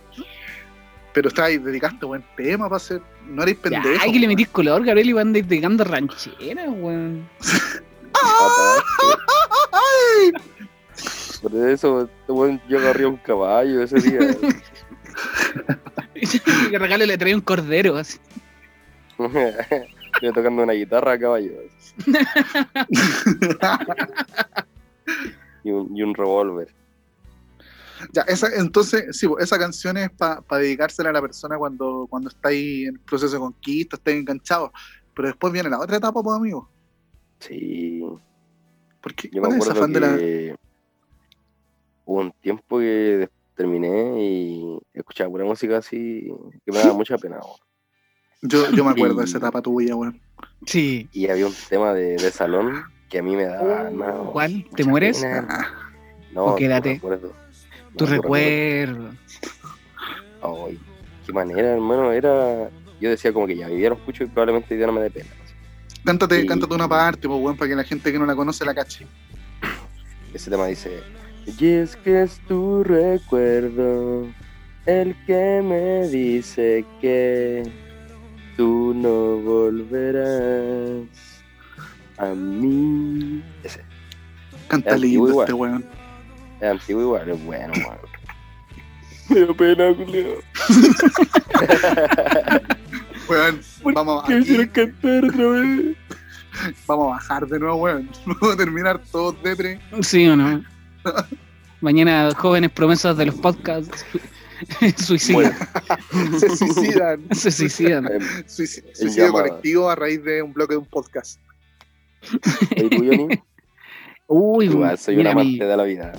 Speaker 1: pero está ahí, dedicaste buen tema para ser, no eres
Speaker 3: Ya,
Speaker 1: pendejo.
Speaker 3: Ay, que le
Speaker 1: weón.
Speaker 3: metís color, Gabriel, y van dedicando rancheras, weón.
Speaker 2: Por eso, este weón, yo agarré un caballo ese día.
Speaker 3: que regalo le trae un cordero, así.
Speaker 2: Estoy tocando una guitarra a caballo. y un, y un revólver.
Speaker 1: Ya, esa, entonces, sí, po, esa canción es para dedicársela a la persona cuando, cuando está ahí en proceso de conquista, está enganchado. Pero después viene la otra etapa, pues, amigo.
Speaker 2: Sí.
Speaker 1: ¿Por qué?
Speaker 2: Yo
Speaker 1: ¿Cuál
Speaker 2: me
Speaker 1: es esa
Speaker 2: acuerdo
Speaker 1: afán de la-
Speaker 2: que hubo un tiempo que des- terminé y escuchaba pura música así que me daba mucha pena. weón.
Speaker 1: Yo, yo me acuerdo de esa
Speaker 2: Y-
Speaker 1: etapa tuya, weón.
Speaker 3: Sí.
Speaker 2: Y había un tema de, de salón que a mí me
Speaker 1: Oh.
Speaker 2: daba. no,
Speaker 3: ¿Cuál? ¿Te
Speaker 2: mucha
Speaker 3: mueres?
Speaker 2: pena.
Speaker 1: Ah,
Speaker 2: No,
Speaker 3: ¿O
Speaker 2: no
Speaker 3: quédate?
Speaker 2: recuerdo.
Speaker 3: Tu
Speaker 2: No recuerdo.
Speaker 3: recuerdo.
Speaker 2: Ay, qué manera, hermano. Era. Yo decía como que ya vivieron escucho y probablemente hoy día no me dé pena.
Speaker 1: Cántate,
Speaker 2: Y-
Speaker 1: cántate una parte, pues, weón, para que la gente que no la conoce la cache.
Speaker 2: Ese tema dice. Y es que es tu recuerdo el que me dice que tú no volverás a mí. Ese
Speaker 1: Canta
Speaker 2: Es muy
Speaker 1: lindo
Speaker 2: bueno.
Speaker 1: este weón.
Speaker 2: es antiguo igual, es bueno, weón. Me da pena, Julio.
Speaker 1: Weón, vamos a, aquí-
Speaker 2: cantar otra vez.
Speaker 1: vamos a bajar de nuevo, weón. Vamos a terminar todos de tres.
Speaker 3: ¿Sí o no? Mañana, jóvenes promesas de los podcasts, suicidan.
Speaker 1: Se suicidan.
Speaker 3: Se suicidan.
Speaker 2: Eh,
Speaker 1: Suici-
Speaker 2: El
Speaker 1: Suicidio
Speaker 2: llamado.
Speaker 1: colectivo a raíz de un bloque de un podcast.
Speaker 2: ¿y tú, Johnny?
Speaker 3: Uy,
Speaker 2: Igual, soy un
Speaker 3: mira, mi-
Speaker 2: amante de la vida.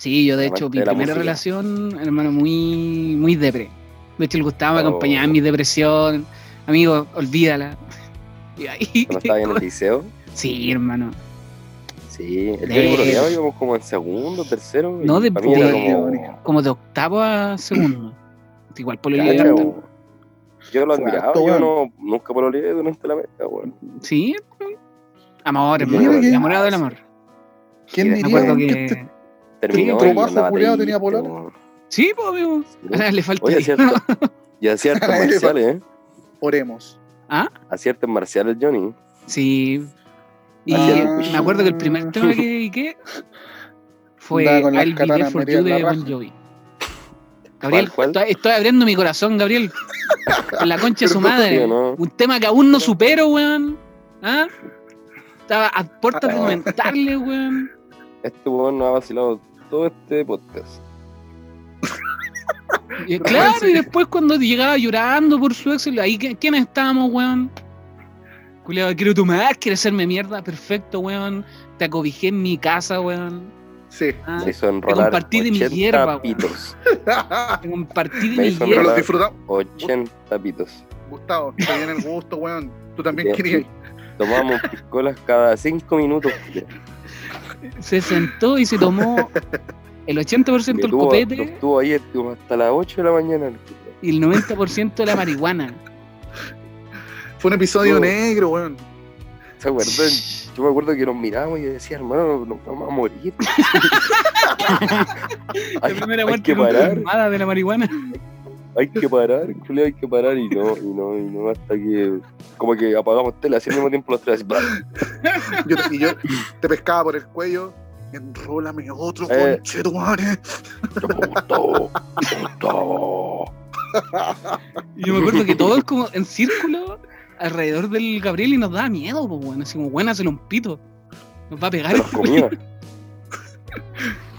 Speaker 3: Sí, yo de hecho,
Speaker 2: amante
Speaker 3: mi
Speaker 2: de la
Speaker 3: primera
Speaker 2: música.
Speaker 3: relación, hermano, muy, muy depre. De hecho, el Gustavo me
Speaker 2: Oh.
Speaker 3: acompañaba en mi depresión. Amigo, olvídala. Y ahí-
Speaker 2: Cuando estaba en el liceo,
Speaker 3: Sí, hermano.
Speaker 2: sí, el
Speaker 3: Eh.
Speaker 2: día que hoy íbamos como en segundo, tercero. y
Speaker 3: No, de
Speaker 2: para mí era
Speaker 1: puro,
Speaker 2: como-
Speaker 3: Como de octavo a segundo. Igual por lo
Speaker 2: Cacha,
Speaker 1: Claro.
Speaker 3: que
Speaker 2: weón. Yo lo
Speaker 1: Fue
Speaker 2: admiraba,
Speaker 1: harto,
Speaker 2: yo
Speaker 1: weón.
Speaker 2: no, nunca por olvidé durante la meta, weón.
Speaker 3: Sí. pues. Amor,
Speaker 2: Mira
Speaker 3: hermano.
Speaker 1: que-
Speaker 3: Enamorado del amor.
Speaker 1: ¿Quién
Speaker 2: Me
Speaker 3: Me
Speaker 1: diría
Speaker 3: acuerdo
Speaker 1: que
Speaker 3: que.
Speaker 1: este-
Speaker 2: Terminó
Speaker 1: otro
Speaker 2: y
Speaker 1: bajo
Speaker 2: andaba
Speaker 1: culiao,
Speaker 2: triste,
Speaker 1: tenía polola.
Speaker 2: weón.
Speaker 3: Sí, pues, amigo. Le falta.
Speaker 2: Oye,
Speaker 3: ahí.
Speaker 2: hacía harto- y hacía artes marciales, ¿eh?
Speaker 1: oremos?
Speaker 2: Hacía artes marciales, Johnny.
Speaker 3: Sí. Y
Speaker 1: Así
Speaker 2: era.
Speaker 3: me acuerdo que el primer tema que dediqué fue
Speaker 1: Andaba con las
Speaker 3: I'll Be There
Speaker 1: katanas
Speaker 3: For
Speaker 1: metidas
Speaker 3: You
Speaker 1: en la
Speaker 3: de Bon
Speaker 1: raja.
Speaker 3: Jovi. Gabriel,
Speaker 2: ¿Cuál, cuál?
Speaker 3: estoy- estoy abriendo mi corazón, Gabriel. Con la concha de su
Speaker 1: Perdón,
Speaker 3: madre.
Speaker 2: tío, no.
Speaker 3: Un tema que aún no supero, weón. ¿Ah? Estaba a puertas de comentarle, weón.
Speaker 2: Este weón nos ha vacilado todo este podcast.
Speaker 3: Y, claro,
Speaker 1: sí.
Speaker 3: y después cuando llegaba llorando por su ex, ahí ¿qui- ¿quiénes estábamos, weón? Culeado, quiero tu madre, quiere hacerme mierda, perfecto, weón. Te acobijé en mi casa, weón.
Speaker 1: Sí.
Speaker 3: Ah,
Speaker 2: Me hizo enrolar
Speaker 3: compartí de mi
Speaker 2: 80
Speaker 3: hierba, weón.
Speaker 2: pitos.
Speaker 3: te compartí de
Speaker 2: Me
Speaker 3: mi
Speaker 2: hizo
Speaker 1: Pero
Speaker 3: hierba.
Speaker 1: los
Speaker 2: verdad.
Speaker 1: disfrutamos.
Speaker 2: 80 pitos.
Speaker 1: Gustavo, te viene el gusto, weón. Tú también
Speaker 2: Bien.
Speaker 1: querías.
Speaker 2: Tomábamos piscolas cada 5 minutos. culiao.
Speaker 3: Se sentó y se tomó el 80%
Speaker 2: Me
Speaker 3: del
Speaker 2: tuvo-
Speaker 3: copete
Speaker 2: nos tuvo ahí estuvo hasta las 8 de la mañana. el culiao.
Speaker 3: y el 90% de la marihuana.
Speaker 1: Fue un episodio
Speaker 2: Oh.
Speaker 1: negro, weón.
Speaker 2: ¿Se acuerdan? Yo me acuerdo que nos mirábamos y decía, hermano, nos vamos a morir. hay,
Speaker 3: la primera
Speaker 2: hay que
Speaker 3: muerte
Speaker 2: parar,
Speaker 3: confirmada de la marihuana.
Speaker 2: hay que parar, culiao, hay que parar y no, y no, y no, hasta que como que apagamos tele así al mismo tiempo los tres. así, ¡bam!
Speaker 1: Yo te- y yo te pescaba por el cuello. Enrólame otro,
Speaker 2: Eh.
Speaker 1: conchetumare.
Speaker 2: Yo, Gustavo, Gustavo.
Speaker 3: Y yo me acuerdo que todos como en círculo alrededor del Gabriel y nos daba miedo, pues, weón. Así como, bueno, hazle un pito. Nos va a pegar.
Speaker 2: Se los comía.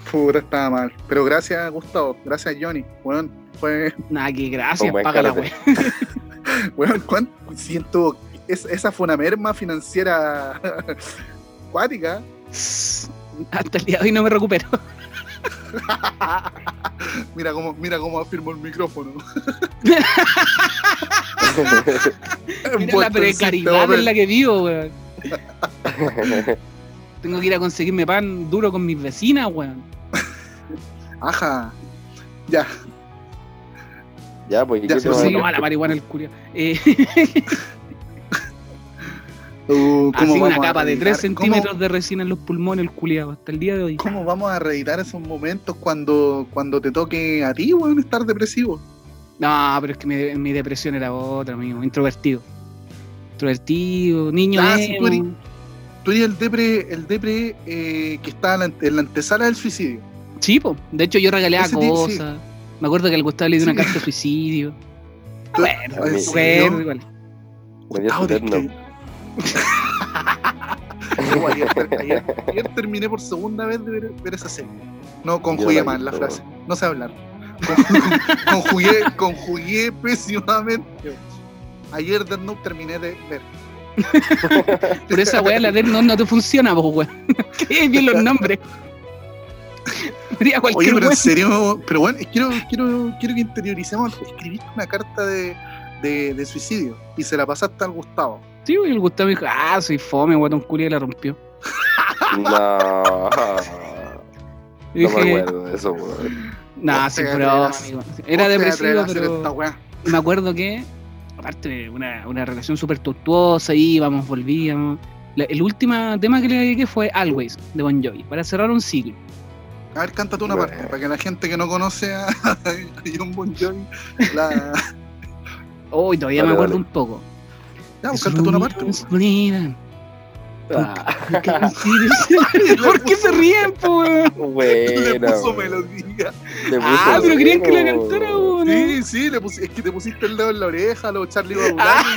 Speaker 1: Puta, estaba mal. Pero gracias, Gustavo. Gracias, Johnny. Weón, fue.
Speaker 3: Nada, que gracias,
Speaker 2: Como en
Speaker 3: paga la
Speaker 2: Karate.
Speaker 3: weá.
Speaker 1: Weón, ¿cuánto? Siento. es- esa fue una merma financiera cuática.
Speaker 3: Hasta el día de hoy no me recupero.
Speaker 1: Mira cómo, mira cómo afirmo el micrófono.
Speaker 3: Mira la precariedad en la que vivo, weón. Tengo que ir a conseguirme pan duro con mis vecinas, weón.
Speaker 1: Ajá. Ya.
Speaker 2: ya, pues, ¿y
Speaker 1: Ya
Speaker 2: qué
Speaker 1: se
Speaker 2: te va a
Speaker 1: los
Speaker 3: Entonces,
Speaker 1: sigo
Speaker 2: dar?
Speaker 3: no, la marihuana el curio. Eh,
Speaker 1: Uh, ¿cómo
Speaker 3: así una
Speaker 1: vamos a
Speaker 3: capa de 3
Speaker 1: reeditar- cómo-
Speaker 3: centímetros de resina en los pulmones el culiado hasta el día de hoy.
Speaker 1: ¿Cómo vamos a reeditar esos momentos cuando, cuando te toque a ti, weón, estar depresivo?
Speaker 3: No, pero es que mi, mi depresión era otra, amigo. Introvertido. Introvertido, niño.
Speaker 1: Ah, sí, tú
Speaker 3: emo.
Speaker 1: eres- Tú eres el depre, el depre eh, que está en la, en la antesala del suicidio.
Speaker 3: Sí, po. De hecho, yo regaleaba
Speaker 1: Ese tipo, sí.
Speaker 3: cosas. Me acuerdo que al Gustavo le dio una
Speaker 1: Sí.
Speaker 3: carta de suicidio.
Speaker 1: Tú-
Speaker 3: Bueno,
Speaker 1: ¿en
Speaker 3: me
Speaker 1: serio?
Speaker 3: acuerdo igual.
Speaker 2: Me dio su
Speaker 1: Gustavo,
Speaker 2: Death Note.
Speaker 1: Yo ayer, ayer- ayer terminé por segunda vez de ver, ver esa serie. No
Speaker 2: Yo
Speaker 1: conjugué
Speaker 2: la
Speaker 1: mal la
Speaker 2: vi,
Speaker 1: frase. No sé hablar. Conjugué, conjugué, conjugué pésimamente. Ayer Death Note terminé de ver.
Speaker 3: Por esa weá la Death Note no te funciona, vos, weón. Que bien los nombres. Diría
Speaker 1: Oye,
Speaker 3: cualquier
Speaker 1: pero
Speaker 3: weá.
Speaker 1: en serio, pero bueno, quiero, quiero, quiero que interioricemos. Escribiste una carta de, de, de suicidio y se la pasaste al Gustavo.
Speaker 3: Sí, weón, el Gustavo dijo, ah, soy fome, guatón culia, la rompió.
Speaker 2: No.
Speaker 3: Y
Speaker 2: No me
Speaker 3: dije,
Speaker 2: acuerdo de eso, weón.
Speaker 3: no,
Speaker 1: No
Speaker 3: sí,
Speaker 1: te
Speaker 3: pero
Speaker 1: atreverás.
Speaker 3: era
Speaker 1: ¿Cómo te vas a atrever a
Speaker 3: depresivo,
Speaker 1: hacer esta
Speaker 3: pero
Speaker 1: weá?
Speaker 3: me acuerdo que, aparte de una, una relación súper tortuosa, íbamos, volvíamos. La- el último tema que le dediqué fue Always, de Bon Jovi, para cerrar un ciclo.
Speaker 1: A ver, cántate una
Speaker 2: Bueno.
Speaker 1: parte, para que la gente que no conoce a, a John Bon Jovi la.
Speaker 3: Hoy todavía
Speaker 2: Dale,
Speaker 3: me acuerdo
Speaker 2: dale.
Speaker 3: un poco.
Speaker 1: Ya, pues, cántate una parte. pues.
Speaker 3: "Ah, ¿Por qué se ríen, po? weón?
Speaker 1: Le
Speaker 2: Buena,
Speaker 1: puso
Speaker 2: weón.
Speaker 1: melodía.
Speaker 2: Le
Speaker 3: Ah,
Speaker 2: puso
Speaker 3: pero querían que la
Speaker 2: bueno.
Speaker 3: cantara, weón.
Speaker 1: Sí, sí, le pusi- es que te pusiste el dedo en la oreja, lo Charlie Brown.
Speaker 3: Ah.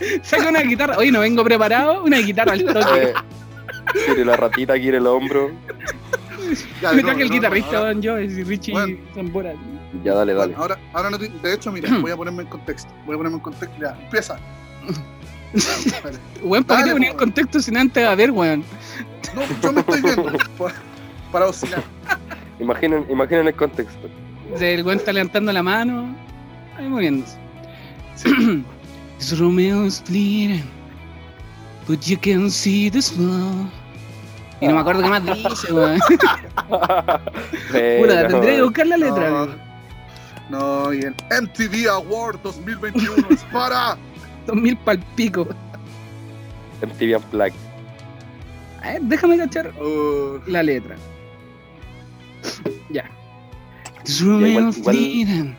Speaker 1: y
Speaker 3: Saca una guitarra. Oye, no vengo preparado. Una guitarra al toque.
Speaker 2: Eh, Tiene la ratita aquí en el hombro.
Speaker 1: ya, de
Speaker 3: Me
Speaker 1: nuevo,
Speaker 3: toca el
Speaker 1: no,
Speaker 3: guitarrista
Speaker 1: ahora-
Speaker 3: Don Jovi y Richie
Speaker 1: Bueno.
Speaker 3: Zambora.
Speaker 2: Ya, dale, dale.
Speaker 1: Ahora, ahora no te- de hecho, mira, voy a ponerme en contexto. Voy a ponerme en contexto. Ya, empieza. Vale.
Speaker 3: Weón, ¿para qué te
Speaker 1: Dale,
Speaker 3: ponía en
Speaker 1: weón.
Speaker 3: contexto sin antes haber, weón?
Speaker 1: No, yo me estoy viendo. pa- Para oscilar.
Speaker 2: Imaginen, imaginen el contexto.
Speaker 3: O sea, El weón está levantando la mano. Ahí moviéndose. This Romeo is bleeding. But you can see the smoke. Y no me acuerdo qué más dice, weón. Puta,
Speaker 2: Buena,
Speaker 3: tendría que
Speaker 2: weón.
Speaker 3: buscar la letra.
Speaker 1: No.
Speaker 3: weón.
Speaker 1: No, y el MTV Award 2021 es para.
Speaker 3: 2000 pal pico.
Speaker 2: MTV Unplugged.
Speaker 3: A ver, déjame cachar.
Speaker 1: Uh,
Speaker 3: la letra. Ya.
Speaker 2: Ya, igual- igual-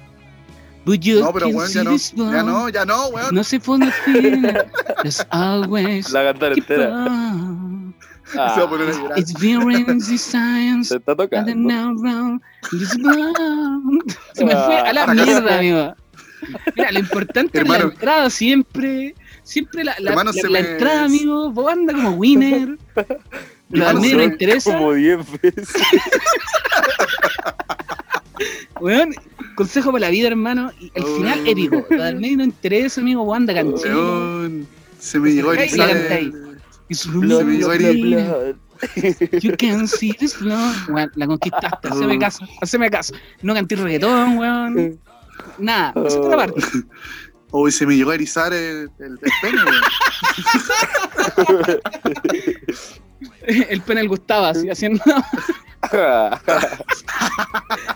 Speaker 3: But you
Speaker 1: no, pero
Speaker 3: can
Speaker 1: weón, ya
Speaker 3: see
Speaker 1: no.
Speaker 3: this
Speaker 1: Ya no,
Speaker 3: one.
Speaker 1: ya no, weón.
Speaker 3: No se pone fin. There's always
Speaker 2: La cantar
Speaker 3: keep
Speaker 2: entera.
Speaker 3: on.
Speaker 1: Se va a
Speaker 2: Ah,
Speaker 1: poner a llorar.
Speaker 3: It's been the science
Speaker 2: se está
Speaker 3: and the
Speaker 2: tocando.
Speaker 3: now round this world. Se me fue a la
Speaker 1: Ah.
Speaker 3: mierda, amigo. Mira, lo importante es la
Speaker 1: Hermano.
Speaker 3: entrada siempre. Siempre la, la,
Speaker 1: Hermano,
Speaker 3: la-
Speaker 1: se
Speaker 3: la
Speaker 1: me-
Speaker 3: entrada, amigo. Vos anda como winner. Pero a
Speaker 1: Hermano,
Speaker 3: mí
Speaker 1: se
Speaker 3: me
Speaker 1: me-
Speaker 3: interesa.
Speaker 2: Como 10 veces.
Speaker 3: Weón, consejo para la vida, hermano. Y el
Speaker 1: Oh.
Speaker 3: final épico. Lo del medio no interesa, amigo. Wanda canchero.
Speaker 1: Weón, Se me llegó
Speaker 3: Ahí
Speaker 1: el.
Speaker 3: la cantáis. Y su rumbo
Speaker 1: Se me llegó
Speaker 3: de
Speaker 1: el-
Speaker 3: vida. You can see this love. Weón, la conquistaste. Haceme
Speaker 1: Oh.
Speaker 3: caso. Haceme caso. No canté reggaetón, weón. Nada.
Speaker 1: Oh.
Speaker 3: Esa es otra parte.
Speaker 1: Uy, se me llegó a erizar el, el, el pene, weón.
Speaker 3: El pene el Gustavo, así, haciendo,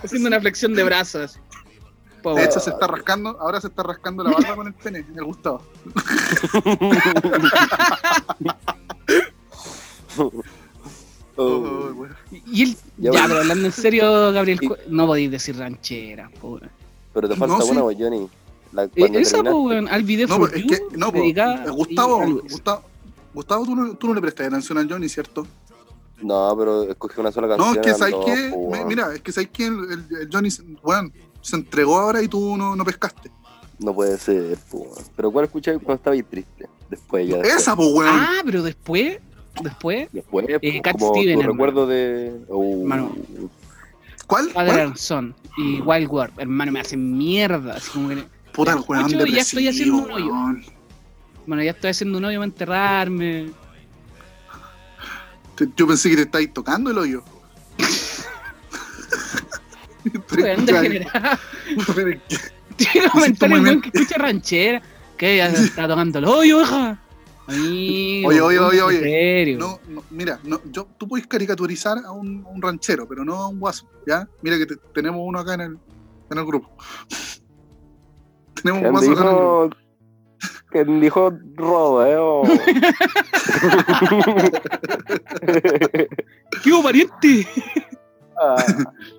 Speaker 3: haciendo una flexión de brazos. Po,
Speaker 1: De
Speaker 3: weón.
Speaker 1: hecho, se está rascando, ahora se está rascando la barba con el pene, el Gustavo.
Speaker 2: Oh.
Speaker 1: Uy, weón.
Speaker 3: y el, ya,
Speaker 2: Ya, weón.
Speaker 3: pero hablando en serio, Gabriel, cu- no podéis decir ranchera. Po, weón.
Speaker 2: Pero te
Speaker 1: No,
Speaker 2: falta
Speaker 1: sí.
Speaker 2: una, weón, Johnny. La,
Speaker 3: Eh,
Speaker 2: cuando
Speaker 3: Esa, po,
Speaker 2: terminaste.
Speaker 3: weón, al video
Speaker 1: No,
Speaker 3: for
Speaker 1: pues, es
Speaker 3: you,
Speaker 1: que, no, pues,
Speaker 3: dedicada y
Speaker 1: Gustavo,
Speaker 3: algo.
Speaker 1: Gustavo, Gustavo, tú no, tú no le prestas atención al Johnny, ¿cierto?
Speaker 2: No, pero escogí una sola
Speaker 1: No,
Speaker 2: canción.
Speaker 1: es que
Speaker 2: eran
Speaker 1: sabes
Speaker 2: dos,
Speaker 1: que,
Speaker 2: po, weón.
Speaker 1: mira, es que sabes que el, el- el Johnny, weón, se entregó ahora y tú no, no pescaste.
Speaker 2: No puede ser, po, weón. Pero ¿cuál escuché cuando estaba ahí triste? Después ya.
Speaker 1: Esa, pues, weón.
Speaker 3: Ah, pero después, después,
Speaker 2: Después,
Speaker 3: Eh,
Speaker 2: po,
Speaker 3: Cat
Speaker 2: como
Speaker 3: Steven,
Speaker 2: tu
Speaker 3: hermano.
Speaker 2: recuerdo de. Oh,
Speaker 3: Hermano.
Speaker 1: ¿Cuál? ¿Cuál?
Speaker 3: Father Son y Wild War, hermano, me hacen mierda. Así como que,
Speaker 1: Puta, el
Speaker 3: escucho
Speaker 1: weón
Speaker 3: y ya estoy haciendo
Speaker 1: depresivo,
Speaker 3: un hoyo.
Speaker 1: weón.
Speaker 3: bueno, ya estoy haciendo un hoyo para enterrarme.
Speaker 1: Te- Yo pensé que te estáis tocando el hoyo.
Speaker 3: Weón, degenerado. Tiene
Speaker 1: Hiciste un
Speaker 3: comentarios, weón,
Speaker 1: movimiento.
Speaker 3: que escucha ranchera. Que ya se está tocando el hoyo, hija. Amigo,
Speaker 1: Oye, oye, oye, oye.
Speaker 3: En serio.
Speaker 1: No, no, mira, no, yo, tú puedes caricaturizar a un, a un ranchero, pero no a un guaso, ¿ya? Mira que te- tenemos uno acá en el, en el grupo. tenemos un
Speaker 2: ¿Quién
Speaker 1: guaso acá en el grupo.
Speaker 2: dijo, ¿Quién dijo rodeo?
Speaker 3: ¿Qué hubo, pariente?
Speaker 2: Ah.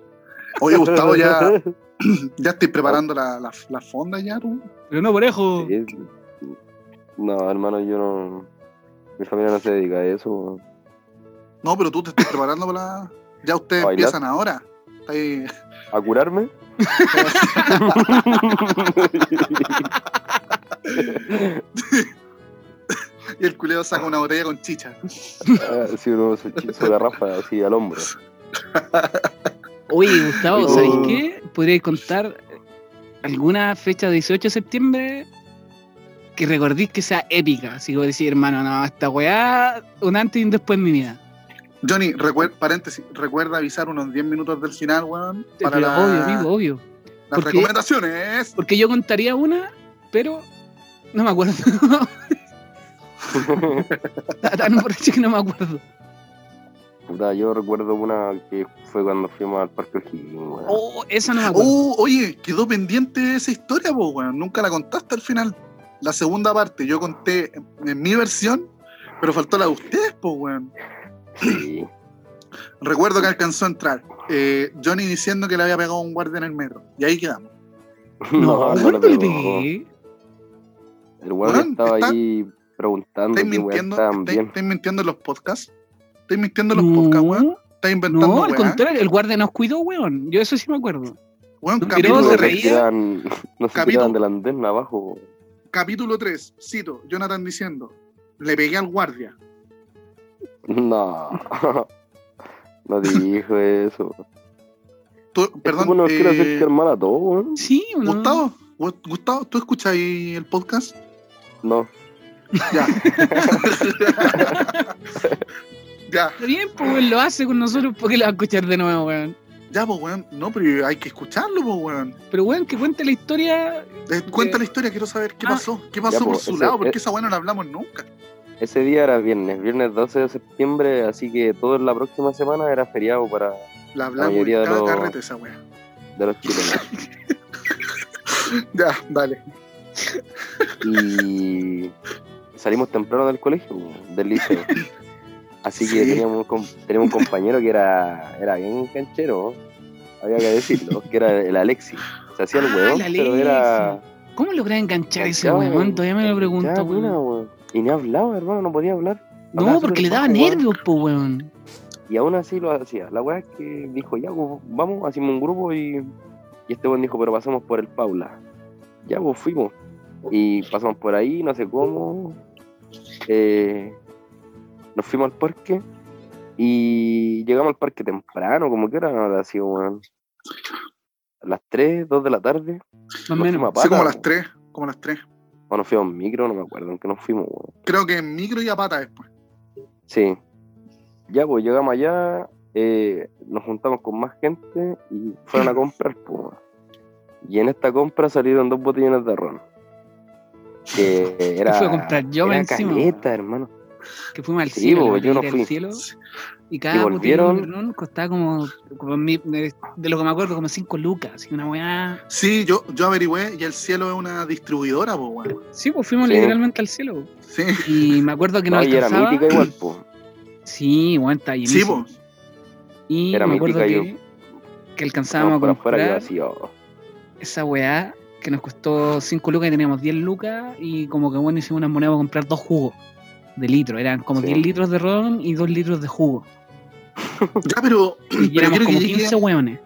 Speaker 1: Oye, Gustavo, ya, ya estoy preparando la, la, la fonda ya, tú.
Speaker 3: Pero no, parejo.
Speaker 2: Sí, sí. No, hermano, yo no. Mi familia no se dedica a eso.
Speaker 1: No, pero tú te estás preparando para la... Ya ustedes
Speaker 2: ¿A bailar?
Speaker 1: empiezan ahora. Está ahí-
Speaker 2: ¿A curarme?
Speaker 1: Y el culeo saca una botella con chicha.
Speaker 2: Así Ah, uno su, chi- su garrafa así al hombro.
Speaker 3: Oye, Gustavo,
Speaker 2: Oh.
Speaker 3: ¿sabes qué? ¿Podrías contar alguna fecha de 18 de septiembre que recordís que sea épica? Así como decir, hermano, no, esta weá, un antes y un después en mi vida.
Speaker 1: Johnny, recuer- paréntesis, recuerda avisar unos 10 minutos del final, weón. Para
Speaker 3: Pero
Speaker 1: la-
Speaker 3: Obvio, amigo, obvio.
Speaker 1: las
Speaker 3: porque-
Speaker 1: recomendaciones.
Speaker 3: Porque yo contaría una, pero no me acuerdo. Estaba Tan borracho que no me acuerdo.
Speaker 2: Puta, yo recuerdo una que fue cuando fuimos al Parque O'Higgins, weón.
Speaker 3: Oh, esa no me acuerdo.
Speaker 1: Oh, oye, quedó pendiente esa historia, po, weón. Nunca la contaste al final. La segunda parte, yo conté en, en mi versión, pero faltó la de ustedes, po, weón.
Speaker 2: Sí.
Speaker 1: Recuerdo que alcanzó a entrar eh, Johnny diciendo que le había pegado a un guardia en el metro. Y ahí quedamos.
Speaker 3: No,
Speaker 2: le
Speaker 3: no, le
Speaker 2: pegó.
Speaker 3: pegué.
Speaker 2: El weón
Speaker 1: Weón,
Speaker 2: estaba
Speaker 1: está-
Speaker 2: ahí preguntando
Speaker 1: ¿Estáis
Speaker 2: qué Mm, weón
Speaker 1: mintiendo,
Speaker 2: estaban
Speaker 1: estáis-
Speaker 2: bien.
Speaker 1: estáis mintiendo en los podcasts? ¿Estáis mintiendo en los podcasts, weón?
Speaker 3: No,
Speaker 1: ¿Estáis inventando,
Speaker 3: no, al
Speaker 1: weá?
Speaker 3: contrario, el guardia nos cuidó, weón. Yo eso sí me acuerdo.
Speaker 1: Weón,
Speaker 3: No,
Speaker 1: capítulo
Speaker 3: se
Speaker 2: se
Speaker 1: 3,
Speaker 3: reía.
Speaker 2: tiraban, no se
Speaker 1: Capítulo-
Speaker 2: tiraban del andén abajo.
Speaker 1: capítulo 3, cito, Jonathan diciendo, le pegué al guardia.
Speaker 2: No. no dijo eso.
Speaker 1: Tú-
Speaker 2: Perdón,
Speaker 1: perdón,
Speaker 2: tipo, no quiero
Speaker 1: eh,
Speaker 2: hacer que mal a todo, weón.
Speaker 3: Sí, ¿o ¿no?
Speaker 1: Gustavo, Gu- Gustavo, ¿tú escuchas ahí el podcast?
Speaker 2: No.
Speaker 1: Ya. ya,
Speaker 3: Está bien, pues weón, lo hace con nosotros porque lo va a escuchar de nuevo, weón.
Speaker 1: ya, pues, weón. No, pero hay que escucharlo, pues, weón.
Speaker 3: Pero weón, que cuente la historia.
Speaker 1: Eh, Cuenta la historia, quiero saber qué
Speaker 3: Ah.
Speaker 1: pasó. ¿Qué pasó
Speaker 2: Ya,
Speaker 1: por
Speaker 2: pues,
Speaker 1: su
Speaker 2: ese-
Speaker 1: lado? Porque
Speaker 2: eh.
Speaker 1: esa weón no la hablamos nunca.
Speaker 2: Ese día era viernes, viernes 12 de septiembre, así que todo en la próxima semana era feriado para
Speaker 1: La hablamos en
Speaker 2: mayoría de
Speaker 1: cada
Speaker 2: los-
Speaker 1: carrete esa weón.
Speaker 2: de los chilenos.
Speaker 1: Ya, dale.
Speaker 2: Y salimos temprano del colegio, del liceo. Así que
Speaker 1: Sí.
Speaker 2: teníamos, un com- teníamos un compañero que era, era bien canchero, había que decirlo, que era el Alexi. Se hacía el
Speaker 3: Ah,
Speaker 2: huevón,
Speaker 3: el
Speaker 2: pero era...
Speaker 3: Alexi. ¿Cómo logra enganchar ese
Speaker 2: canchado,
Speaker 3: weón? Todavía me lo pregunto,
Speaker 2: canchado, buena,
Speaker 3: weón.
Speaker 2: weón. Y ni hablaba, hermano, no podía hablar.
Speaker 3: No, porque le daba
Speaker 2: Hablaba súper
Speaker 3: nervios, pues weón.
Speaker 2: Y aún así lo hacía. La weá es que dijo, ya, pues, vamos, hacemos un grupo y, y este weón dijo, pero pasamos por el Paula. Ya, pues fuimos. Y pasamos por ahí, no sé cómo. Eh, nos fuimos al parque y llegamos al parque temprano, como que era, no habrá sido, weón. A las 3, 2 de la tarde.
Speaker 3: Más o
Speaker 2: Nos fuimos
Speaker 3: menos.
Speaker 2: a
Speaker 1: Sí,
Speaker 2: pata.
Speaker 1: como las tres, como las tres.
Speaker 2: O nos fuimos en micro, no me acuerdo, aunque nos fuimos, weón.
Speaker 1: Creo que en micro y a pata después.
Speaker 2: Sí. Ya, pues llegamos allá, eh, nos juntamos con más gente y fueron a comprar, pues. weón. Y en esta compra salieron dos botellones de ron. Que era.
Speaker 3: fui a comprar yo
Speaker 2: era
Speaker 3: encima,
Speaker 2: caleta, hermano.
Speaker 3: Que fuimos al
Speaker 2: Sí,
Speaker 3: cielo.
Speaker 2: pues,
Speaker 3: la
Speaker 2: yo no
Speaker 3: feria
Speaker 2: fui.
Speaker 3: al cielo. Y cada
Speaker 2: Y
Speaker 3: botella
Speaker 2: volvieron.
Speaker 3: de ron costaba como, como mi- de de lo que me acuerdo, como 5 lucas. Así una weá.
Speaker 1: Sí, yo, yo averigüé y el cielo es una distribuidora, pues, weón.
Speaker 3: Sí, pues fuimos
Speaker 2: Sí.
Speaker 3: literalmente al cielo.
Speaker 1: Sí,
Speaker 3: Y me acuerdo que no,
Speaker 2: No, y era
Speaker 3: alcanzaba.
Speaker 2: mítica igual, pues.
Speaker 3: Sí, weón, está
Speaker 1: sí,
Speaker 3: llenísimo.
Speaker 1: pues.
Speaker 3: Y
Speaker 2: Era
Speaker 3: me acuerdo
Speaker 2: mítica,
Speaker 3: que, que alcanzábamos
Speaker 2: por
Speaker 3: a
Speaker 2: afuera quedó
Speaker 3: comprar
Speaker 2: así, oh.
Speaker 3: esa weá que nos costó 5 lucas y teníamos 10 lucas y como que bueno hicimos una moneda para comprar dos jugos de litro. Eran como
Speaker 2: Sí.
Speaker 3: 10 litros de ron y 2 litros de jugo.
Speaker 1: Ya, pero,
Speaker 3: Y
Speaker 1: pero,
Speaker 3: éramos
Speaker 1: quiero que
Speaker 3: como
Speaker 1: llegue,
Speaker 3: 15 weones.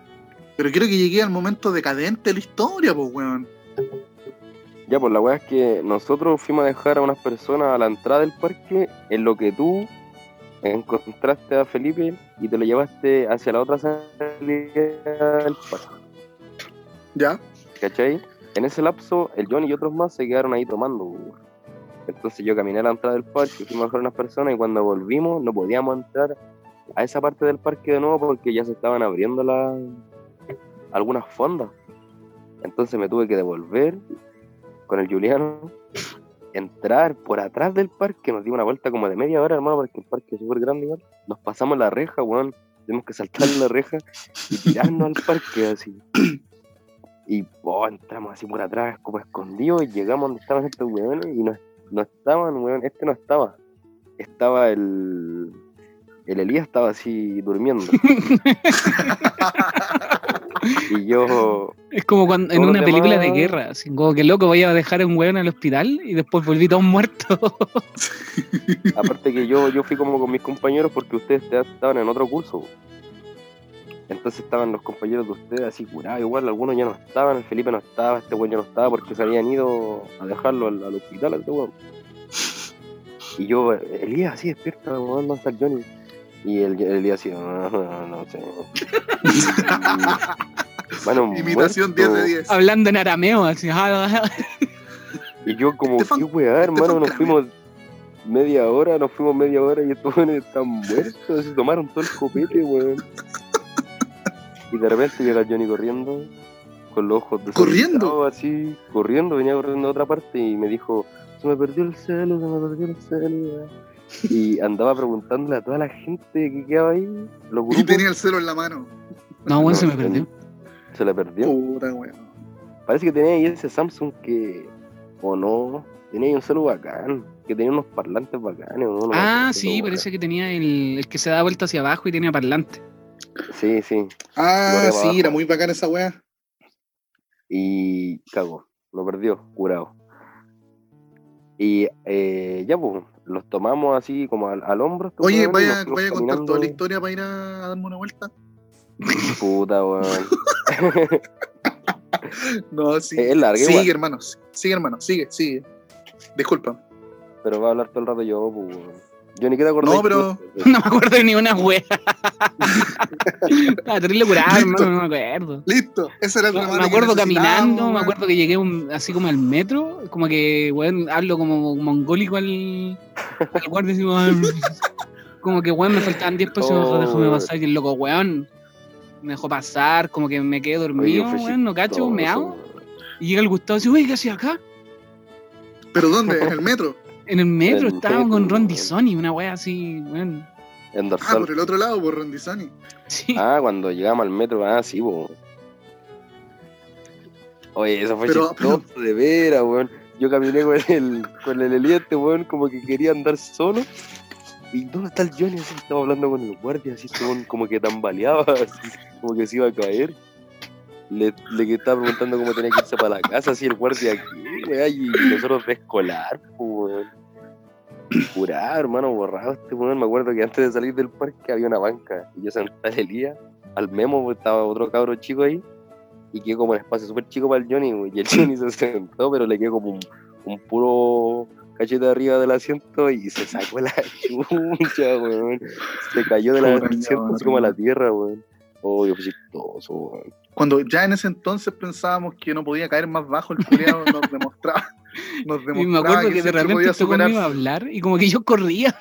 Speaker 1: pero quiero que llegue al momento decadente de la historia, pues, weón.
Speaker 2: Ya, pues la weá es que nosotros fuimos a dejar a unas personas a la entrada del parque en lo que tú encontraste a Felipe y te lo llevaste hacia la otra salida del parque.
Speaker 1: Ya.
Speaker 2: ¿cachai? En ese lapso, el John y otros más se quedaron ahí tomando. weón. Entonces yo caminé a la entrada del parque, fuimos a dejar a unas personas y cuando volvimos no podíamos entrar a esa parte del parque de nuevo porque ya se estaban abriendo las algunas fondas. Entonces me tuve que devolver con el Juliano, entrar por atrás del parque, nos dio una vuelta como de media hora, hermano, porque el parque es súper grande igual. Nos pasamos la reja, weón. Tuvimos que saltar la reja y tirarnos al parque así. Y oh, entramos así por atrás, como escondidos, y llegamos donde estaban estos weones, y no, no estaban, weón, este no estaba. Estaba el. El Elías estaba así durmiendo. y yo.
Speaker 3: Es como cuando en
Speaker 2: Todos
Speaker 3: una
Speaker 2: los
Speaker 3: película de
Speaker 2: demás-
Speaker 3: guerra. Así, como que loco, voy a dejar a un weón al hospital y después volví todo muerto.
Speaker 2: Aparte que yo, yo fui como con mis compañeros porque ustedes te- estaban en otro curso. Entonces estaban los compañeros de ustedes así curados, igual algunos ya no estaban, el Felipe no estaba, este weón ya no estaba porque se habían ido a dejarlo al, al hospital, a este weón. Y yo, Elías, así despierta, weón, ¿dónde está el Johnny? Y el, el Elías así, no, no, no, no sé. Y- bueno,
Speaker 6: Imitación 10 de
Speaker 2: muerto.
Speaker 6: 10.
Speaker 3: Hablando en arameo, así. ah,
Speaker 2: Y yo como,
Speaker 1: Este
Speaker 6: Estefan-
Speaker 2: qué weá, hermano,
Speaker 6: Estefan
Speaker 2: nos
Speaker 6: Kramer.
Speaker 2: fuimos media hora, nos fuimos media hora y estos weones están muertos, se tomaron todo el copete, weón. Y de repente llega Johnny corriendo, con los ojos
Speaker 1: ¿Corriendo?
Speaker 2: desorbitados, así, corriendo, venía corriendo a otra parte y me dijo, se me perdió el celo, se me perdió el celo. Y andaba preguntándole a toda la gente que quedaba ahí,
Speaker 1: Y
Speaker 2: los grupos.
Speaker 1: tenía el celo en la mano.
Speaker 3: No, bueno, se
Speaker 2: No,
Speaker 3: me perdió.
Speaker 2: Se le perdió.
Speaker 1: Puta, weón.
Speaker 2: Parece que tenía ahí ese Samsung que. O no. Tenía ahí un celular bacán. Que tenía unos parlantes bacanes. ¿no? Una
Speaker 3: Ah,
Speaker 2: cosa
Speaker 3: sí,
Speaker 2: como-
Speaker 3: parece que tenía el, el que se da vuelta hacia abajo y tenía parlante.
Speaker 2: Sí, sí.
Speaker 1: Ah,
Speaker 2: Lo de
Speaker 1: sí,
Speaker 2: abajo.
Speaker 1: era muy bacana esa weá.
Speaker 2: Y cagó. Lo perdió, curado. Y eh, ya, pues. Los tomamos así como al, al hombro. estos
Speaker 1: Oye,
Speaker 2: weones, y nos
Speaker 1: vaya,
Speaker 2: fuimos
Speaker 1: vaya a contar toda la
Speaker 2: caminando.
Speaker 1: historia para ir a, a darme una vuelta.
Speaker 2: Puta, weón.
Speaker 1: No, sí.
Speaker 2: es Eh, larga,
Speaker 1: sigue,
Speaker 2: igual,
Speaker 1: hermano. sí. Sigue, hermano. Sigue, sigue. Disculpa.
Speaker 2: Pero va a hablar todo el rato yo, pues. weón. Yo ni quiero acordar.
Speaker 1: No, pero-
Speaker 3: No me acuerdo de ni una wea. Estaba terrible curado,
Speaker 1: Listo.
Speaker 3: hermano, no me acuerdo.
Speaker 1: Listo. Ese era el
Speaker 3: No,
Speaker 1: remate
Speaker 3: me
Speaker 1: que
Speaker 3: acuerdo
Speaker 1: necesitábamos,
Speaker 3: caminando, me
Speaker 1: weón.
Speaker 3: acuerdo que llegué un- así como al metro, como que, weón, hablo como mongólico al, al guardia, así como, como que, weón, me faltaban 10 pesos,
Speaker 2: Oh,
Speaker 3: déjame
Speaker 2: weón.
Speaker 3: pasar, que el loco, weón, me dejó pasar, como que me quedé
Speaker 2: Oye,
Speaker 3: dormido,
Speaker 2: fue
Speaker 3: weón, no cacho, me hago,
Speaker 2: chistoso, weón.
Speaker 3: y llega el Gustavo y dice, uy, ¿qué hacía acá?
Speaker 1: ¿Pero dónde? ¿En el metro?
Speaker 3: En el metro
Speaker 2: El
Speaker 3: estábamos
Speaker 2: metro,
Speaker 3: con Ron
Speaker 2: weón.
Speaker 3: Dizoni, una wea así, weón,
Speaker 2: En
Speaker 1: Ah,
Speaker 2: dorsal.
Speaker 1: por el otro lado, por Rondizani.
Speaker 3: sí.
Speaker 2: Ah, cuando llegamos al metro, ah, sí, po. Oye, eso fue
Speaker 1: Pero-
Speaker 2: chistoso, de veras, weón. Yo caminé con el, con el Eliente, weón, como que quería andar solo. ¿Y dónde está el Johnny? Así estaba hablando con el guardia, así este weón como que tambaleaba, así, como que se iba a caer. Le, le estaba preguntando cómo tenía que irse para la casa, así el guardia aquí, weón, y nosotros de escolar, po, weón. Curado, hermano, borrado este weón. Me acuerdo que antes de salir del parque había una banca. Y yo senté al Elías, al Memo, porque estaba otro cabro chico ahí. Y quedó como un espacio súper chico para el Johnny. güey, Y el Johnny se sentó, pero le quedó como un, un puro cachete arriba del asiento y se sacó la chucha, weón. Se cayó del
Speaker 1: Pobre
Speaker 2: asiento
Speaker 1: cabrón.
Speaker 2: así como a la tierra, weón. Oh, yo fui chistoso, weón.
Speaker 1: Cuando ya en ese entonces pensábamos que no podía caer más bajo, el culiado nos demostraba. Nos demostraba
Speaker 3: Y me acuerdo que de
Speaker 1: siempre
Speaker 3: repente
Speaker 1: podía
Speaker 3: este weón me iba a
Speaker 1: superarse.
Speaker 3: hablar y como que yo corría.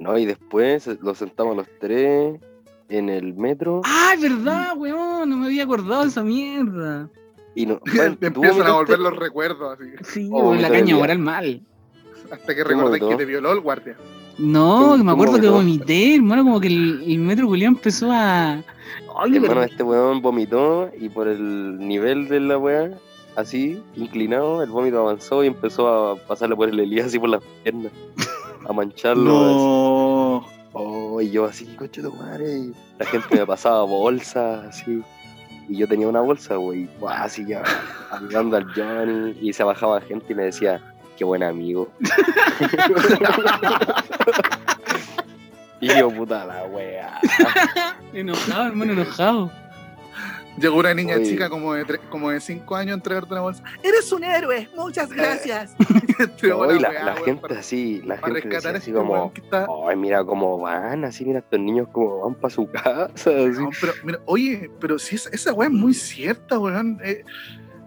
Speaker 2: No, y después eh, lo sentamos los tres en el metro.
Speaker 3: ¡Ah, es verdad, weón! No me había acordado de esa mierda.
Speaker 2: Y no,
Speaker 1: Te Em, empiezan a volver los recuerdos, así,
Speaker 3: Sí,
Speaker 2: Oh,
Speaker 3: weón, la
Speaker 2: vomito de
Speaker 3: caña
Speaker 2: día.
Speaker 3: oral mal.
Speaker 1: hasta que
Speaker 2: ¿Tú
Speaker 1: recordás que
Speaker 2: vomitó?
Speaker 1: te violó el guardia.
Speaker 3: No,
Speaker 2: ¿Tú-
Speaker 3: que me
Speaker 2: tú
Speaker 3: acuerdo que
Speaker 2: vomitó?
Speaker 3: vomité, hermano, como que el, el metro culiao empezó a. Ay,
Speaker 2: Hermano,
Speaker 3: verdad.
Speaker 2: este weón vomitó y por el nivel de la weá, así, inclinado, el vómito avanzó y empezó a pasarle por el Elías así por las piernas, a mancharlo. así.
Speaker 1: No.
Speaker 2: Oh, y yo así, coche tu madre. y La gente me pasaba bolsas, así. Y yo tenía una bolsa, wey, y, ¡buah! así ya, ayudando al Johnny. Y se bajaba gente y me decía, qué buen amigo. y yo, puta la weá.
Speaker 3: Enojado, hermano, enojado.
Speaker 1: Llegó una niña
Speaker 2: Oye.
Speaker 1: chica como de 5 como de cinco años a entregarte una bolsa. eres un héroe, muchas gracias. Te
Speaker 2: No,
Speaker 1: van a
Speaker 2: y Eh. la,
Speaker 1: wear,
Speaker 2: la
Speaker 1: weón,
Speaker 2: gente
Speaker 1: para-
Speaker 2: así, la
Speaker 1: Para
Speaker 2: gente decía
Speaker 1: rescatar a
Speaker 2: así
Speaker 1: este weón
Speaker 2: como,
Speaker 1: que está.
Speaker 2: ay, mira cómo van, así, mira estos niños cómo van para su casa, así.
Speaker 1: No, pero, mira, oye, pero si esa, esa weá es muy cierta, weón. Eh,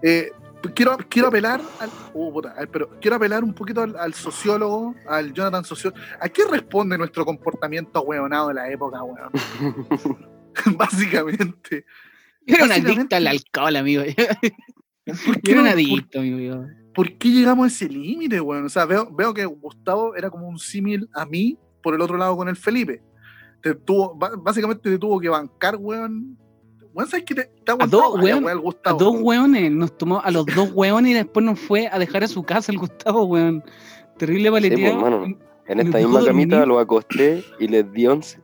Speaker 1: eh, quiero, quiero apelar al. oh, puta, ay, pero quiero apelar un poquito al, al sociólogo, al Jonathan Sociólogo. ¿A qué responde nuestro comportamiento weonado de la época, weón? Básicamente.
Speaker 3: Yo era un
Speaker 1: Básicamente-
Speaker 3: adicto al alcohol, amigo. Yo
Speaker 1: ¿Por qué
Speaker 3: era un
Speaker 1: no- por-
Speaker 3: adicto, amigo. yo.
Speaker 1: ¿por qué llegamos a ese límite, weón? O sea, veo, veo que Gustavo era como un símil a mí por el otro lado con el Felipe. Te tuvo, ba- básicamente te tuvo que bancar, weón. Weón, ¿sabes qué? Te, te aguantaba
Speaker 3: dos,
Speaker 1: varias,
Speaker 3: weón,
Speaker 1: weón, el
Speaker 3: A
Speaker 1: Gustavo.
Speaker 3: dos hueones, nos tomó a los dos hueones y después nos fue a dejar a su casa el Gustavo, weón. Terrible paleteado.
Speaker 2: hermano. En
Speaker 3: Me
Speaker 2: esta
Speaker 3: dejó
Speaker 2: misma camita
Speaker 3: dormir.
Speaker 2: lo acosté y les di once.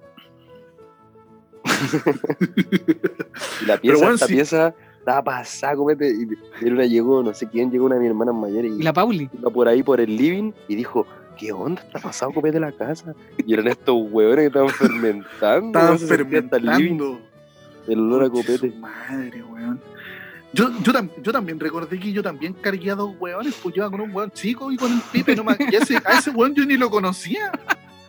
Speaker 2: y la
Speaker 1: Pero
Speaker 2: pieza,
Speaker 1: bueno,
Speaker 2: esta
Speaker 1: sí.
Speaker 2: pieza estaba pasada, comete. Y y una llegó, no sé quién, llegó una de mis hermanas mayores y
Speaker 3: Y la Pauli.
Speaker 2: iba por ahí por el living y dijo, ¿qué onda? Está pasado comer de la casa. Y eran estos hueones que estaban fermentando.
Speaker 1: Estaban
Speaker 2: weón, se sentía hasta el living,
Speaker 1: fermentando.
Speaker 2: El olor a
Speaker 1: Su
Speaker 2: copete.
Speaker 1: madre, weón. Yo, yo, tam- yo también recordé que yo también cargué a dos weones, pues yo iba con un weón chico y con el pipe nomás. Y ese, a ese weón yo ni lo conocía.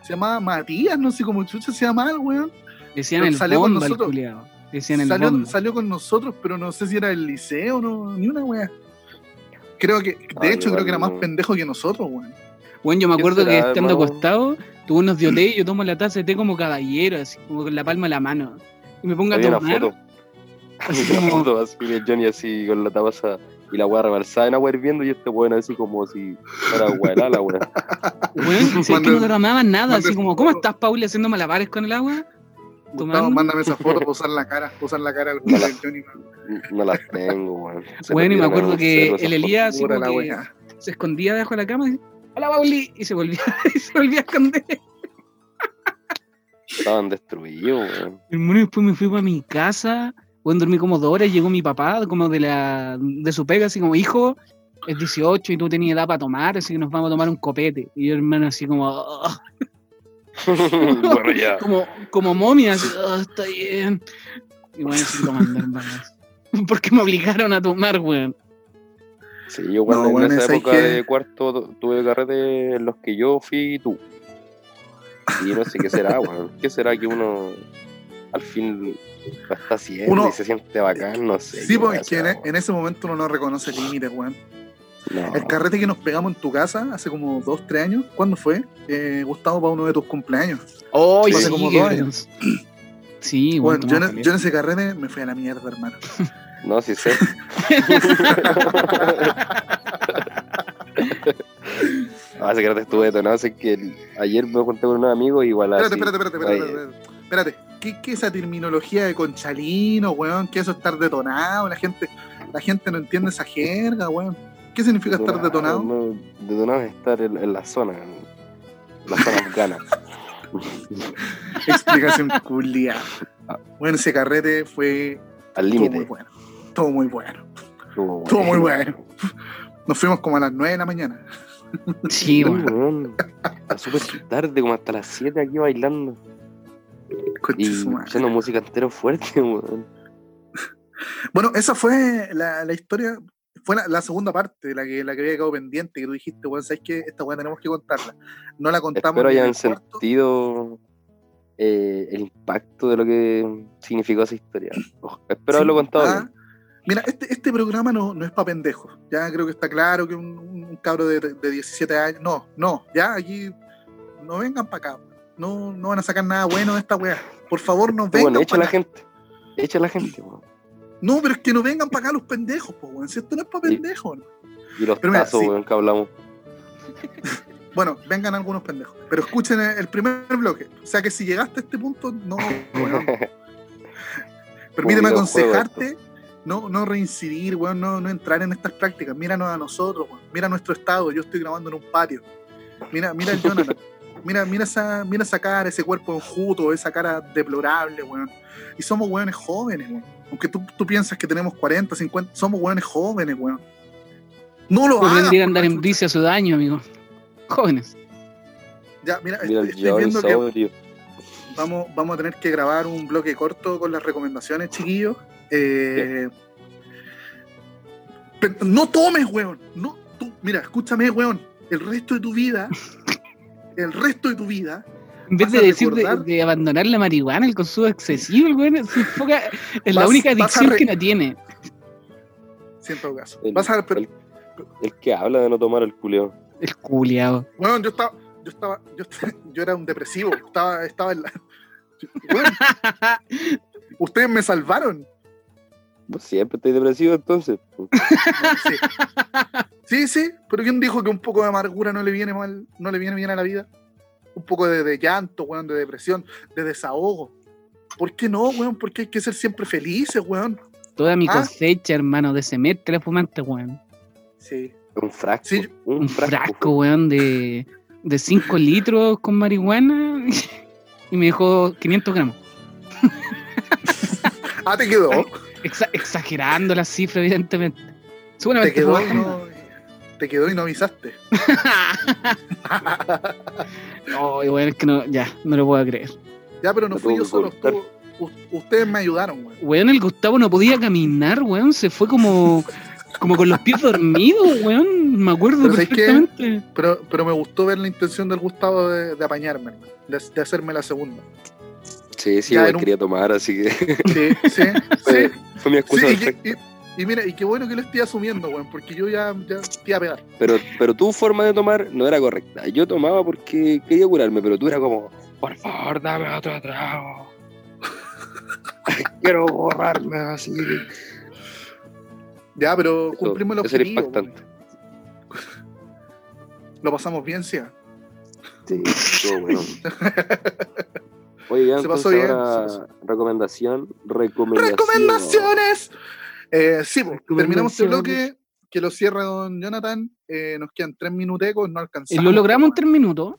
Speaker 1: Se llamaba Matías, no sé cómo chucha se llamaba el weón.
Speaker 3: Decían
Speaker 1: Pero
Speaker 3: el
Speaker 1: salió con
Speaker 3: bomba al
Speaker 1: nosotros.
Speaker 3: culiao. Decían el
Speaker 1: Salió,
Speaker 3: bomba.
Speaker 1: salió con nosotros, pero no sé si era el liceo, no, ni una wea. Creo que, de
Speaker 2: Ah,
Speaker 1: hecho, creo
Speaker 2: igual
Speaker 1: que era más
Speaker 2: no.
Speaker 1: pendejo que nosotros, weón.
Speaker 3: Bueno, yo me
Speaker 2: ¿Quién
Speaker 3: acuerdo que
Speaker 2: será,
Speaker 3: estando
Speaker 2: hermano?
Speaker 3: acostado, tú unos dio té y yo tomo la taza de té como caballero, así como con la palma de la mano. Y me pongo a
Speaker 2: Había una
Speaker 3: tomar.
Speaker 2: foto.
Speaker 3: así
Speaker 2: Una
Speaker 3: como-
Speaker 2: foto así de Johnny así con la taza y la weá rebalsada en agua hirviendo y este weón así como si fuera weá la weá.
Speaker 3: Weón, si es que
Speaker 1: Cuando-
Speaker 3: no derramaban nada,
Speaker 1: cuando-
Speaker 3: así como, ¿cómo estás, Pauli, haciendo malabares con el agua?
Speaker 1: Gustavo,
Speaker 3: Tomando.
Speaker 1: mándame esa foto, posar la cara, posar la cara al
Speaker 2: No la-
Speaker 1: del Johnny. man.
Speaker 2: No las tengo, weón. Se
Speaker 3: Bueno, y
Speaker 2: perdieron
Speaker 3: me
Speaker 2: en
Speaker 3: acuerdo
Speaker 2: un
Speaker 3: que
Speaker 2: cerro esas
Speaker 3: el Elías así
Speaker 1: Pura
Speaker 3: como
Speaker 1: la
Speaker 3: que
Speaker 1: wea.
Speaker 3: se escondía debajo de la cama y ¡Hola, Pauli! Y se volvía, y se volvía a esconder.
Speaker 2: fotos. Estaban destruidos, weón.
Speaker 3: Hermano, y después me fui para mi casa. Bueno, dormí como dos horas, llegó mi papá, como de la de su pega, así como, hijo, es 18 y tú tenías edad para tomar, así que nos vamos a tomar un copete. Y yo, hermano, así como, "Ah".
Speaker 2: bueno, ya.
Speaker 3: como, como momia, así, "Ah, está bien. Y bueno, así tomando, hermano. Porque me obligaron a tomar, weón.
Speaker 2: Sí, yo cuando
Speaker 1: No,
Speaker 2: en
Speaker 1: weón,
Speaker 2: esa
Speaker 1: ¿sabes
Speaker 2: época
Speaker 1: qué?
Speaker 2: de cuarto tu- tuve carrete en los que yo fui y tú. Y no sé qué será, weón. ¿Qué será que uno al fin lo está haciendo
Speaker 1: Uno-
Speaker 2: y se siente bacán? No sé.
Speaker 1: Sí,
Speaker 2: qué
Speaker 1: pues
Speaker 2: weá
Speaker 1: es que en,
Speaker 2: será,
Speaker 1: en ese momento uno no reconoce límites, weón.
Speaker 2: weón. No.
Speaker 1: El carrete que nos pegamos en tu casa hace como dos, tres años, ¿cuándo fue? Eh, Gustavo, para uno de tus cumpleaños.
Speaker 3: Oh,
Speaker 1: Fue hace como dos años.
Speaker 3: Sí, weón.
Speaker 1: Bueno, yo en, e-
Speaker 3: tomaba
Speaker 1: yo en ese carrete me fui a la mierda, hermano.
Speaker 2: Ah, No, sí sé. Hace que no te estuve detonado, sé que el- ayer me junté con unos amigos igual así.
Speaker 1: Espérate, espérate, espérate, espérate. espérate, espérate. Espérate, ¿Qué, qué esa terminología de conchalino, weón? ¿Qué es eso estar detonado? La gente, la gente no entiende esa jerga, weón. ¿Qué significa estar detonado?
Speaker 2: no, detonado es estar en, en la zona, en la zona afgana.
Speaker 1: Explicación culia. Bueno, ese carrete fue
Speaker 2: Al
Speaker 1: todo muy
Speaker 2: Ah. límite.
Speaker 1: bueno. Todo muy bueno.
Speaker 2: Estuvo
Speaker 1: Estuvo muy bueno. Nos fuimos como a las 9 de la mañana.
Speaker 3: Sí,
Speaker 2: Sí,
Speaker 3: weón.
Speaker 2: weón. Está súper tarde, como hasta las 7 aquí bailando.
Speaker 1: Conche
Speaker 2: Y
Speaker 1: su madre.
Speaker 2: escuchando música entero fuerte, weón.
Speaker 1: Bueno, esa fue la, la historia, fue la, la segunda parte, la que, la que había quedado pendiente, que tú dijiste, weón, ¿sabes qué? Esta weá tenemos que contarla. No la contamos.
Speaker 2: Espero
Speaker 1: ni en
Speaker 2: hayan
Speaker 1: el cuarto.
Speaker 2: sentido eh, el impacto de lo que significó esa historia. Ojo, espero
Speaker 1: Sí,
Speaker 2: haberlo contado.
Speaker 1: ah,
Speaker 2: bien.
Speaker 1: Mira, este, este programa no, no es para pendejos. Ya creo que está claro que un, un- un cabro de, de 17 años. No, no, ya aquí no vengan para acá. No, no van a sacar nada bueno de esta weá. Por favor, no vengan
Speaker 2: Bueno, Este echa a
Speaker 1: para
Speaker 2: la
Speaker 1: acá.
Speaker 2: gente. Echa a la gente, weón.
Speaker 1: No, pero es que no vengan para acá los pendejos, po, weón. Si esto no es para pendejos. ¿no?
Speaker 2: Y los
Speaker 1: Pero mira,
Speaker 2: tazos,
Speaker 1: sí.
Speaker 2: weón, que hablamos.
Speaker 1: Bueno, vengan algunos pendejos. Pero escuchen el, el primer bloque. O sea que si llegaste a este punto, no, weón. Permíteme
Speaker 2: Como videojuego
Speaker 1: aconsejarte no, no reincidir, weón, no, no entrar en estas prácticas. Míranos a nosotros, weón. mira nuestro estado. Yo estoy grabando en un patio. Mira, mira el Jonathan. Mira, mira, esa, mira esa cara, ese cuerpo enjuto, esa cara deplorable, weón. Y somos weones jóvenes, weón. Aunque tú, tú piensas que tenemos 40, 50, somos weones jóvenes, weón. No lo
Speaker 3: Yo
Speaker 1: hagas.
Speaker 3: aprendí a Pues andar
Speaker 1: por
Speaker 3: en
Speaker 1: la
Speaker 3: bici a su daño, amigo. Jóvenes.
Speaker 1: chucha. Ya, mira, estoy,
Speaker 2: Mira, el
Speaker 1: estoy
Speaker 2: John
Speaker 1: viendo que
Speaker 2: sobrio.
Speaker 1: vamos, vamos a tener que grabar un bloque corto con las recomendaciones, chiquillos. Eh, pero no tomes, weón. No, tú- mira, escúchame, weón. El resto de tu vida, el resto de tu vida,
Speaker 3: En vez
Speaker 1: ¿Vas
Speaker 3: de
Speaker 1: a
Speaker 3: decir de,
Speaker 1: recordar?
Speaker 3: de abandonar la marihuana, el consumo excesivo, el weón, se enfoca en la
Speaker 1: Vas-
Speaker 3: única
Speaker 1: vas a
Speaker 3: adicción
Speaker 1: re-
Speaker 3: que la tiene.
Speaker 1: siento caso.
Speaker 2: El-
Speaker 1: Vas a ver, pero-
Speaker 2: el- El que habla de no tomar el culeo.
Speaker 3: El culiao.
Speaker 1: weón, yo estaba, yo estaba, yo, estaba- yo era un depresivo, estaba, estaba en la. Weón, ustedes me salvaron.
Speaker 2: Pues siempre estoy depresivo entonces. pues.
Speaker 1: Sí. sí, sí, pero ¿quién dijo que un poco de amargura no le viene mal, no le viene bien a la vida? Un poco de, de llanto, weón, de depresión, de desahogo. ¿Por qué no, weón? Porque hay que ser siempre felices, weón.
Speaker 3: Toda mi
Speaker 1: Ah.
Speaker 3: cosecha, hermano, de semestre fumante, weón.
Speaker 1: Sí.
Speaker 2: Un frasco.
Speaker 1: Sí, yo-
Speaker 2: un
Speaker 3: Un
Speaker 2: frasco.
Speaker 3: frasco, weón, de 5 litros con marihuana. Y me dejó 500 gramos.
Speaker 1: Ah, te quedó.
Speaker 3: Exa- exagerando las cifras, evidentemente.
Speaker 1: Te
Speaker 3: Seguramente
Speaker 1: quedó.
Speaker 3: fumaba-
Speaker 1: no. te quedó y no avisaste.
Speaker 3: No, igual es que no, ya, no lo puedo creer.
Speaker 1: Ya, pero no
Speaker 2: Lo
Speaker 1: fui yo
Speaker 2: tuvo que
Speaker 1: solo.
Speaker 2: ocultar.
Speaker 1: estuvo- u- ustedes me ayudaron, weón.
Speaker 3: Weón, el Gustavo no podía caminar, weón. Se fue como, como con los pies dormidos, weón. Me acuerdo
Speaker 1: Pero ¿sabes qué?
Speaker 3: perfectamente.
Speaker 1: Pero, pero me gustó ver la intención del Gustavo de, de apañarme, hermano. De, de hacerme la segunda.
Speaker 2: Sí, sí,
Speaker 1: Ya,
Speaker 2: igual
Speaker 1: en un-
Speaker 2: quería tomar, así que
Speaker 1: Sí, sí, sí.
Speaker 2: fue, fue mi
Speaker 1: sí
Speaker 2: excusa
Speaker 1: y,
Speaker 2: perfecta.
Speaker 1: que- y- y mira, y qué bueno que lo estoy asumiendo, weón, porque yo ya, ya te iba a pegar.
Speaker 2: Pero, pero tu forma de tomar no era correcta. Yo tomaba porque quería curarme, pero tú eras como,
Speaker 5: Por favor, dame otro trago. Quiero borrarme así.
Speaker 1: Ya, pero
Speaker 2: eso-
Speaker 1: cumplimos los
Speaker 2: eso era
Speaker 1: objetivos.
Speaker 2: impactante.
Speaker 1: weón. Lo pasamos bien, sí. ah.
Speaker 2: Sí, estuvo bueno. Oye, ya
Speaker 1: Se pasó
Speaker 2: entonces
Speaker 1: bien,
Speaker 2: ahora
Speaker 1: se
Speaker 2: recomendación, recomendación.
Speaker 1: ¡Recomendaciones! Eh, sí, pues, terminamos este
Speaker 3: Recomendaciones.
Speaker 1: bloque. Que lo cierre don Jonathan. Eh, nos quedan tres minutecos, no
Speaker 3: Eh,
Speaker 1: alcanzamos.
Speaker 3: Lo logramos en
Speaker 1: weón.
Speaker 3: tres minutos.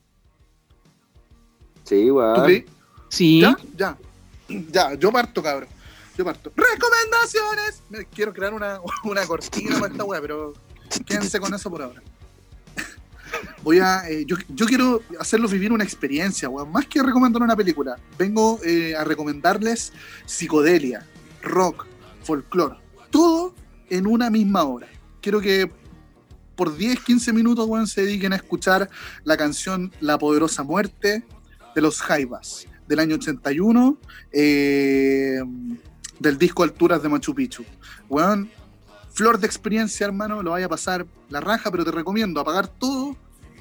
Speaker 2: Sí,
Speaker 1: ¿Tú
Speaker 2: igual.
Speaker 1: creí?
Speaker 3: Sí.
Speaker 1: ¿Ya? Ya. Ya, yo parto, cabrón. Yo parto. ¡Recomendaciones! Me- Quiero crear una, una cortina para esta weá, pero quédense con eso por ahora. Voy a. eh, yo, yo quiero hacerlos vivir una experiencia, weón. Más que recomendar una película. Vengo eh, a recomendarles psicodelia, rock, folclore. Todo en una misma hora. Quiero que por 10, 15 minutos, weón, se dediquen a escuchar la canción La Poderosa Muerte de los Jaivas del año 81 eh, del disco Alturas de Machu Picchu. Weón, flor de experiencia, hermano, lo vaya a pasar la raja, pero te recomiendo apagar todo,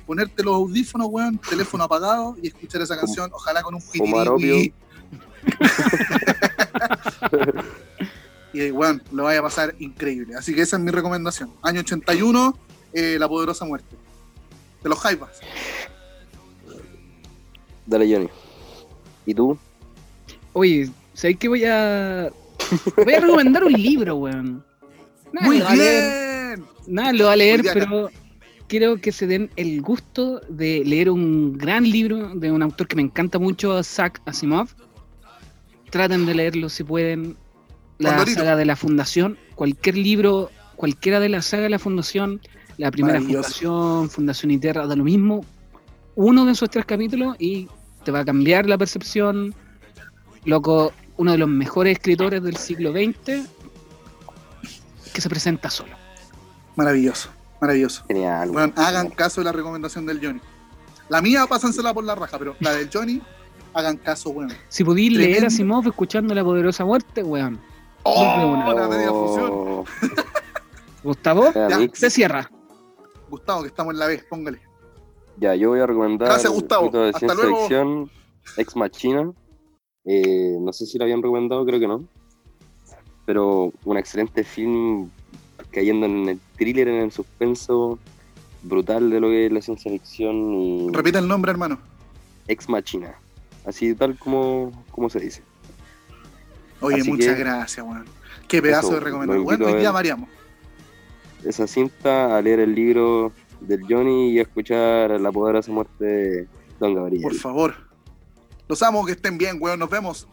Speaker 1: ponerte los audífonos, weón, teléfono apagado y escuchar esa canción, ojalá con un
Speaker 2: fumar opio.
Speaker 1: y, y eh, weón, lo vaya a pasar increíble. Así que esa es mi recomendación. Año 81, eh, La Poderosa Muerte. De los Jaivas.
Speaker 2: Dale, Johnny. ¿Y tú?
Speaker 3: Oye, ¿sabes qué? Voy a. Voy a recomendar un libro, weón. Nada,
Speaker 1: Muy
Speaker 3: lo va a leer-
Speaker 1: bien.
Speaker 3: Nada, lo va a leer,
Speaker 1: Muy bien,
Speaker 3: pero quiero que se den el gusto de leer un gran libro de un autor que me encanta mucho, Zach Asimov. Traten de leerlo si pueden. La
Speaker 1: Condorito.
Speaker 3: saga de la Fundación, cualquier libro, cualquiera de la saga de la Fundación, la primera
Speaker 1: Maravilloso.
Speaker 3: Fundación, Fundación y Tierra, da lo mismo. Uno de esos tres capítulos y te va a cambiar la percepción. Loco, uno de los mejores escritores del siglo XX que se presenta solo.
Speaker 1: Maravilloso, maravilloso.
Speaker 2: Genial.
Speaker 1: Bueno, hagan caso de la recomendación del Johnny. La mía, pásensela por la raja, pero la del Johnny, hagan caso, weón.
Speaker 3: Si pudís
Speaker 1: Tremendo.
Speaker 3: leer a Simov escuchando La Poderosa Muerte, weón.
Speaker 1: ¡Oh!
Speaker 3: una.
Speaker 1: La media fusión.
Speaker 2: Oh,
Speaker 3: Gustavo,
Speaker 2: ya,
Speaker 1: Ya.
Speaker 2: mix.
Speaker 3: se cierra.
Speaker 1: Gustavo, que estamos en la vez, póngale.
Speaker 2: Ya, yo voy a recomendar.
Speaker 1: Gracias, Gustavo.
Speaker 2: un poquito De
Speaker 1: Hasta
Speaker 2: ciencia
Speaker 1: luego.
Speaker 2: ficción, Ex Machina. Eh, no sé si lo habían recomendado, creo que no. Pero un excelente film cayendo en el thriller, en el suspenso brutal de lo que es la ciencia ficción y
Speaker 1: Repita el nombre, hermano.
Speaker 2: Ex Machina. Así tal como, como se dice.
Speaker 1: Oye,
Speaker 2: Así
Speaker 1: muchas
Speaker 2: que-
Speaker 1: gracias, weón. Qué pedazo
Speaker 2: Eso, eh.
Speaker 1: de
Speaker 2: lo
Speaker 1: recomendación.
Speaker 2: invito
Speaker 1: Bueno,
Speaker 2: a
Speaker 1: hoy día
Speaker 2: ver.
Speaker 1: variamos.
Speaker 2: Esa cinta, a leer el libro del Johnny y a escuchar la poderosa muerte de Don Gabriel.
Speaker 1: Por favor. Los amo, que estén bien, weón. Nos vemos.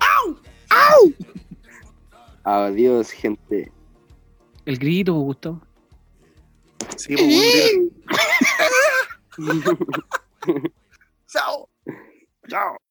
Speaker 2: Adiós, gente.
Speaker 3: El grito, Gustavo.
Speaker 1: Sí, pues, weón, mira. Chao.
Speaker 5: Chao.